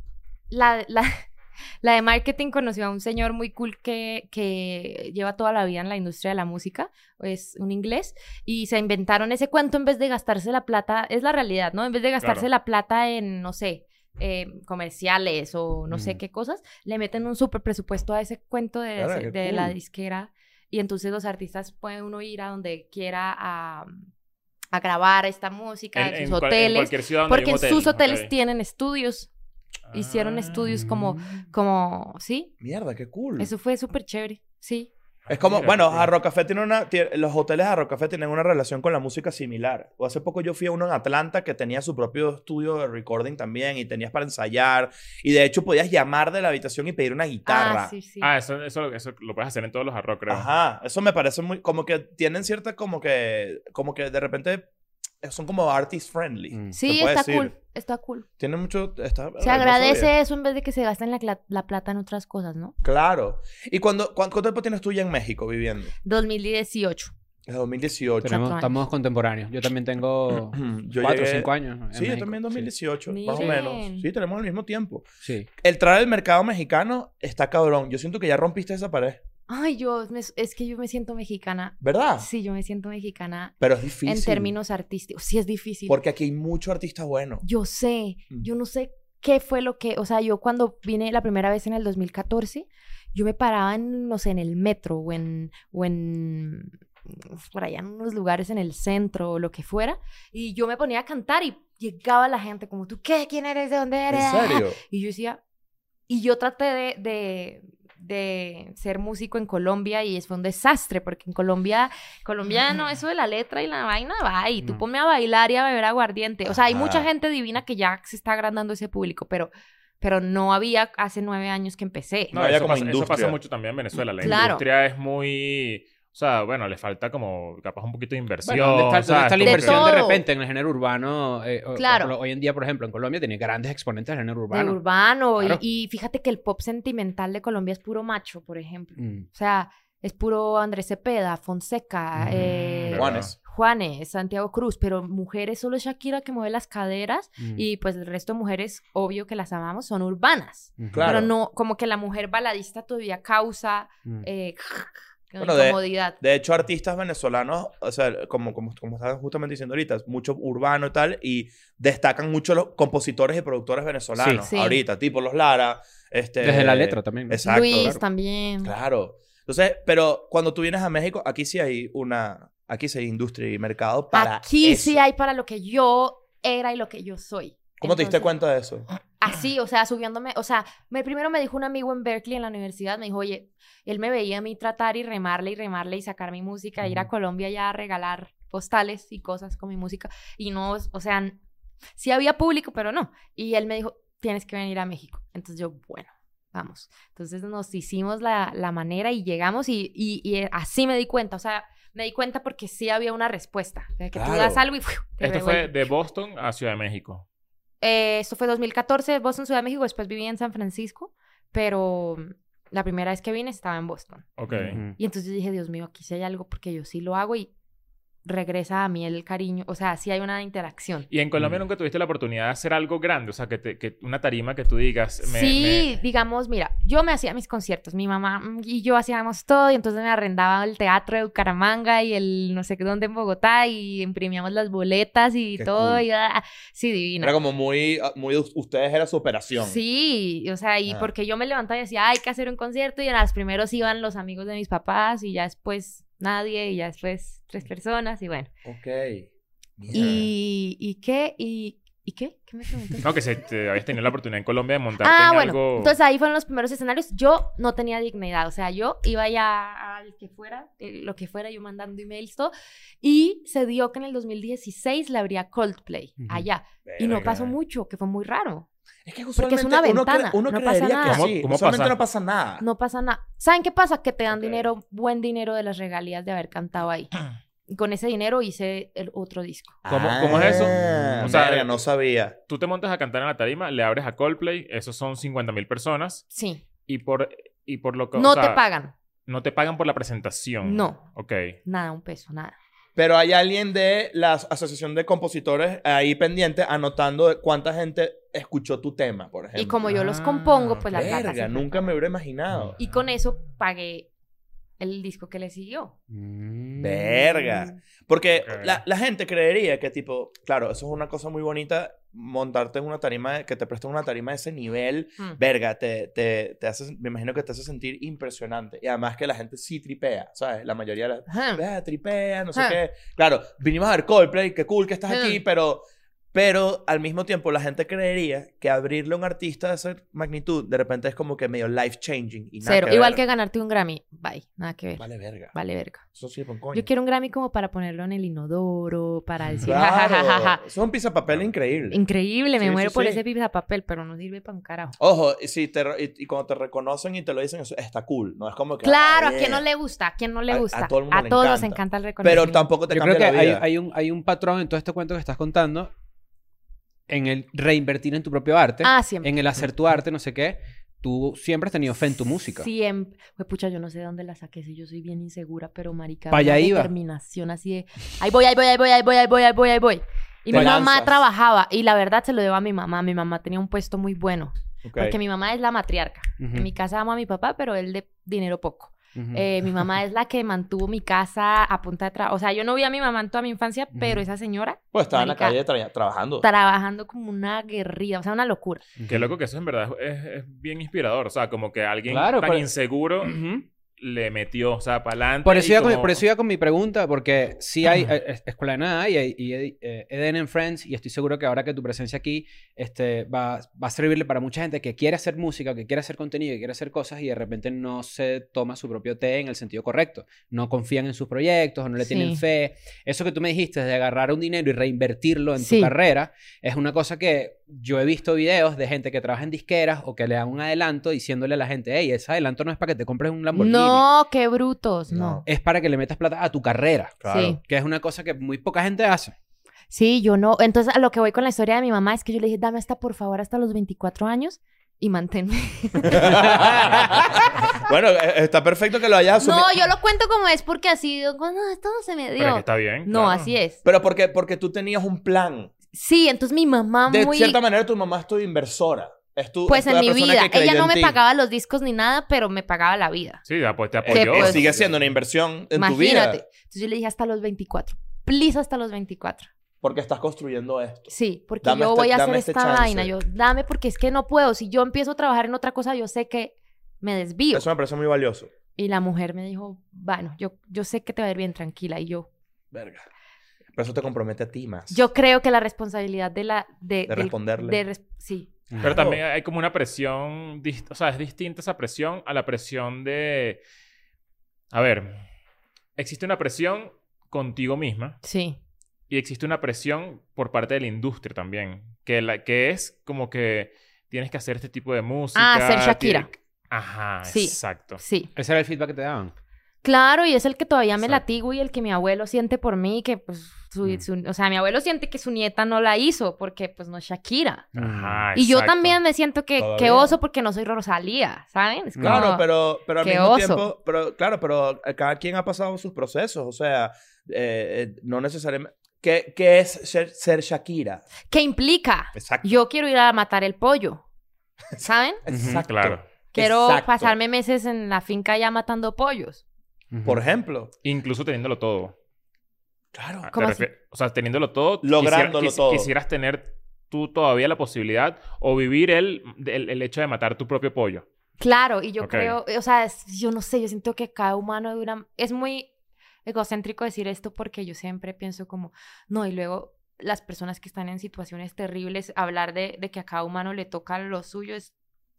[SPEAKER 2] la, la, la de marketing conoció a un señor muy cool que, que lleva toda la vida en la industria de la música, es un inglés, y se inventaron ese cuento en vez de gastarse la plata, es la realidad, ¿no? En vez de gastarse
[SPEAKER 3] Claro.
[SPEAKER 2] la plata en, no sé. eh, comerciales o no sé
[SPEAKER 4] Mm.
[SPEAKER 2] qué cosas, le meten un súper presupuesto a ese cuento de,
[SPEAKER 1] Verga,
[SPEAKER 2] ese-
[SPEAKER 1] qué
[SPEAKER 2] de la
[SPEAKER 1] cool.
[SPEAKER 2] disquera y entonces los artistas pueden uno ir a donde quiera a, a grabar esta música en, sus
[SPEAKER 3] cual- en
[SPEAKER 2] hoteles
[SPEAKER 3] cualquier ciudad donde hay
[SPEAKER 2] porque
[SPEAKER 3] un
[SPEAKER 2] en sus
[SPEAKER 3] hotel,
[SPEAKER 2] hoteles
[SPEAKER 3] ok. Ah.
[SPEAKER 2] tienen estudios, hicieron estudios como-
[SPEAKER 3] Mm.
[SPEAKER 2] como, ¿sí?
[SPEAKER 1] Mierda, qué cool.
[SPEAKER 2] Eso fue súper chévere, sí.
[SPEAKER 1] Es como,
[SPEAKER 3] Mira,
[SPEAKER 1] bueno,
[SPEAKER 3] qué cool.
[SPEAKER 1] Jarro Café tiene una, tie- los hoteles Jarro Café tienen una relación con la música similar. O hace poco yo fui a uno en Atlanta que tenía su propio estudio de recording también y tenías para ensayar y de hecho podías llamar de la habitación y pedir una guitarra.
[SPEAKER 2] Ah, sí, sí.
[SPEAKER 3] Ah, eso, eso, eso lo puedes hacer en todos los arroz, creo.
[SPEAKER 1] Ajá, eso me parece muy, como que tienen cierta, como que, como que de repente son como artist friendly.
[SPEAKER 4] Mm.
[SPEAKER 2] sí,
[SPEAKER 1] se puede
[SPEAKER 2] está
[SPEAKER 1] decir.
[SPEAKER 2] cool, está cool.
[SPEAKER 1] Tienen mucho, está, no
[SPEAKER 2] Se
[SPEAKER 1] sabía.
[SPEAKER 2] agradece eso en vez de que se gasten la, cla- la plata en otras cosas, ¿no?
[SPEAKER 1] Claro. ¿Y cuando, cuán- cuánto tiempo tienes tú ya en México viviendo?
[SPEAKER 2] 2018.
[SPEAKER 1] Desde 2018.
[SPEAKER 4] Tenemos-
[SPEAKER 2] años.
[SPEAKER 4] estamos contemporáneos. Yo también tengo
[SPEAKER 1] Yo
[SPEAKER 4] cuatro o
[SPEAKER 1] llegué-
[SPEAKER 4] cinco años. en
[SPEAKER 1] Sí, yo
[SPEAKER 4] México.
[SPEAKER 1] también 2018, más o
[SPEAKER 2] Miren.
[SPEAKER 1] menos. Sí, tenemos el mismo tiempo.
[SPEAKER 4] Sí. Sí.
[SPEAKER 1] El traer al mercado mexicano está cabrón. Yo siento que ya rompiste esa pared,
[SPEAKER 2] Ay, yo, me- es que yo me siento mexicana.
[SPEAKER 1] ¿verdad?
[SPEAKER 2] Sí, yo me siento mexicana
[SPEAKER 1] Pero es Ah. difícil.
[SPEAKER 2] en términos artísticos. Sí, es difícil.
[SPEAKER 1] Porque aquí hay mucho artista bueno.
[SPEAKER 2] Yo sé,
[SPEAKER 1] Mm.
[SPEAKER 2] yo no sé qué fue lo que, o sea, yo cuando vine la primera vez en el 2014, yo me paraba en, no sé, en el metro o en, o en, por allá en unos lugares en el centro o lo que fuera, y yo me ponía a cantar y llegaba la gente como, ¿tú qué? ¿Quién eres? ¿De dónde eres?
[SPEAKER 1] ¿En serio?
[SPEAKER 2] Y yo decía, y yo traté de, de, de ser músico en Colombia y fue un desastre, porque en Colombia, colombiano, eso de la letra y la vaina va, y tú
[SPEAKER 4] No.
[SPEAKER 2] ponme a bailar y a beber aguardiente. O sea, hay mucha
[SPEAKER 1] Ajá.
[SPEAKER 2] gente divina que ya se está agrandando ese público, pero, pero no había hace nueve años que empecé.
[SPEAKER 1] No
[SPEAKER 3] No,
[SPEAKER 1] había
[SPEAKER 3] eso,
[SPEAKER 1] como
[SPEAKER 3] pasa, eso
[SPEAKER 1] industria.
[SPEAKER 3] pasa mucho también en Venezuela. La
[SPEAKER 2] Claro.
[SPEAKER 3] industria es muy... O sea, bueno, le falta como capaz un poquito de inversión.
[SPEAKER 4] Bueno, ¿dónde está,
[SPEAKER 3] o sea,
[SPEAKER 4] dónde
[SPEAKER 3] es como
[SPEAKER 4] está la
[SPEAKER 2] De
[SPEAKER 4] inversión
[SPEAKER 2] todo.
[SPEAKER 4] de, repente en el género urbano? Eh, o-
[SPEAKER 2] Claro.
[SPEAKER 4] por ejemplo, hoy en día, por ejemplo, en Colombia tiene grandes exponentes del género
[SPEAKER 2] De
[SPEAKER 4] urbano.
[SPEAKER 2] urbano, y-
[SPEAKER 4] Claro.
[SPEAKER 2] y, fíjate que el pop sentimental de Colombia es puro macho, por ejemplo.
[SPEAKER 4] Mm.
[SPEAKER 2] O sea, es puro Andrés Cepeda, Fonseca,
[SPEAKER 4] Mm,
[SPEAKER 2] eh,
[SPEAKER 3] Claro.
[SPEAKER 1] Juanes.
[SPEAKER 2] Juanes, Santiago Cruz, pero mujeres solo es Shakira que mueve las caderas
[SPEAKER 4] Mm.
[SPEAKER 2] y pues el resto de mujeres, obvio que las amamos, son urbanas.
[SPEAKER 4] Ujú.
[SPEAKER 1] Claro.
[SPEAKER 2] Pero no, como que la mujer baladista todavía causa
[SPEAKER 4] Mm.
[SPEAKER 2] eh,
[SPEAKER 1] Bueno, de-
[SPEAKER 2] incomodidad.
[SPEAKER 1] De hecho, artistas venezolanos, o sea, como, como, como estaban justamente diciendo ahorita, mucho urbano y tal, y destacan mucho los compositores y productores venezolanos
[SPEAKER 2] Sí. Sí.
[SPEAKER 1] ahorita, tipo los Lara. Este,
[SPEAKER 4] Desde la letra también. ¿no?
[SPEAKER 1] Exacto.
[SPEAKER 2] Luis
[SPEAKER 1] claro.
[SPEAKER 2] también.
[SPEAKER 1] Claro. Entonces, pero cuando tú vienes a México, aquí sí hay una, aquí sí hay industria y mercado para
[SPEAKER 2] Aquí sí
[SPEAKER 1] eso.
[SPEAKER 2] hay para lo que yo era y lo que yo soy.
[SPEAKER 1] ¿Cómo te diste
[SPEAKER 2] Entonces,
[SPEAKER 1] cuenta de eso?
[SPEAKER 2] Así, o sea, subiéndome, o sea, me, primero me dijo un amigo en Berkeley, en la universidad, me dijo, oye, él me veía a mí tratar y remarle y remarle y sacar mi música, ir a
[SPEAKER 4] Ujú.
[SPEAKER 2] Colombia ya a regalar postales y cosas con mi música. Y no, o sea, n- sí había público, pero no. Y él me dijo, tienes que venir a México. Entonces yo, bueno, vamos. Entonces nos hicimos la, la manera y llegamos y, y- y así me di cuenta, o sea, me di cuenta porque sí había una respuesta. O sea, que tú
[SPEAKER 1] Claro.
[SPEAKER 2] das algo y... ¡fiu! te
[SPEAKER 3] Esto fue
[SPEAKER 2] devuelve.
[SPEAKER 3] de Boston a Ciudad de México.
[SPEAKER 2] Eh, esto fue 2014, Boston, Ciudad de México. Después viví en San Francisco, pero mm, la primera vez que vine estaba en Boston.
[SPEAKER 3] Ok.
[SPEAKER 4] Ujú.
[SPEAKER 2] Y entonces yo dije, Dios mío, aquí sí hay algo porque yo sí lo hago y regresa a mí el cariño, o sea, sí hay una interacción.
[SPEAKER 3] Y en Colombia
[SPEAKER 4] Mm.
[SPEAKER 3] nunca tuviste la oportunidad de hacer algo grande, o sea, que, te- que una tarima que tú digas. me-
[SPEAKER 2] sí,
[SPEAKER 3] me-
[SPEAKER 2] digamos, mira, yo me hacía mis conciertos, mi mamá mm, y yo hacíamos todo, y entonces me arrendaba el teatro de Bucaramanga y el no sé qué dónde en Bogotá, y imprimíamos las boletas y
[SPEAKER 1] Qué
[SPEAKER 2] todo,
[SPEAKER 1] cool.
[SPEAKER 2] y ah, sí, divino.
[SPEAKER 1] Era como muy, ah, muy de ustedes era su operación.
[SPEAKER 2] Sí, o sea, y
[SPEAKER 1] Ah.
[SPEAKER 2] porque yo me levantaba y decía, "Ah, hay que hacer un concierto, y a las primeros iban los amigos de mis papás, y ya después nadie, y ya después tres personas, y bueno.
[SPEAKER 1] Ok.
[SPEAKER 2] ¿Y, y qué? ¿Y, ¿y qué? ¿Qué me preguntaste?
[SPEAKER 3] No, que se, te habías tenido la oportunidad en Colombia de montarte
[SPEAKER 2] Ah,
[SPEAKER 3] en
[SPEAKER 2] bueno.
[SPEAKER 3] algo.
[SPEAKER 2] Entonces ahí fueron los primeros escenarios. Yo no tenía dignidad. O sea, yo iba ya al que fuera, eh, lo que fuera, yo mandando emails, todo. Y se dio que en el 2016 le abría Coldplay
[SPEAKER 4] Ujú.
[SPEAKER 2] allá. Y no pasó mucho, que fue muy raro.
[SPEAKER 1] Es que
[SPEAKER 2] porque es una
[SPEAKER 1] usualmente uno
[SPEAKER 2] ventana,
[SPEAKER 1] cre- Uno,
[SPEAKER 2] no pasa
[SPEAKER 1] creería
[SPEAKER 2] nada.
[SPEAKER 1] que
[SPEAKER 3] ¿Cómo-
[SPEAKER 1] sí.
[SPEAKER 3] cómo
[SPEAKER 1] usualmente
[SPEAKER 3] pasa?
[SPEAKER 1] no pasa nada.
[SPEAKER 2] No pasa nada. ¿Saben qué pasa? Que te dan
[SPEAKER 1] Ah. Ok.
[SPEAKER 2] dinero, buen dinero de las regalías de haber cantado ahí. Y con ese dinero hice el otro disco.
[SPEAKER 3] ¿Cómo- cómo es eso?
[SPEAKER 1] O
[SPEAKER 3] O sea,
[SPEAKER 1] sea, Ah, no sabía.
[SPEAKER 3] Tú te montas a cantar en la tarima, le abres a Coldplay, esos son 50.000 personas,
[SPEAKER 2] Sí.
[SPEAKER 3] y por, y por lo que. o
[SPEAKER 2] No te
[SPEAKER 3] sea,
[SPEAKER 2] pagan.
[SPEAKER 3] No te pagan por la presentación.
[SPEAKER 2] No.
[SPEAKER 3] Ok.
[SPEAKER 2] Nada, un peso, nada.
[SPEAKER 1] Pero hay alguien de la asociación de compositores ahí pendiente anotando de cuánta gente escuchó tu tema, por ejemplo.
[SPEAKER 2] Y como yo los
[SPEAKER 3] Ah,
[SPEAKER 2] compongo, pues la plata
[SPEAKER 1] Em, Verga,
[SPEAKER 2] siempre
[SPEAKER 1] nunca me hubiera imaginado.
[SPEAKER 2] Y con eso pagué el disco que le siguió.
[SPEAKER 3] Mm.
[SPEAKER 1] Verga. Porque
[SPEAKER 3] Ok.
[SPEAKER 1] la, la gente creería que, tipo, claro, eso es una cosa muy bonita, montarte en una tarima, de- que te presten una tarima de ese nivel,
[SPEAKER 2] Mm.
[SPEAKER 1] verga, te, te, te hace, me imagino que te hace sentir impresionante. Y además que la gente sí tripea, ¿sabes? La mayoría de la
[SPEAKER 2] Ajá.
[SPEAKER 1] "Ah, tripea, no sé
[SPEAKER 2] Ah.
[SPEAKER 1] qué. Claro, vinimos a ver Coldplay, qué cool que estás
[SPEAKER 2] Ah.
[SPEAKER 1] aquí, pero, pero al mismo tiempo la gente creería que abrirle a un artista de esa magnitud de repente es como que medio life changing. Y nada
[SPEAKER 2] Cero. Igual
[SPEAKER 1] ver.
[SPEAKER 2] que ganarte un Grammy. Bye. Nada que ver. Vale,
[SPEAKER 1] Vale verga.
[SPEAKER 2] verga.
[SPEAKER 1] Eso sí, pon coño.
[SPEAKER 2] Yo quiero un Grammy como para ponerlo en el inodoro, para decir, ja, ja,
[SPEAKER 1] Claro.
[SPEAKER 2] ja, ja, ja.
[SPEAKER 1] Eso es un pisapapel increíble.
[SPEAKER 2] Increíble,
[SPEAKER 1] Sí,
[SPEAKER 2] me
[SPEAKER 1] sí,
[SPEAKER 2] muero por
[SPEAKER 1] sí.
[SPEAKER 2] ese pizza papel, pero no sirve para un carajo.
[SPEAKER 1] Ojo, y, si te, re- y, y cuando te reconocen y te lo dicen, eso está cool. No es como que.
[SPEAKER 2] Claro,
[SPEAKER 1] ah,
[SPEAKER 2] a quien no
[SPEAKER 1] bien.
[SPEAKER 2] le gusta, a quien no
[SPEAKER 1] A-
[SPEAKER 2] le
[SPEAKER 1] a
[SPEAKER 2] gusta. A,
[SPEAKER 1] todo el mundo le
[SPEAKER 2] todos nos
[SPEAKER 1] encanta.
[SPEAKER 2] encanta el reconocimiento.
[SPEAKER 1] Pero tampoco te
[SPEAKER 4] Yo
[SPEAKER 1] cambia
[SPEAKER 4] creo que
[SPEAKER 1] la
[SPEAKER 4] hay,
[SPEAKER 1] vida.
[SPEAKER 4] hay, un, hay un patrón en todo este cuento que estás contando en el reinvertir en tu propio arte,
[SPEAKER 2] Ah, siempre.
[SPEAKER 4] en el hacer tu arte, no sé qué. Tú siempre has tenido fe en tu música.
[SPEAKER 2] Siempre. Pues pucha, yo no sé dónde la saqué, si yo soy bien insegura, pero marica,
[SPEAKER 4] Pa'
[SPEAKER 2] una
[SPEAKER 4] allá iba.
[SPEAKER 2] determinación así de, ahí voy, ahí voy, ahí voy, ahí voy, ahí voy, ahí voy, ahí voy. Y
[SPEAKER 1] Te
[SPEAKER 2] mi mamá
[SPEAKER 1] lanzas.
[SPEAKER 2] trabajaba y la verdad se lo debo a mi mamá. Mi mamá tenía un puesto muy bueno,
[SPEAKER 1] Ok.
[SPEAKER 2] porque mi mamá es la matriarca.
[SPEAKER 4] Ujú,
[SPEAKER 2] En mi casa amo a mi papá, pero él de dinero poco.
[SPEAKER 4] ujú.
[SPEAKER 2] Eh, mi mamá es la que mantuvo mi casa a punta de trabajo. O sea, yo no vi a mi mamá en toda mi infancia, pero
[SPEAKER 4] Ujú.
[SPEAKER 2] esa señora
[SPEAKER 1] Pues estaba en la
[SPEAKER 2] Marica.
[SPEAKER 1] calle tra- trabajando.
[SPEAKER 2] trabajando como una guerrilla, o sea, una locura.
[SPEAKER 3] Qué loco que eso en verdad es, es bien inspirador. O sea, como que alguien
[SPEAKER 4] Claro,
[SPEAKER 3] tan
[SPEAKER 4] pero-
[SPEAKER 3] inseguro
[SPEAKER 4] Ujú.
[SPEAKER 3] le metió, o sea, para adelante.
[SPEAKER 4] Por eso, iba con mi, por eso iba con mi pregunta, porque sí hay eh, es- Escuela de Nada y, hay- y hay, eh, Eden and Friends, y estoy seguro que ahora que tu presencia aquí este, va, va a servirle para mucha gente que quiere hacer música, que quiere hacer contenido, que quiere hacer cosas y de repente no se toma su propio té en el sentido correcto. No confían en sus proyectos o no le tienen
[SPEAKER 2] Sí.
[SPEAKER 4] fe. Eso que tú me dijiste de agarrar un dinero y reinvertirlo en
[SPEAKER 2] Sí.
[SPEAKER 4] tu carrera es una cosa que yo he visto videos de gente que trabaja en disqueras o que le dan un adelanto diciéndole a la gente, hey, ese adelanto no es para que te compres un Lamborghini
[SPEAKER 2] No, qué brutos, no.
[SPEAKER 4] es para que le metas plata a tu carrera,
[SPEAKER 2] Sí.
[SPEAKER 4] que es una cosa que muy poca gente hace.
[SPEAKER 2] Sí, yo no. Entonces, a lo que voy con la historia de mi mamá es que yo le dije, dame hasta por favor hasta los 24 años y manténme.
[SPEAKER 1] bueno, eh, está perfecto que lo hayas asumido.
[SPEAKER 2] No, yo lo cuento como es porque así, digo, "No, esto no se me
[SPEAKER 3] Pero es que
[SPEAKER 2] dio.
[SPEAKER 3] está bien.
[SPEAKER 2] No,
[SPEAKER 3] claro.
[SPEAKER 2] así es.
[SPEAKER 1] Pero porque, porque tú tenías un plan.
[SPEAKER 2] Sí, entonces mi mamá
[SPEAKER 1] De
[SPEAKER 2] muy...
[SPEAKER 1] cierta manera, tu mamá es tu inversora. Es tu,
[SPEAKER 2] Pues
[SPEAKER 1] es
[SPEAKER 2] en
[SPEAKER 1] la
[SPEAKER 2] mi
[SPEAKER 1] persona
[SPEAKER 2] vida.
[SPEAKER 1] que creyó
[SPEAKER 2] Ella no
[SPEAKER 1] en
[SPEAKER 2] me
[SPEAKER 1] ti.
[SPEAKER 2] pagaba los discos ni nada, pero me pagaba la vida.
[SPEAKER 3] Sí, ya, pues te
[SPEAKER 1] Eh,
[SPEAKER 3] apoyó.
[SPEAKER 1] eh,
[SPEAKER 2] pues,
[SPEAKER 1] sigue siendo una inversión en tu vida.
[SPEAKER 2] Imagínate. Entonces yo le dije hasta los 24. Please hasta los 24.
[SPEAKER 1] Porque estás construyendo esto.
[SPEAKER 2] Sí, porque
[SPEAKER 1] Dame
[SPEAKER 2] yo
[SPEAKER 1] este-
[SPEAKER 2] voy a hacer
[SPEAKER 1] dame este
[SPEAKER 2] esta
[SPEAKER 1] chance.
[SPEAKER 2] vaina. Yo, dame porque es que no puedo. Si yo empiezo a trabajar en otra cosa, yo sé que me desvío.
[SPEAKER 1] Eso me parece muy valioso.
[SPEAKER 2] Y la mujer me dijo, bueno, yo, yo sé que te va a ir bien tranquila. Y yo,
[SPEAKER 1] Verga. Pero eso te compromete a ti más.
[SPEAKER 2] yo creo que la responsabilidad de la... De, del-
[SPEAKER 1] responderle.
[SPEAKER 2] de res- sí.
[SPEAKER 3] Pero también hay como una presión, dis- o sea, es distinta esa presión a la presión de... A ver, existe una presión contigo misma
[SPEAKER 2] Sí.
[SPEAKER 3] y existe una presión por parte de la industria también, que, la, que es como que tienes que hacer este tipo de música.
[SPEAKER 2] Ah, ser Shakira.
[SPEAKER 3] tiene- Ajá,
[SPEAKER 2] Sí.
[SPEAKER 3] exacto.
[SPEAKER 2] Sí.
[SPEAKER 4] Ese era el feedback que te daban.
[SPEAKER 2] Claro, y es el que todavía me
[SPEAKER 3] Exacto.
[SPEAKER 2] latigo y el que mi abuelo siente por mí, que pues, su-
[SPEAKER 3] Mm.
[SPEAKER 2] su- o sea, mi abuelo siente que su nieta no la hizo porque pues no es Shakira.
[SPEAKER 3] Ajá,
[SPEAKER 2] Y yo
[SPEAKER 3] exacto.
[SPEAKER 2] también me siento que,
[SPEAKER 1] Todavía.
[SPEAKER 2] que oso porque no soy Rosalía, ¿saben? Es como-
[SPEAKER 1] Claro, pero, pero al
[SPEAKER 2] qué
[SPEAKER 1] mismo
[SPEAKER 2] oso.
[SPEAKER 1] tiempo, pero, claro, pero eh, cada quien ha pasado sus procesos, o sea, eh, eh, no necesariamente... ¿Qué, qué es ser, ser Shakira?
[SPEAKER 2] ¿Qué implica?
[SPEAKER 1] Exacto.
[SPEAKER 2] Yo quiero ir a matar el pollo, ¿saben?
[SPEAKER 1] Exacto.
[SPEAKER 3] Claro.
[SPEAKER 2] Quiero
[SPEAKER 1] Exacto.
[SPEAKER 2] pasarme meses en la finca ya matando pollos.
[SPEAKER 1] Por ejemplo.
[SPEAKER 3] Incluso teniéndolo todo.
[SPEAKER 1] Claro.
[SPEAKER 3] Ah, te
[SPEAKER 2] ¿Cómo así?
[SPEAKER 3] refie- O sea, teniéndolo todo.
[SPEAKER 1] Lográndolo
[SPEAKER 3] quisi-
[SPEAKER 1] todo.
[SPEAKER 3] Quisieras tener tú todavía la posibilidad o vivir el, el, el hecho de matar tu propio pollo.
[SPEAKER 2] Claro, y yo
[SPEAKER 3] Ok.
[SPEAKER 2] creo, o sea, es- yo no sé, yo siento que cada humano de una... Es muy egocéntrico decir esto porque yo siempre pienso como, no, y luego las personas que están en situaciones terribles, hablar de, de que a cada humano le toca lo suyo es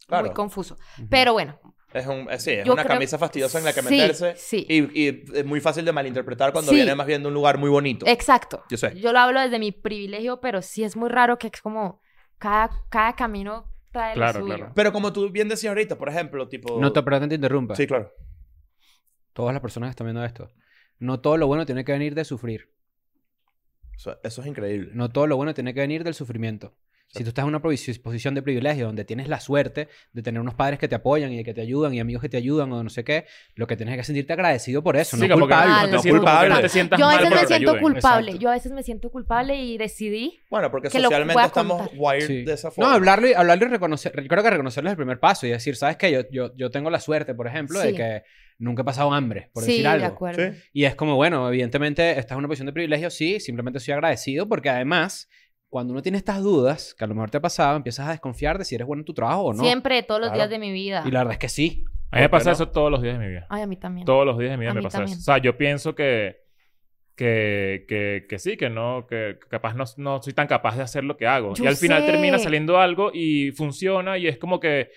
[SPEAKER 2] muy
[SPEAKER 1] Claro.
[SPEAKER 2] confuso. Pero bueno,
[SPEAKER 1] Es, un, eh, sí, es
[SPEAKER 2] Yo
[SPEAKER 1] una
[SPEAKER 2] creo-
[SPEAKER 1] camisa fastidiosa en la que
[SPEAKER 2] sí,
[SPEAKER 1] meterse.
[SPEAKER 2] sí.
[SPEAKER 1] Y, y es muy fácil de malinterpretar cuando
[SPEAKER 2] Sí.
[SPEAKER 1] viene más bien de un lugar muy bonito.
[SPEAKER 2] exacto.
[SPEAKER 1] Yo sé.
[SPEAKER 2] lo hablo desde mi privilegio, pero sí es muy raro que es como cada, cada camino trae
[SPEAKER 3] Claro,
[SPEAKER 2] lo suyo.
[SPEAKER 3] claro.
[SPEAKER 1] Pero como tú bien decías ahorita, por ejemplo, tipo...
[SPEAKER 4] No te, perdón que te interrumpa.
[SPEAKER 1] Sí, claro.
[SPEAKER 4] Todas las personas que están viendo esto. No todo lo bueno tiene que venir de sufrir.
[SPEAKER 1] Eso, eso es increíble.
[SPEAKER 4] No todo lo bueno tiene que venir del sufrimiento. Si tú estás en una provis- posición de privilegio donde tienes la suerte de tener unos padres que te apoyan y que te ayudan y amigos que te ayudan o no sé qué, lo que tienes es que sentirte agradecido por eso,
[SPEAKER 3] Sí,
[SPEAKER 4] no
[SPEAKER 3] como que
[SPEAKER 4] culpable.
[SPEAKER 2] Ah,
[SPEAKER 3] te
[SPEAKER 2] no
[SPEAKER 3] sientas- como que
[SPEAKER 1] culpable.
[SPEAKER 3] no te sientas
[SPEAKER 2] Yo a
[SPEAKER 3] mal
[SPEAKER 2] veces
[SPEAKER 3] porque
[SPEAKER 2] me
[SPEAKER 3] te
[SPEAKER 2] siento
[SPEAKER 3] ayuden.
[SPEAKER 2] culpable,
[SPEAKER 4] exacto.
[SPEAKER 2] yo a veces me siento culpable y decidí,
[SPEAKER 1] Bueno, porque
[SPEAKER 2] Que lo
[SPEAKER 1] socialmente
[SPEAKER 2] pueda
[SPEAKER 1] estamos
[SPEAKER 2] contar.
[SPEAKER 1] wired
[SPEAKER 4] Sí.
[SPEAKER 1] de esa
[SPEAKER 4] No,
[SPEAKER 1] forma.
[SPEAKER 4] hablarlo y, hablarlo y reconocer, yo creo que reconocerlo es el primer paso y decir, ¿sabes qué? Yo, yo, yo tengo la suerte, por ejemplo, de
[SPEAKER 2] Sí.
[SPEAKER 4] que nunca he pasado hambre, por
[SPEAKER 2] sí,
[SPEAKER 4] decir
[SPEAKER 2] de
[SPEAKER 4] algo.
[SPEAKER 2] acuerdo.
[SPEAKER 1] Sí.
[SPEAKER 4] Y es como, bueno, evidentemente estás en una posición de privilegio, sí, simplemente soy agradecido porque además, cuando uno tiene estas dudas, que a lo mejor te ha pasado, empiezas a desconfiar de si eres bueno en tu trabajo o no.
[SPEAKER 2] Siempre, todos los días
[SPEAKER 4] Claro.
[SPEAKER 2] de mi vida.
[SPEAKER 4] Y la verdad es que sí.
[SPEAKER 3] A
[SPEAKER 1] ¿Por
[SPEAKER 3] mí me
[SPEAKER 1] qué
[SPEAKER 3] pasa
[SPEAKER 1] no?
[SPEAKER 3] eso todos los días de mi vida.
[SPEAKER 2] Ay, a mí también.
[SPEAKER 3] Todos los días de mi vida
[SPEAKER 2] A
[SPEAKER 3] me
[SPEAKER 2] mí
[SPEAKER 3] pasa
[SPEAKER 2] también.
[SPEAKER 3] eso. O sea, yo pienso que, que, que, que sí, que no, que capaz no, no soy tan capaz de hacer lo que hago.
[SPEAKER 2] Yo
[SPEAKER 3] y al final
[SPEAKER 2] sé.
[SPEAKER 3] termina saliendo algo y funciona y es como que...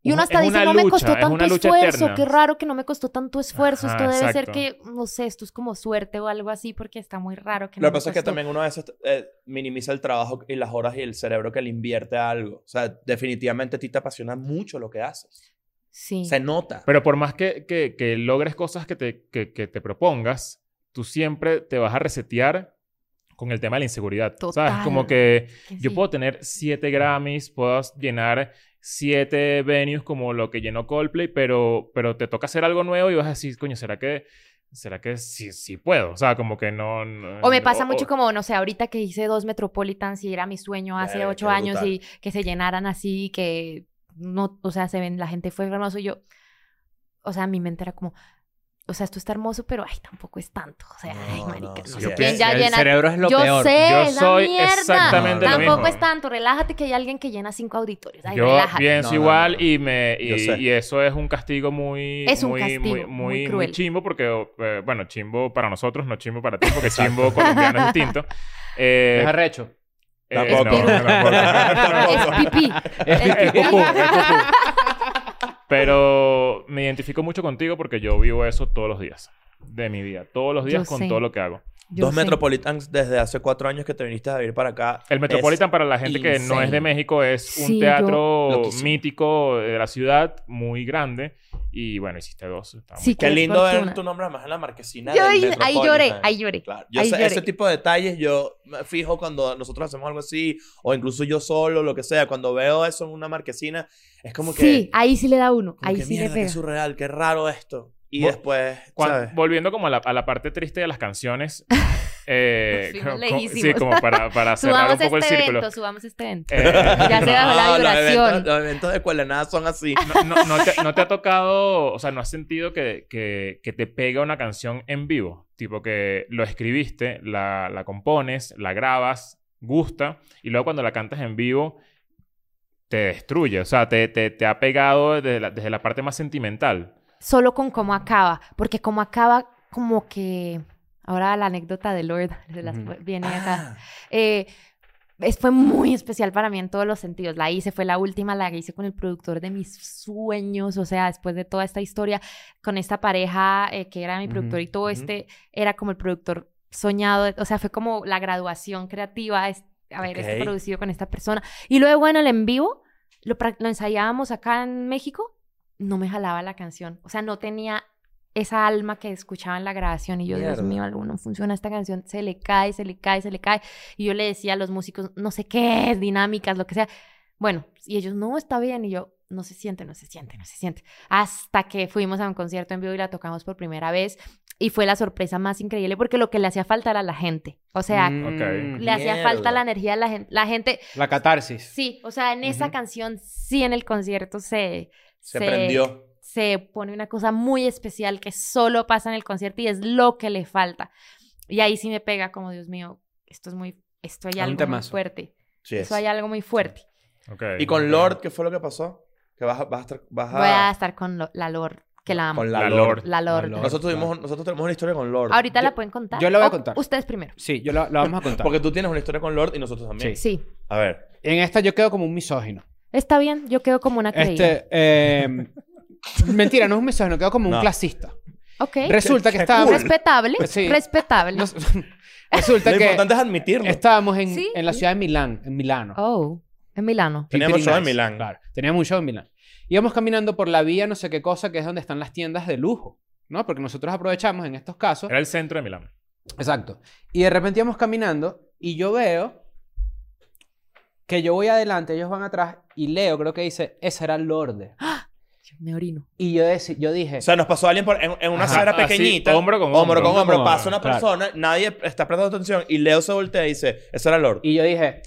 [SPEAKER 2] Y uno
[SPEAKER 3] es
[SPEAKER 2] hasta dice,
[SPEAKER 3] una
[SPEAKER 2] no me
[SPEAKER 3] lucha,
[SPEAKER 2] costó
[SPEAKER 3] es una
[SPEAKER 2] tanto
[SPEAKER 3] lucha
[SPEAKER 2] esfuerzo,
[SPEAKER 3] eterna".
[SPEAKER 2] qué raro que no me costó tanto esfuerzo,
[SPEAKER 3] Ajá,
[SPEAKER 2] esto debe
[SPEAKER 3] exacto.
[SPEAKER 2] ser que, no sé, esto es como suerte o algo así, porque está muy raro que
[SPEAKER 1] Lo
[SPEAKER 2] no
[SPEAKER 1] que
[SPEAKER 2] me
[SPEAKER 1] pasa es que
[SPEAKER 2] costó.
[SPEAKER 1] también uno a veces eh, minimiza el trabajo y las horas y el cerebro que le invierte a algo. O sea, definitivamente a ti te apasiona mucho lo que haces.
[SPEAKER 2] Sí,
[SPEAKER 1] Se nota.
[SPEAKER 3] Pero por más que, que, que logres cosas que te, que, que te propongas, tú siempre te vas a resetear con el tema de la inseguridad. ¿Sabes?
[SPEAKER 2] Total.
[SPEAKER 3] Como que...
[SPEAKER 2] que
[SPEAKER 3] Yo
[SPEAKER 2] sí.
[SPEAKER 3] puedo tener 7 Grammys, puedo llenar 7 venues como lo que llenó Coldplay, pero, pero te toca hacer algo nuevo y vas a decir, coño, ¿será que, será que sí, sí puedo? O sea, como que no... no-
[SPEAKER 2] O me pasa
[SPEAKER 3] o-
[SPEAKER 2] mucho como, no sé, ahorita que hice dos Metropolitans y era mi sueño hace
[SPEAKER 1] Verga,
[SPEAKER 2] ocho
[SPEAKER 1] qué
[SPEAKER 2] años
[SPEAKER 1] brutal.
[SPEAKER 2] y que se llenaran así, que no, o sea, se ven, la gente fue hermoso y yo, o sea, mi mente era como, o sea, esto está hermoso, pero ay, tampoco es tanto, o sea,
[SPEAKER 1] No,
[SPEAKER 2] ay,
[SPEAKER 1] no,
[SPEAKER 2] marica,
[SPEAKER 1] sí
[SPEAKER 2] no,
[SPEAKER 1] es.
[SPEAKER 2] sé quién ya
[SPEAKER 4] el
[SPEAKER 2] llena
[SPEAKER 4] cerebro es lo
[SPEAKER 2] yo
[SPEAKER 4] peor.
[SPEAKER 2] sé,
[SPEAKER 3] Yo
[SPEAKER 2] es la
[SPEAKER 3] soy
[SPEAKER 2] mierda.
[SPEAKER 3] exactamente
[SPEAKER 1] lo
[SPEAKER 2] Tampoco
[SPEAKER 3] mismo.
[SPEAKER 2] es tanto, relájate que hay alguien que llena cinco auditorios. Ay,
[SPEAKER 3] Yo
[SPEAKER 2] relájate.
[SPEAKER 3] pienso
[SPEAKER 1] No, no,
[SPEAKER 3] igual
[SPEAKER 1] no, no.
[SPEAKER 3] y me y,
[SPEAKER 1] Yo sé.
[SPEAKER 3] y eso es un castigo muy
[SPEAKER 2] Es un
[SPEAKER 3] muy,
[SPEAKER 2] castigo
[SPEAKER 3] muy,
[SPEAKER 2] muy
[SPEAKER 3] muy- muy
[SPEAKER 2] cruel.
[SPEAKER 3] chimbo porque eh, bueno chimbo para nosotros no chimbo para ti porque chimbo colombiano es distinto eh,
[SPEAKER 4] Es arrecho.
[SPEAKER 3] eh,
[SPEAKER 1] Tampoco.
[SPEAKER 3] no, no, tampoco.
[SPEAKER 2] Ah, Es pipí.
[SPEAKER 4] Es
[SPEAKER 2] Es
[SPEAKER 4] pipí.
[SPEAKER 2] pipí.
[SPEAKER 3] Pero me identifico mucho contigo porque yo vivo eso todos los días. De mi vida. Todos los días
[SPEAKER 2] Yo
[SPEAKER 3] con
[SPEAKER 2] sé.
[SPEAKER 3] todo lo que hago.
[SPEAKER 2] Yo
[SPEAKER 1] Dos
[SPEAKER 2] sé.
[SPEAKER 1] Metropolitans desde hace cuatro años que te viniste a vivir para acá.
[SPEAKER 3] El Metropolitan, para la gente que no es de
[SPEAKER 1] insane.
[SPEAKER 3] México, es un
[SPEAKER 2] Sí, yo-
[SPEAKER 3] teatro
[SPEAKER 1] Loquísimo.
[SPEAKER 3] mítico de la ciudad, muy grande. Y bueno, hiciste dos. está muy-
[SPEAKER 2] Sí,
[SPEAKER 1] Qué
[SPEAKER 2] qué
[SPEAKER 1] lindo ver
[SPEAKER 2] fortuna.
[SPEAKER 1] tu nombre además en la marquesina.
[SPEAKER 2] Yo
[SPEAKER 1] del
[SPEAKER 2] ahí- ahí
[SPEAKER 1] Metropolitan.
[SPEAKER 2] lloré, ahí lloré.
[SPEAKER 1] Claro. Yo
[SPEAKER 2] ahí
[SPEAKER 1] sé- Ese
[SPEAKER 2] lloré.
[SPEAKER 1] tipo de detalles yo me fijo cuando nosotros hacemos algo así, o incluso yo solo, lo que sea. Cuando veo eso en una marquesina, es como que.
[SPEAKER 2] Sí, ahí sí le da uno.
[SPEAKER 1] como
[SPEAKER 2] Ahí
[SPEAKER 1] que
[SPEAKER 2] sí
[SPEAKER 1] mierda,
[SPEAKER 2] le
[SPEAKER 1] qué
[SPEAKER 2] pega.
[SPEAKER 1] surreal, qué raro esto. Y
[SPEAKER 3] Bo-
[SPEAKER 1] después,
[SPEAKER 3] Cuan-
[SPEAKER 1] ¿sabes?
[SPEAKER 3] volviendo como a la, a la parte triste de las canciones. eh,
[SPEAKER 2] Nos fuimos
[SPEAKER 3] como- como-
[SPEAKER 2] lejísimos.
[SPEAKER 3] sí, como para, para cerrar un
[SPEAKER 2] Subamos
[SPEAKER 3] poco el
[SPEAKER 2] este
[SPEAKER 3] círculo.
[SPEAKER 2] evento, subamos este evento.
[SPEAKER 3] Eh,
[SPEAKER 2] Ya se bajó la
[SPEAKER 1] Ah, los eventos,
[SPEAKER 2] vibración. Ah,
[SPEAKER 1] los eventos de Cuela Nada son así.
[SPEAKER 3] no, no- no te, no te ha tocado, o sea, no has sentido que, que- que te pega una canción en vivo. Tipo que lo escribiste, la, la compones, la grabas, gusta, y luego cuando la cantas en vivo, te destruye. O sea, te, te- te ha pegado desde la, desde la parte más sentimental.
[SPEAKER 2] Solo con cómo acaba. Porque cómo acaba, como que... Ahora la anécdota de Lord de las-
[SPEAKER 4] Ujú.
[SPEAKER 2] viene acá.
[SPEAKER 1] Ah,
[SPEAKER 2] Eh, es, fue muy especial para mí en todos los sentidos. La hice, fue la última, la hice con el productor de mis sueños, o sea, después de toda esta historia, con esta pareja eh, que era mi
[SPEAKER 4] Ujú,
[SPEAKER 2] productor y todo
[SPEAKER 1] ujú.
[SPEAKER 2] este, era como el productor soñado, o sea, fue como la graduación creativa, es, haber este
[SPEAKER 1] Ok.
[SPEAKER 2] producido con esta persona. Y luego, bueno, el en vivo, lo, prac- lo ensayábamos acá en México, no me jalaba la canción, o sea, no tenía esa alma que escuchaba en la grabación y yo, Dios
[SPEAKER 1] Mierda.
[SPEAKER 2] mío, algo no funciona esta canción, se le cae, se le cae, se le cae. Y yo le decía a los músicos, no sé qué es, dinámicas, lo que sea. Bueno, y ellos, no, está bien. Y yo, no se siente, no se siente, no se siente. Hasta que fuimos a un concierto en vivo y la tocamos por primera vez. Y fue la sorpresa más increíble porque lo que le hacía falta era la gente. O sea,
[SPEAKER 3] ok.
[SPEAKER 2] le hacía
[SPEAKER 1] Mm, mierda.
[SPEAKER 2] falta la energía de la gente. La gente,
[SPEAKER 4] Mm. La catarsis.
[SPEAKER 2] sí, o sea, en esa
[SPEAKER 4] Ujú.
[SPEAKER 2] canción, sí, en el concierto se...
[SPEAKER 1] Se prendió.
[SPEAKER 2] Se pone una cosa muy especial que solo pasa en el concierto y es lo que le falta. Y ahí sí me pega como, Dios mío, esto es muy... Esto hay
[SPEAKER 4] Es un
[SPEAKER 2] algo muy
[SPEAKER 4] temazo.
[SPEAKER 2] fuerte.
[SPEAKER 1] Sí es.
[SPEAKER 2] Eso hay algo muy fuerte.
[SPEAKER 3] ok,
[SPEAKER 1] Y con
[SPEAKER 3] ok.
[SPEAKER 1] Lord, ¿qué fue lo que pasó? Que vas a... Vas a, estar- vas a-
[SPEAKER 2] Voy a estar con lo- la Lord, que la amo.
[SPEAKER 1] Ah. Con
[SPEAKER 3] La
[SPEAKER 1] la,
[SPEAKER 3] Lord.
[SPEAKER 1] Lord.
[SPEAKER 2] La Lord.
[SPEAKER 4] Lord.
[SPEAKER 1] Nosotros, tuvimos, nosotros tenemos una historia con Lord.
[SPEAKER 2] Ahorita la
[SPEAKER 4] Yo-
[SPEAKER 2] pueden contar.
[SPEAKER 4] yo la voy a
[SPEAKER 2] O
[SPEAKER 4] contar.
[SPEAKER 2] Ustedes primero.
[SPEAKER 4] Sí, yo la, la vamos a contar.
[SPEAKER 1] Porque tú tienes una historia con Lord y nosotros también.
[SPEAKER 4] Sí.
[SPEAKER 2] Sí.
[SPEAKER 1] A ver.
[SPEAKER 4] En esta yo quedo como un misógino.
[SPEAKER 2] Está bien, yo quedo como una creída.
[SPEAKER 4] Este, eh, mentira, no es un misógino, quedo como
[SPEAKER 1] No.
[SPEAKER 4] un clasista.
[SPEAKER 2] Ok.
[SPEAKER 4] Resulta que
[SPEAKER 1] qué
[SPEAKER 4] estábamos...
[SPEAKER 2] Respetable,
[SPEAKER 4] Pues Sí.
[SPEAKER 2] respetable.
[SPEAKER 4] nos- resulta
[SPEAKER 1] Lo
[SPEAKER 4] que
[SPEAKER 1] importante es admitirlo.
[SPEAKER 4] estábamos en,
[SPEAKER 2] Sí.
[SPEAKER 4] en la ciudad de Milán, en Milano.
[SPEAKER 2] Oh, en Milano.
[SPEAKER 1] Teníamos
[SPEAKER 4] Pretty
[SPEAKER 1] show en Milán.
[SPEAKER 4] Claro, teníamos un show en Milán. Íbamos caminando por la vía no sé qué cosa, que es donde están las tiendas de lujo, ¿no? Porque nosotros aprovechamos en estos casos.
[SPEAKER 3] Era el centro de Milán.
[SPEAKER 4] Exacto. Y de repente íbamos caminando y yo veo que yo voy adelante, ellos van atrás y Leo creo que dice, ese era Lorde.
[SPEAKER 2] Yo Me orino.
[SPEAKER 4] Y yo, deci- yo dije,
[SPEAKER 1] O sea, nos pasó a alguien por- en, en una
[SPEAKER 3] Ajá.
[SPEAKER 1] acera
[SPEAKER 3] Así,
[SPEAKER 1] pequeñita.
[SPEAKER 3] hombro con hombro.
[SPEAKER 1] con hombro.
[SPEAKER 4] Hombro con
[SPEAKER 1] Pasa una
[SPEAKER 4] hombro,
[SPEAKER 1] persona, nadie está prestando atención y Leo se voltea y dice, eso era Lord.
[SPEAKER 4] y yo dije,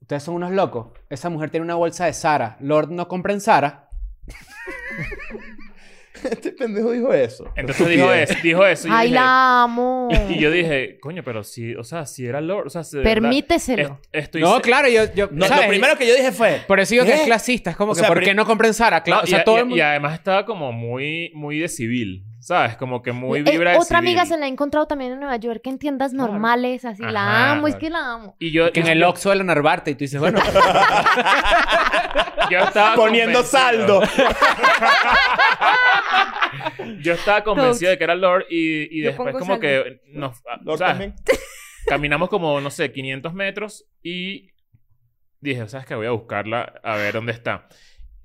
[SPEAKER 4] ustedes son unos locos. Esa mujer tiene una bolsa de Sara. Lord no compra en Sara.
[SPEAKER 1] este pendejo dijo eso.
[SPEAKER 3] Entonces dijo eso, dijo eso. y yo
[SPEAKER 2] Ay,
[SPEAKER 3] dije-
[SPEAKER 2] la amo.
[SPEAKER 3] Y yo dije, coño, pero si, o sea, si era Lord, o sea, si de verdad-
[SPEAKER 2] Permíteselo.
[SPEAKER 3] Est- estoy
[SPEAKER 4] No,
[SPEAKER 3] se-
[SPEAKER 4] claro, yo... yo
[SPEAKER 1] No,
[SPEAKER 4] ¿sabes?
[SPEAKER 1] lo primero que yo dije fue...
[SPEAKER 4] Por eso digo que
[SPEAKER 1] ¿Qué?
[SPEAKER 4] es clasista. Es como
[SPEAKER 1] O
[SPEAKER 4] que,
[SPEAKER 1] sea,
[SPEAKER 4] ¿por
[SPEAKER 1] pri-
[SPEAKER 4] qué no compra en Sara?
[SPEAKER 3] No,
[SPEAKER 4] Claro, o
[SPEAKER 3] y,
[SPEAKER 4] sea,
[SPEAKER 3] a-
[SPEAKER 4] todo
[SPEAKER 3] y-
[SPEAKER 4] el mundo...
[SPEAKER 3] y además estaba como muy, muy de civil, ¿sabes? Como que muy
[SPEAKER 2] Eh,
[SPEAKER 3] vibra de
[SPEAKER 2] otra amiga
[SPEAKER 3] civil.
[SPEAKER 2] se la he encontrado también en Nueva York en tiendas
[SPEAKER 4] Claro.
[SPEAKER 2] normales, así la
[SPEAKER 3] Ajá,
[SPEAKER 2] amo, es
[SPEAKER 3] claro.
[SPEAKER 2] que la amo.
[SPEAKER 3] Y yo,
[SPEAKER 4] que en
[SPEAKER 3] yo-
[SPEAKER 4] el Oxxo de la Narvarte y tú dices, bueno,
[SPEAKER 3] yo estaba
[SPEAKER 1] Poniendo
[SPEAKER 3] convencido.
[SPEAKER 1] saldo.
[SPEAKER 3] Yo estaba convencido de que era Lord y, y
[SPEAKER 2] Yo
[SPEAKER 3] después
[SPEAKER 2] pongo
[SPEAKER 3] como
[SPEAKER 2] saldo.
[SPEAKER 3] que nos... ah,
[SPEAKER 1] Lord
[SPEAKER 3] ¿sabes?
[SPEAKER 1] también.
[SPEAKER 3] Caminamos como, no sé, 500 metros y dije, ¿sabes qué? Voy a buscarla a ver dónde está.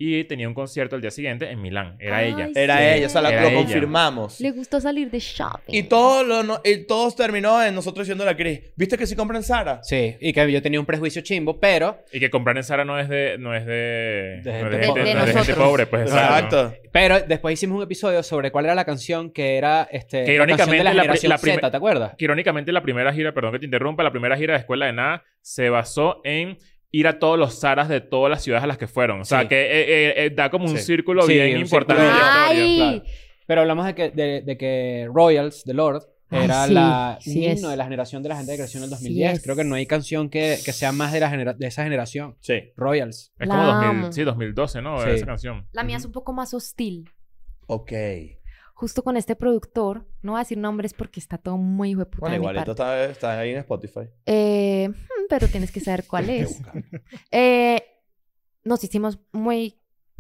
[SPEAKER 3] Y tenía un concierto el día siguiente en Milán. Era
[SPEAKER 2] Ay,
[SPEAKER 3] ella.
[SPEAKER 2] sí.
[SPEAKER 1] Era
[SPEAKER 2] Sí.
[SPEAKER 1] ella, o sea, la-
[SPEAKER 3] Era
[SPEAKER 1] lo
[SPEAKER 3] ella.
[SPEAKER 1] confirmamos.
[SPEAKER 2] Le gustó salir de shopping.
[SPEAKER 1] Y todo, lo, no- y todo terminó en nosotros diciendo a Cris, ¿viste que sí compran Sara?
[SPEAKER 4] Sí, y que yo tenía un prejuicio chimbo, pero,
[SPEAKER 3] Y que comprar en Sara no es de... No es de...
[SPEAKER 4] De
[SPEAKER 3] no es
[SPEAKER 4] gente
[SPEAKER 3] de gente,
[SPEAKER 2] pobre. De
[SPEAKER 3] no es de gente
[SPEAKER 2] nosotros.
[SPEAKER 3] pobre, pues. Zara, ¿no?
[SPEAKER 1] Exacto.
[SPEAKER 4] pero después hicimos un episodio sobre cuál era la canción que era este,
[SPEAKER 3] Que
[SPEAKER 4] la canción
[SPEAKER 3] irónicamente
[SPEAKER 4] de la,
[SPEAKER 3] la pri-
[SPEAKER 4] generación
[SPEAKER 3] la primer-
[SPEAKER 4] Z, ¿te acuerdas?
[SPEAKER 3] que irónicamente la primera gira, perdón que te interrumpa, la primera gira de Escuela de Nada se basó en ir a todos los Saras de todas las ciudades a las que fueron. O sea,
[SPEAKER 4] Sí.
[SPEAKER 3] que eh, eh, eh, da como un
[SPEAKER 4] Sí.
[SPEAKER 3] círculo
[SPEAKER 4] Sí,
[SPEAKER 3] bien
[SPEAKER 4] un
[SPEAKER 3] importante.
[SPEAKER 4] círculo
[SPEAKER 3] de historia.
[SPEAKER 2] Ay,
[SPEAKER 4] claro. Pero hablamos de que, de, de que Royals, The Lord,
[SPEAKER 2] Ay,
[SPEAKER 4] era
[SPEAKER 2] sí,
[SPEAKER 4] la
[SPEAKER 2] sí
[SPEAKER 4] un
[SPEAKER 2] es.
[SPEAKER 4] himno de la generación de la gente que creció en el
[SPEAKER 2] Sí
[SPEAKER 4] 2010.
[SPEAKER 2] es.
[SPEAKER 4] Creo que no hay canción que, que sea más de, la genera- de esa generación.
[SPEAKER 1] Sí.
[SPEAKER 4] Royals.
[SPEAKER 3] Es
[SPEAKER 2] La
[SPEAKER 3] como 2000,
[SPEAKER 2] amo.
[SPEAKER 3] sí, 2012, ¿no?
[SPEAKER 4] Sí.
[SPEAKER 3] Esa canción.
[SPEAKER 2] la mía
[SPEAKER 4] Ujú.
[SPEAKER 2] es un poco más hostil.
[SPEAKER 1] Ok.
[SPEAKER 2] Justo con este productor, no voy a decir nombres porque está todo muy hijo de puta
[SPEAKER 1] Bueno,
[SPEAKER 2] de mi
[SPEAKER 1] igualito
[SPEAKER 2] parte.
[SPEAKER 1] está, está ahí en Spotify.
[SPEAKER 2] Eh, hmm, pero tienes que saber cuál es. Eh, nos hicimos muy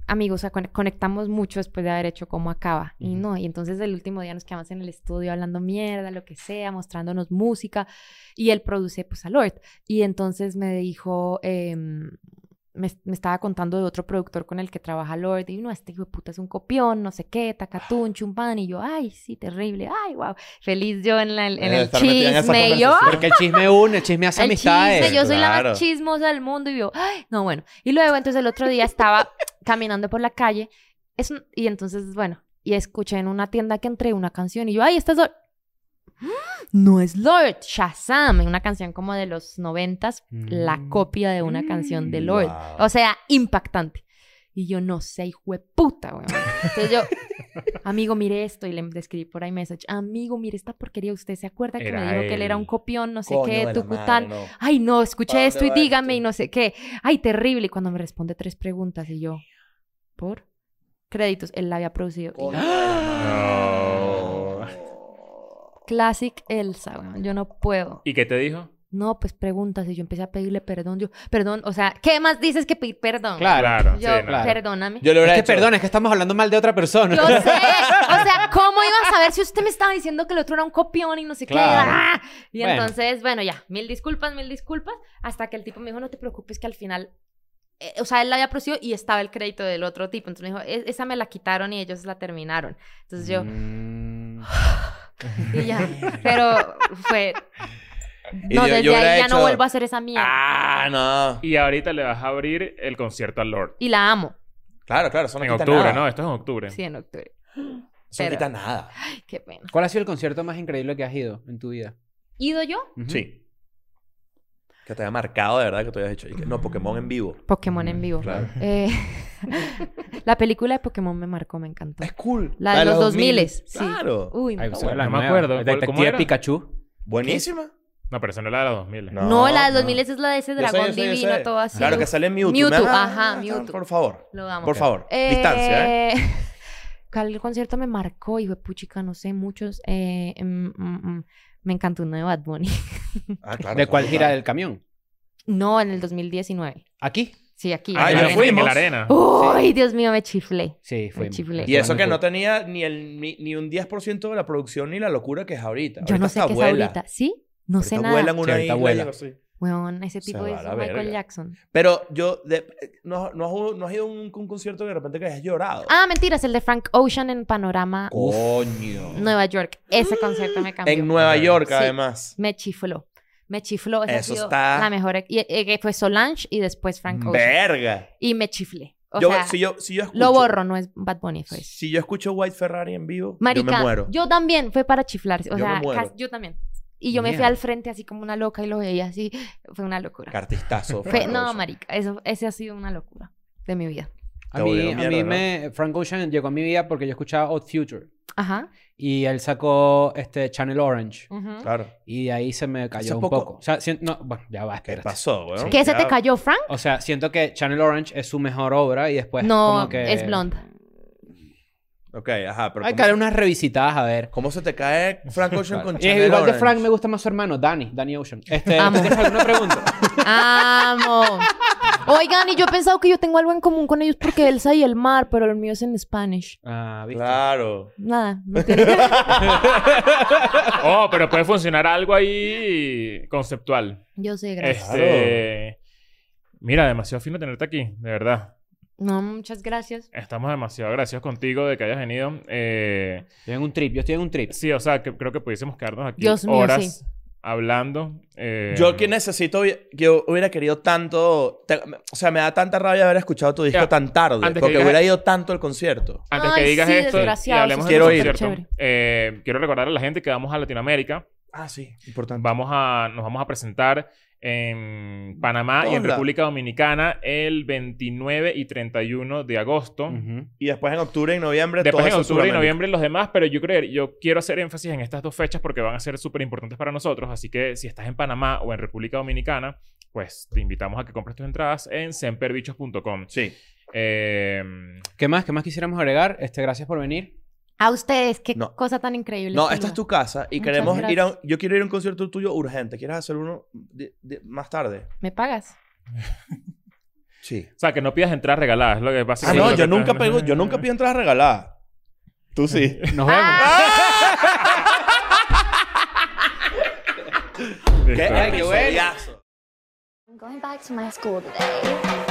[SPEAKER 2] amigos, o sea, con- conectamos mucho después de haber hecho cómo acaba. Y
[SPEAKER 4] Ujú.
[SPEAKER 2] no, y entonces el último día nos quedamos en el estudio hablando mierda, lo que sea, mostrándonos música. Y él produce, pues, a Lord. Y entonces me dijo, em, me, me estaba contando de otro productor con el que trabaja Lord. Y no, este hijo de puta es un copión, no sé qué, tacatún, chumpan. Y yo, ay, sí, terrible, ay, wow. Feliz yo en, la- en
[SPEAKER 1] Eh,
[SPEAKER 2] el
[SPEAKER 1] estar metida en esa
[SPEAKER 2] chisme. y yo,
[SPEAKER 1] conversación.
[SPEAKER 4] Porque el chisme une, el chisme hace
[SPEAKER 2] el
[SPEAKER 4] amistades.
[SPEAKER 2] chisme, yo soy la
[SPEAKER 1] claro.
[SPEAKER 2] más chismosa del mundo y yo, ay, no, bueno. Y luego entonces el otro día estaba caminando por la calle es un- y entonces, bueno, y escuché en una tienda que entré una canción y yo, ay, esta es Lord. ¡Ah! No es Lord, Shazam, una canción como de los noventas, la
[SPEAKER 4] Mm.
[SPEAKER 2] copia de una canción de
[SPEAKER 1] Mm,
[SPEAKER 2] Lord.
[SPEAKER 1] wow.
[SPEAKER 2] O sea, impactante. Y yo no sé, hijo de puta, weón. Entonces yo, amigo, mire esto. Y le escribí por ahí message. Amigo, mire esta porquería. ¿Usted se acuerda que me
[SPEAKER 3] Era
[SPEAKER 2] dijo que él era un
[SPEAKER 3] él.
[SPEAKER 2] copión, no sé
[SPEAKER 1] Coño de
[SPEAKER 2] qué,
[SPEAKER 1] la
[SPEAKER 2] tucután?
[SPEAKER 1] madre, no.
[SPEAKER 2] ay, no, escuché
[SPEAKER 1] ¿Para
[SPEAKER 2] esto
[SPEAKER 1] dónde
[SPEAKER 2] y
[SPEAKER 1] va esto?
[SPEAKER 2] dígame y no sé qué. Ay, terrible. Y cuando me responde tres preguntas y yo, ¿por? Créditos, él la había producido. Y-
[SPEAKER 1] Coño de la madre, no.
[SPEAKER 2] Classic Elsa, weón, yo no puedo.
[SPEAKER 3] ¿Y qué te dijo?
[SPEAKER 2] No, pues preguntas y yo empecé a pedirle perdón. Yo, perdón, o sea, ¿qué más dices que pedir perdón?
[SPEAKER 4] Claro.
[SPEAKER 3] Claro,
[SPEAKER 2] Yo,
[SPEAKER 3] sí, no.
[SPEAKER 4] claro.
[SPEAKER 2] perdóname.
[SPEAKER 1] Yo le
[SPEAKER 4] Es
[SPEAKER 1] hubiera
[SPEAKER 4] que
[SPEAKER 1] hecho-
[SPEAKER 4] perdón, es que estamos hablando mal de otra persona.
[SPEAKER 2] Yo sé. O sea, ¿cómo iba a saber si usted me estaba diciendo que el otro era un copión y no sé
[SPEAKER 4] Claro.
[SPEAKER 2] qué? ¡Ah! Y
[SPEAKER 4] Bueno.
[SPEAKER 2] entonces, bueno, ya, mil disculpas, mil disculpas. Hasta que el tipo me dijo, no te preocupes que al final eh, o sea, él la había producido y estaba el crédito del otro tipo. Entonces me dijo, "Es- esa me la quitaron y ellos la terminaron. Entonces yo,
[SPEAKER 4] Mm.
[SPEAKER 2] y ya. Pero fue.
[SPEAKER 1] Y
[SPEAKER 2] No,
[SPEAKER 1] yo-
[SPEAKER 2] desde
[SPEAKER 1] yo hubiera
[SPEAKER 2] ahí ya no
[SPEAKER 1] hecho-
[SPEAKER 2] vuelvo a hacer esa mierda.
[SPEAKER 1] Ah, no.
[SPEAKER 3] Y ahorita le vas a abrir el concierto al Lord.
[SPEAKER 2] Y la amo.
[SPEAKER 1] Claro, claro, eso no
[SPEAKER 3] En
[SPEAKER 1] quita
[SPEAKER 3] octubre,
[SPEAKER 1] nada.
[SPEAKER 3] ¿no? Esto es en octubre.
[SPEAKER 2] Sí, en octubre.
[SPEAKER 1] Eso no
[SPEAKER 2] Pero-
[SPEAKER 1] quita nada.
[SPEAKER 2] Ay, qué pena.
[SPEAKER 4] ¿Cuál ha sido el concierto más increíble que has ido en tu vida?
[SPEAKER 2] ¿Ido yo?
[SPEAKER 1] Mm,
[SPEAKER 4] Ujú.
[SPEAKER 1] Sí. Que te haya marcado, de verdad, que tú hayas dicho. y que, no, Pokémon en vivo.
[SPEAKER 2] Pokémon en vivo.
[SPEAKER 1] Claro.
[SPEAKER 2] Eh, la película de Pokémon me marcó, me encantó.
[SPEAKER 1] Es cool.
[SPEAKER 2] La de los Uh, 2000, sí.
[SPEAKER 1] Claro.
[SPEAKER 2] Uy,
[SPEAKER 4] Ay,
[SPEAKER 2] no.
[SPEAKER 4] pues, la
[SPEAKER 3] no me
[SPEAKER 4] nueva.
[SPEAKER 3] acuerdo.
[SPEAKER 4] El
[SPEAKER 3] ¿Cuál-
[SPEAKER 4] Detective
[SPEAKER 3] cómo era?
[SPEAKER 4] Pikachu.
[SPEAKER 1] Buenísima.
[SPEAKER 3] No, pero esa no es la de los 2000.
[SPEAKER 1] No.
[SPEAKER 2] no, la del
[SPEAKER 1] no.
[SPEAKER 2] 2000 es la de ese
[SPEAKER 1] Yo sé, yo
[SPEAKER 2] dragón
[SPEAKER 1] sé, yo
[SPEAKER 2] divino,
[SPEAKER 1] sé.
[SPEAKER 2] todo así.
[SPEAKER 1] Claro, que
[SPEAKER 2] Uf,
[SPEAKER 1] sale en Mewtwo.
[SPEAKER 2] Mewtwo,
[SPEAKER 1] Me-
[SPEAKER 2] ajá,
[SPEAKER 1] ah,
[SPEAKER 2] Mewtwo.
[SPEAKER 1] Por favor.
[SPEAKER 2] Lo amo.
[SPEAKER 1] Por favor. Distancia, ¿eh?
[SPEAKER 2] ¿Cuál concierto me marcó? Hijo de puchica, no sé, muchos. Eh, mm, mm, mm. me encantó uno de Bad Bunny.
[SPEAKER 1] Ah, claro,
[SPEAKER 4] ¿De cuál
[SPEAKER 1] claro.
[SPEAKER 4] gira del camión?
[SPEAKER 2] No, en el 2019.
[SPEAKER 4] ¿Aquí?
[SPEAKER 2] Sí, aquí.
[SPEAKER 1] Ah,
[SPEAKER 3] en,
[SPEAKER 1] ya
[SPEAKER 3] la-
[SPEAKER 1] fuimos.
[SPEAKER 3] en la arena.
[SPEAKER 2] Uy, Dios mío, me chiflé.
[SPEAKER 4] Sí, fue.
[SPEAKER 2] chiflé.
[SPEAKER 1] Y eso que no tenía ni, el, ni, ni un 10% de la producción ni la locura que es ahorita.
[SPEAKER 2] Yo no sé
[SPEAKER 1] hasta
[SPEAKER 2] qué es
[SPEAKER 1] vuela.
[SPEAKER 2] ahorita. ¿Sí? No sé
[SPEAKER 1] Ahorita
[SPEAKER 2] nada.
[SPEAKER 1] vuelan una
[SPEAKER 4] Sí, ahorita
[SPEAKER 1] isla y
[SPEAKER 4] vuela.
[SPEAKER 1] algo así.
[SPEAKER 2] Weón, ese
[SPEAKER 1] Se
[SPEAKER 2] tipo
[SPEAKER 1] va
[SPEAKER 2] es
[SPEAKER 1] a la
[SPEAKER 2] Michael
[SPEAKER 1] verga.
[SPEAKER 2] Jackson.
[SPEAKER 1] Pero yo, de- no, no, has, no has ido a un, un concierto que de repente que hayas llorado.
[SPEAKER 2] Ah, mentiras, el de Frank Ocean en Panorama
[SPEAKER 1] Coño.
[SPEAKER 2] Nueva York. Ese concierto me cambió.
[SPEAKER 1] en Nueva York,
[SPEAKER 2] Sí.
[SPEAKER 1] además.
[SPEAKER 2] Me chifló. Me chifló. Esa ha
[SPEAKER 1] Eso
[SPEAKER 2] sido
[SPEAKER 1] está-
[SPEAKER 2] La mejor. ex- Y, eh, que fue Solange y después Frank Ocean.
[SPEAKER 1] Verga.
[SPEAKER 2] Y me chiflé. O
[SPEAKER 1] Yo-
[SPEAKER 2] sea,
[SPEAKER 1] si yo, si yo escucho,
[SPEAKER 2] lo borro, no es Bad Bunny, fue. eso.
[SPEAKER 1] Si yo escucho White Ferrari en vivo,
[SPEAKER 2] pues. Marica,
[SPEAKER 1] yo me muero.
[SPEAKER 2] yo también, fue para chiflarse. O
[SPEAKER 1] Yo
[SPEAKER 2] sea,
[SPEAKER 1] me muero.
[SPEAKER 2] cas- yo también. Y yo me fui
[SPEAKER 4] Mierda.
[SPEAKER 2] al frente así como una loca y lo veía así. Fue una locura.
[SPEAKER 1] Cartistazo.
[SPEAKER 2] Fue-
[SPEAKER 1] Frank
[SPEAKER 2] no,
[SPEAKER 1] Ocean.
[SPEAKER 2] marica, eso, ese ha sido una locura de mi vida.
[SPEAKER 1] Te
[SPEAKER 4] A mí,
[SPEAKER 1] volvieron
[SPEAKER 4] a mí
[SPEAKER 1] mierda,
[SPEAKER 4] me... Frank Ocean llegó a mi vida porque yo escuchaba Odd Future.
[SPEAKER 2] Ajá.
[SPEAKER 4] Y él sacó este Channel Orange.
[SPEAKER 2] ujú.
[SPEAKER 1] Claro.
[SPEAKER 4] Y de ahí se me
[SPEAKER 1] Hace
[SPEAKER 4] cayó un
[SPEAKER 1] poco.
[SPEAKER 4] poco. O sea, sien- no, bueno, ya va,
[SPEAKER 1] ¿Qué
[SPEAKER 4] espérate.
[SPEAKER 1] pasó, weón?
[SPEAKER 2] ¿Qué se te cayó, Frank?
[SPEAKER 4] O sea, siento que Channel Orange es su mejor obra y después
[SPEAKER 2] no,
[SPEAKER 4] Pues, como que...
[SPEAKER 2] es blonde.
[SPEAKER 1] Ok, ajá. Pero
[SPEAKER 4] Hay que
[SPEAKER 1] ¿cómo,
[SPEAKER 4] darle unas revisitadas a ver.
[SPEAKER 1] cómo se te cae Frank Ocean con
[SPEAKER 4] Y
[SPEAKER 1] Channel
[SPEAKER 4] es igual de
[SPEAKER 1] Orange?
[SPEAKER 4] Frank, me gusta más su hermano, Danny, Danny Ocean. Este,
[SPEAKER 2] Amo.
[SPEAKER 4] ¿tú ¿Tienes alguna pregunta?
[SPEAKER 2] Amo. Oigan, y yo he pensado que yo tengo algo en común con ellos porque Elsa y el mar, pero el mío es en Spanish.
[SPEAKER 4] Ah, ¿viste?
[SPEAKER 1] Claro.
[SPEAKER 2] Nada, no tiene-
[SPEAKER 3] Oh, pero puede funcionar algo ahí conceptual.
[SPEAKER 2] Yo sé, gracias.
[SPEAKER 3] Este. Mira, demasiado fino tenerte aquí, de verdad.
[SPEAKER 2] No, muchas gracias.
[SPEAKER 3] Estamos demasiado agradecidos contigo de que hayas venido. Eh,
[SPEAKER 4] Estoy en un trip, yo estoy en un trip.
[SPEAKER 3] sí, o sea, que, creo que pudiésemos quedarnos aquí
[SPEAKER 2] Dios mío,
[SPEAKER 3] horas
[SPEAKER 2] sí.
[SPEAKER 3] hablando. Eh,
[SPEAKER 1] Yo que necesito, que yo hubiera querido tanto, te- o sea, me da tanta rabia haber escuchado tu disco
[SPEAKER 3] Ya,
[SPEAKER 1] tan tarde,
[SPEAKER 3] antes que
[SPEAKER 1] porque
[SPEAKER 3] digas-
[SPEAKER 1] hubiera ido tanto al concierto.
[SPEAKER 3] Antes
[SPEAKER 2] Ay,
[SPEAKER 3] que digas
[SPEAKER 2] sí,
[SPEAKER 3] esto, y
[SPEAKER 2] desgraciado,
[SPEAKER 3] hablemos
[SPEAKER 2] sí,
[SPEAKER 1] Quiero
[SPEAKER 3] del
[SPEAKER 1] ir.
[SPEAKER 3] concierto.
[SPEAKER 2] Chévere.
[SPEAKER 3] eh, quiero recordar a la gente que vamos a Latinoamérica.
[SPEAKER 1] Ah, sí, importante.
[SPEAKER 3] Vamos a, nos vamos a presentar en Panamá y en
[SPEAKER 1] Hola.
[SPEAKER 3] República Dominicana el 29 y 31 de agosto.
[SPEAKER 4] Ujú.
[SPEAKER 1] Y después en octubre y noviembre,
[SPEAKER 3] Después
[SPEAKER 1] todo
[SPEAKER 3] en
[SPEAKER 1] eso
[SPEAKER 3] octubre y
[SPEAKER 1] Sudamérica.
[SPEAKER 3] noviembre los demás, pero yo creo, yo quiero hacer énfasis en estas dos fechas porque van a ser súper importantes para nosotros. Así que si estás en Panamá o en República Dominicana, pues te invitamos a que compres tus entradas en semperbichos.com.
[SPEAKER 1] Sí.
[SPEAKER 3] Eh,
[SPEAKER 4] ¿Qué más? ¿Qué más quisiéramos agregar? Este, gracias por venir.
[SPEAKER 2] A ustedes, qué
[SPEAKER 1] No.
[SPEAKER 2] cosa tan increíble.
[SPEAKER 1] No,
[SPEAKER 2] tengo.
[SPEAKER 1] esta es tu casa y
[SPEAKER 2] Muchas
[SPEAKER 1] queremos ir a un,
[SPEAKER 2] gracias.
[SPEAKER 1] yo quiero ir a un concierto tuyo urgente. ¿Quieres hacer uno de- de- más tarde?
[SPEAKER 2] ¿Me pagas?
[SPEAKER 1] Sí.
[SPEAKER 3] o sea, que no pidas entradas regaladas. es Lo que pasa
[SPEAKER 1] Ah,
[SPEAKER 4] Sí,
[SPEAKER 1] no,
[SPEAKER 4] lo
[SPEAKER 1] yo nunca pego, yo nunca pido entradas regaladas. Tú sí.
[SPEAKER 4] Nos
[SPEAKER 2] Ah.
[SPEAKER 4] vemos.
[SPEAKER 1] Qué
[SPEAKER 4] Ay, qué bueno.
[SPEAKER 1] episodiazo.
[SPEAKER 5] I'm going back to my school today.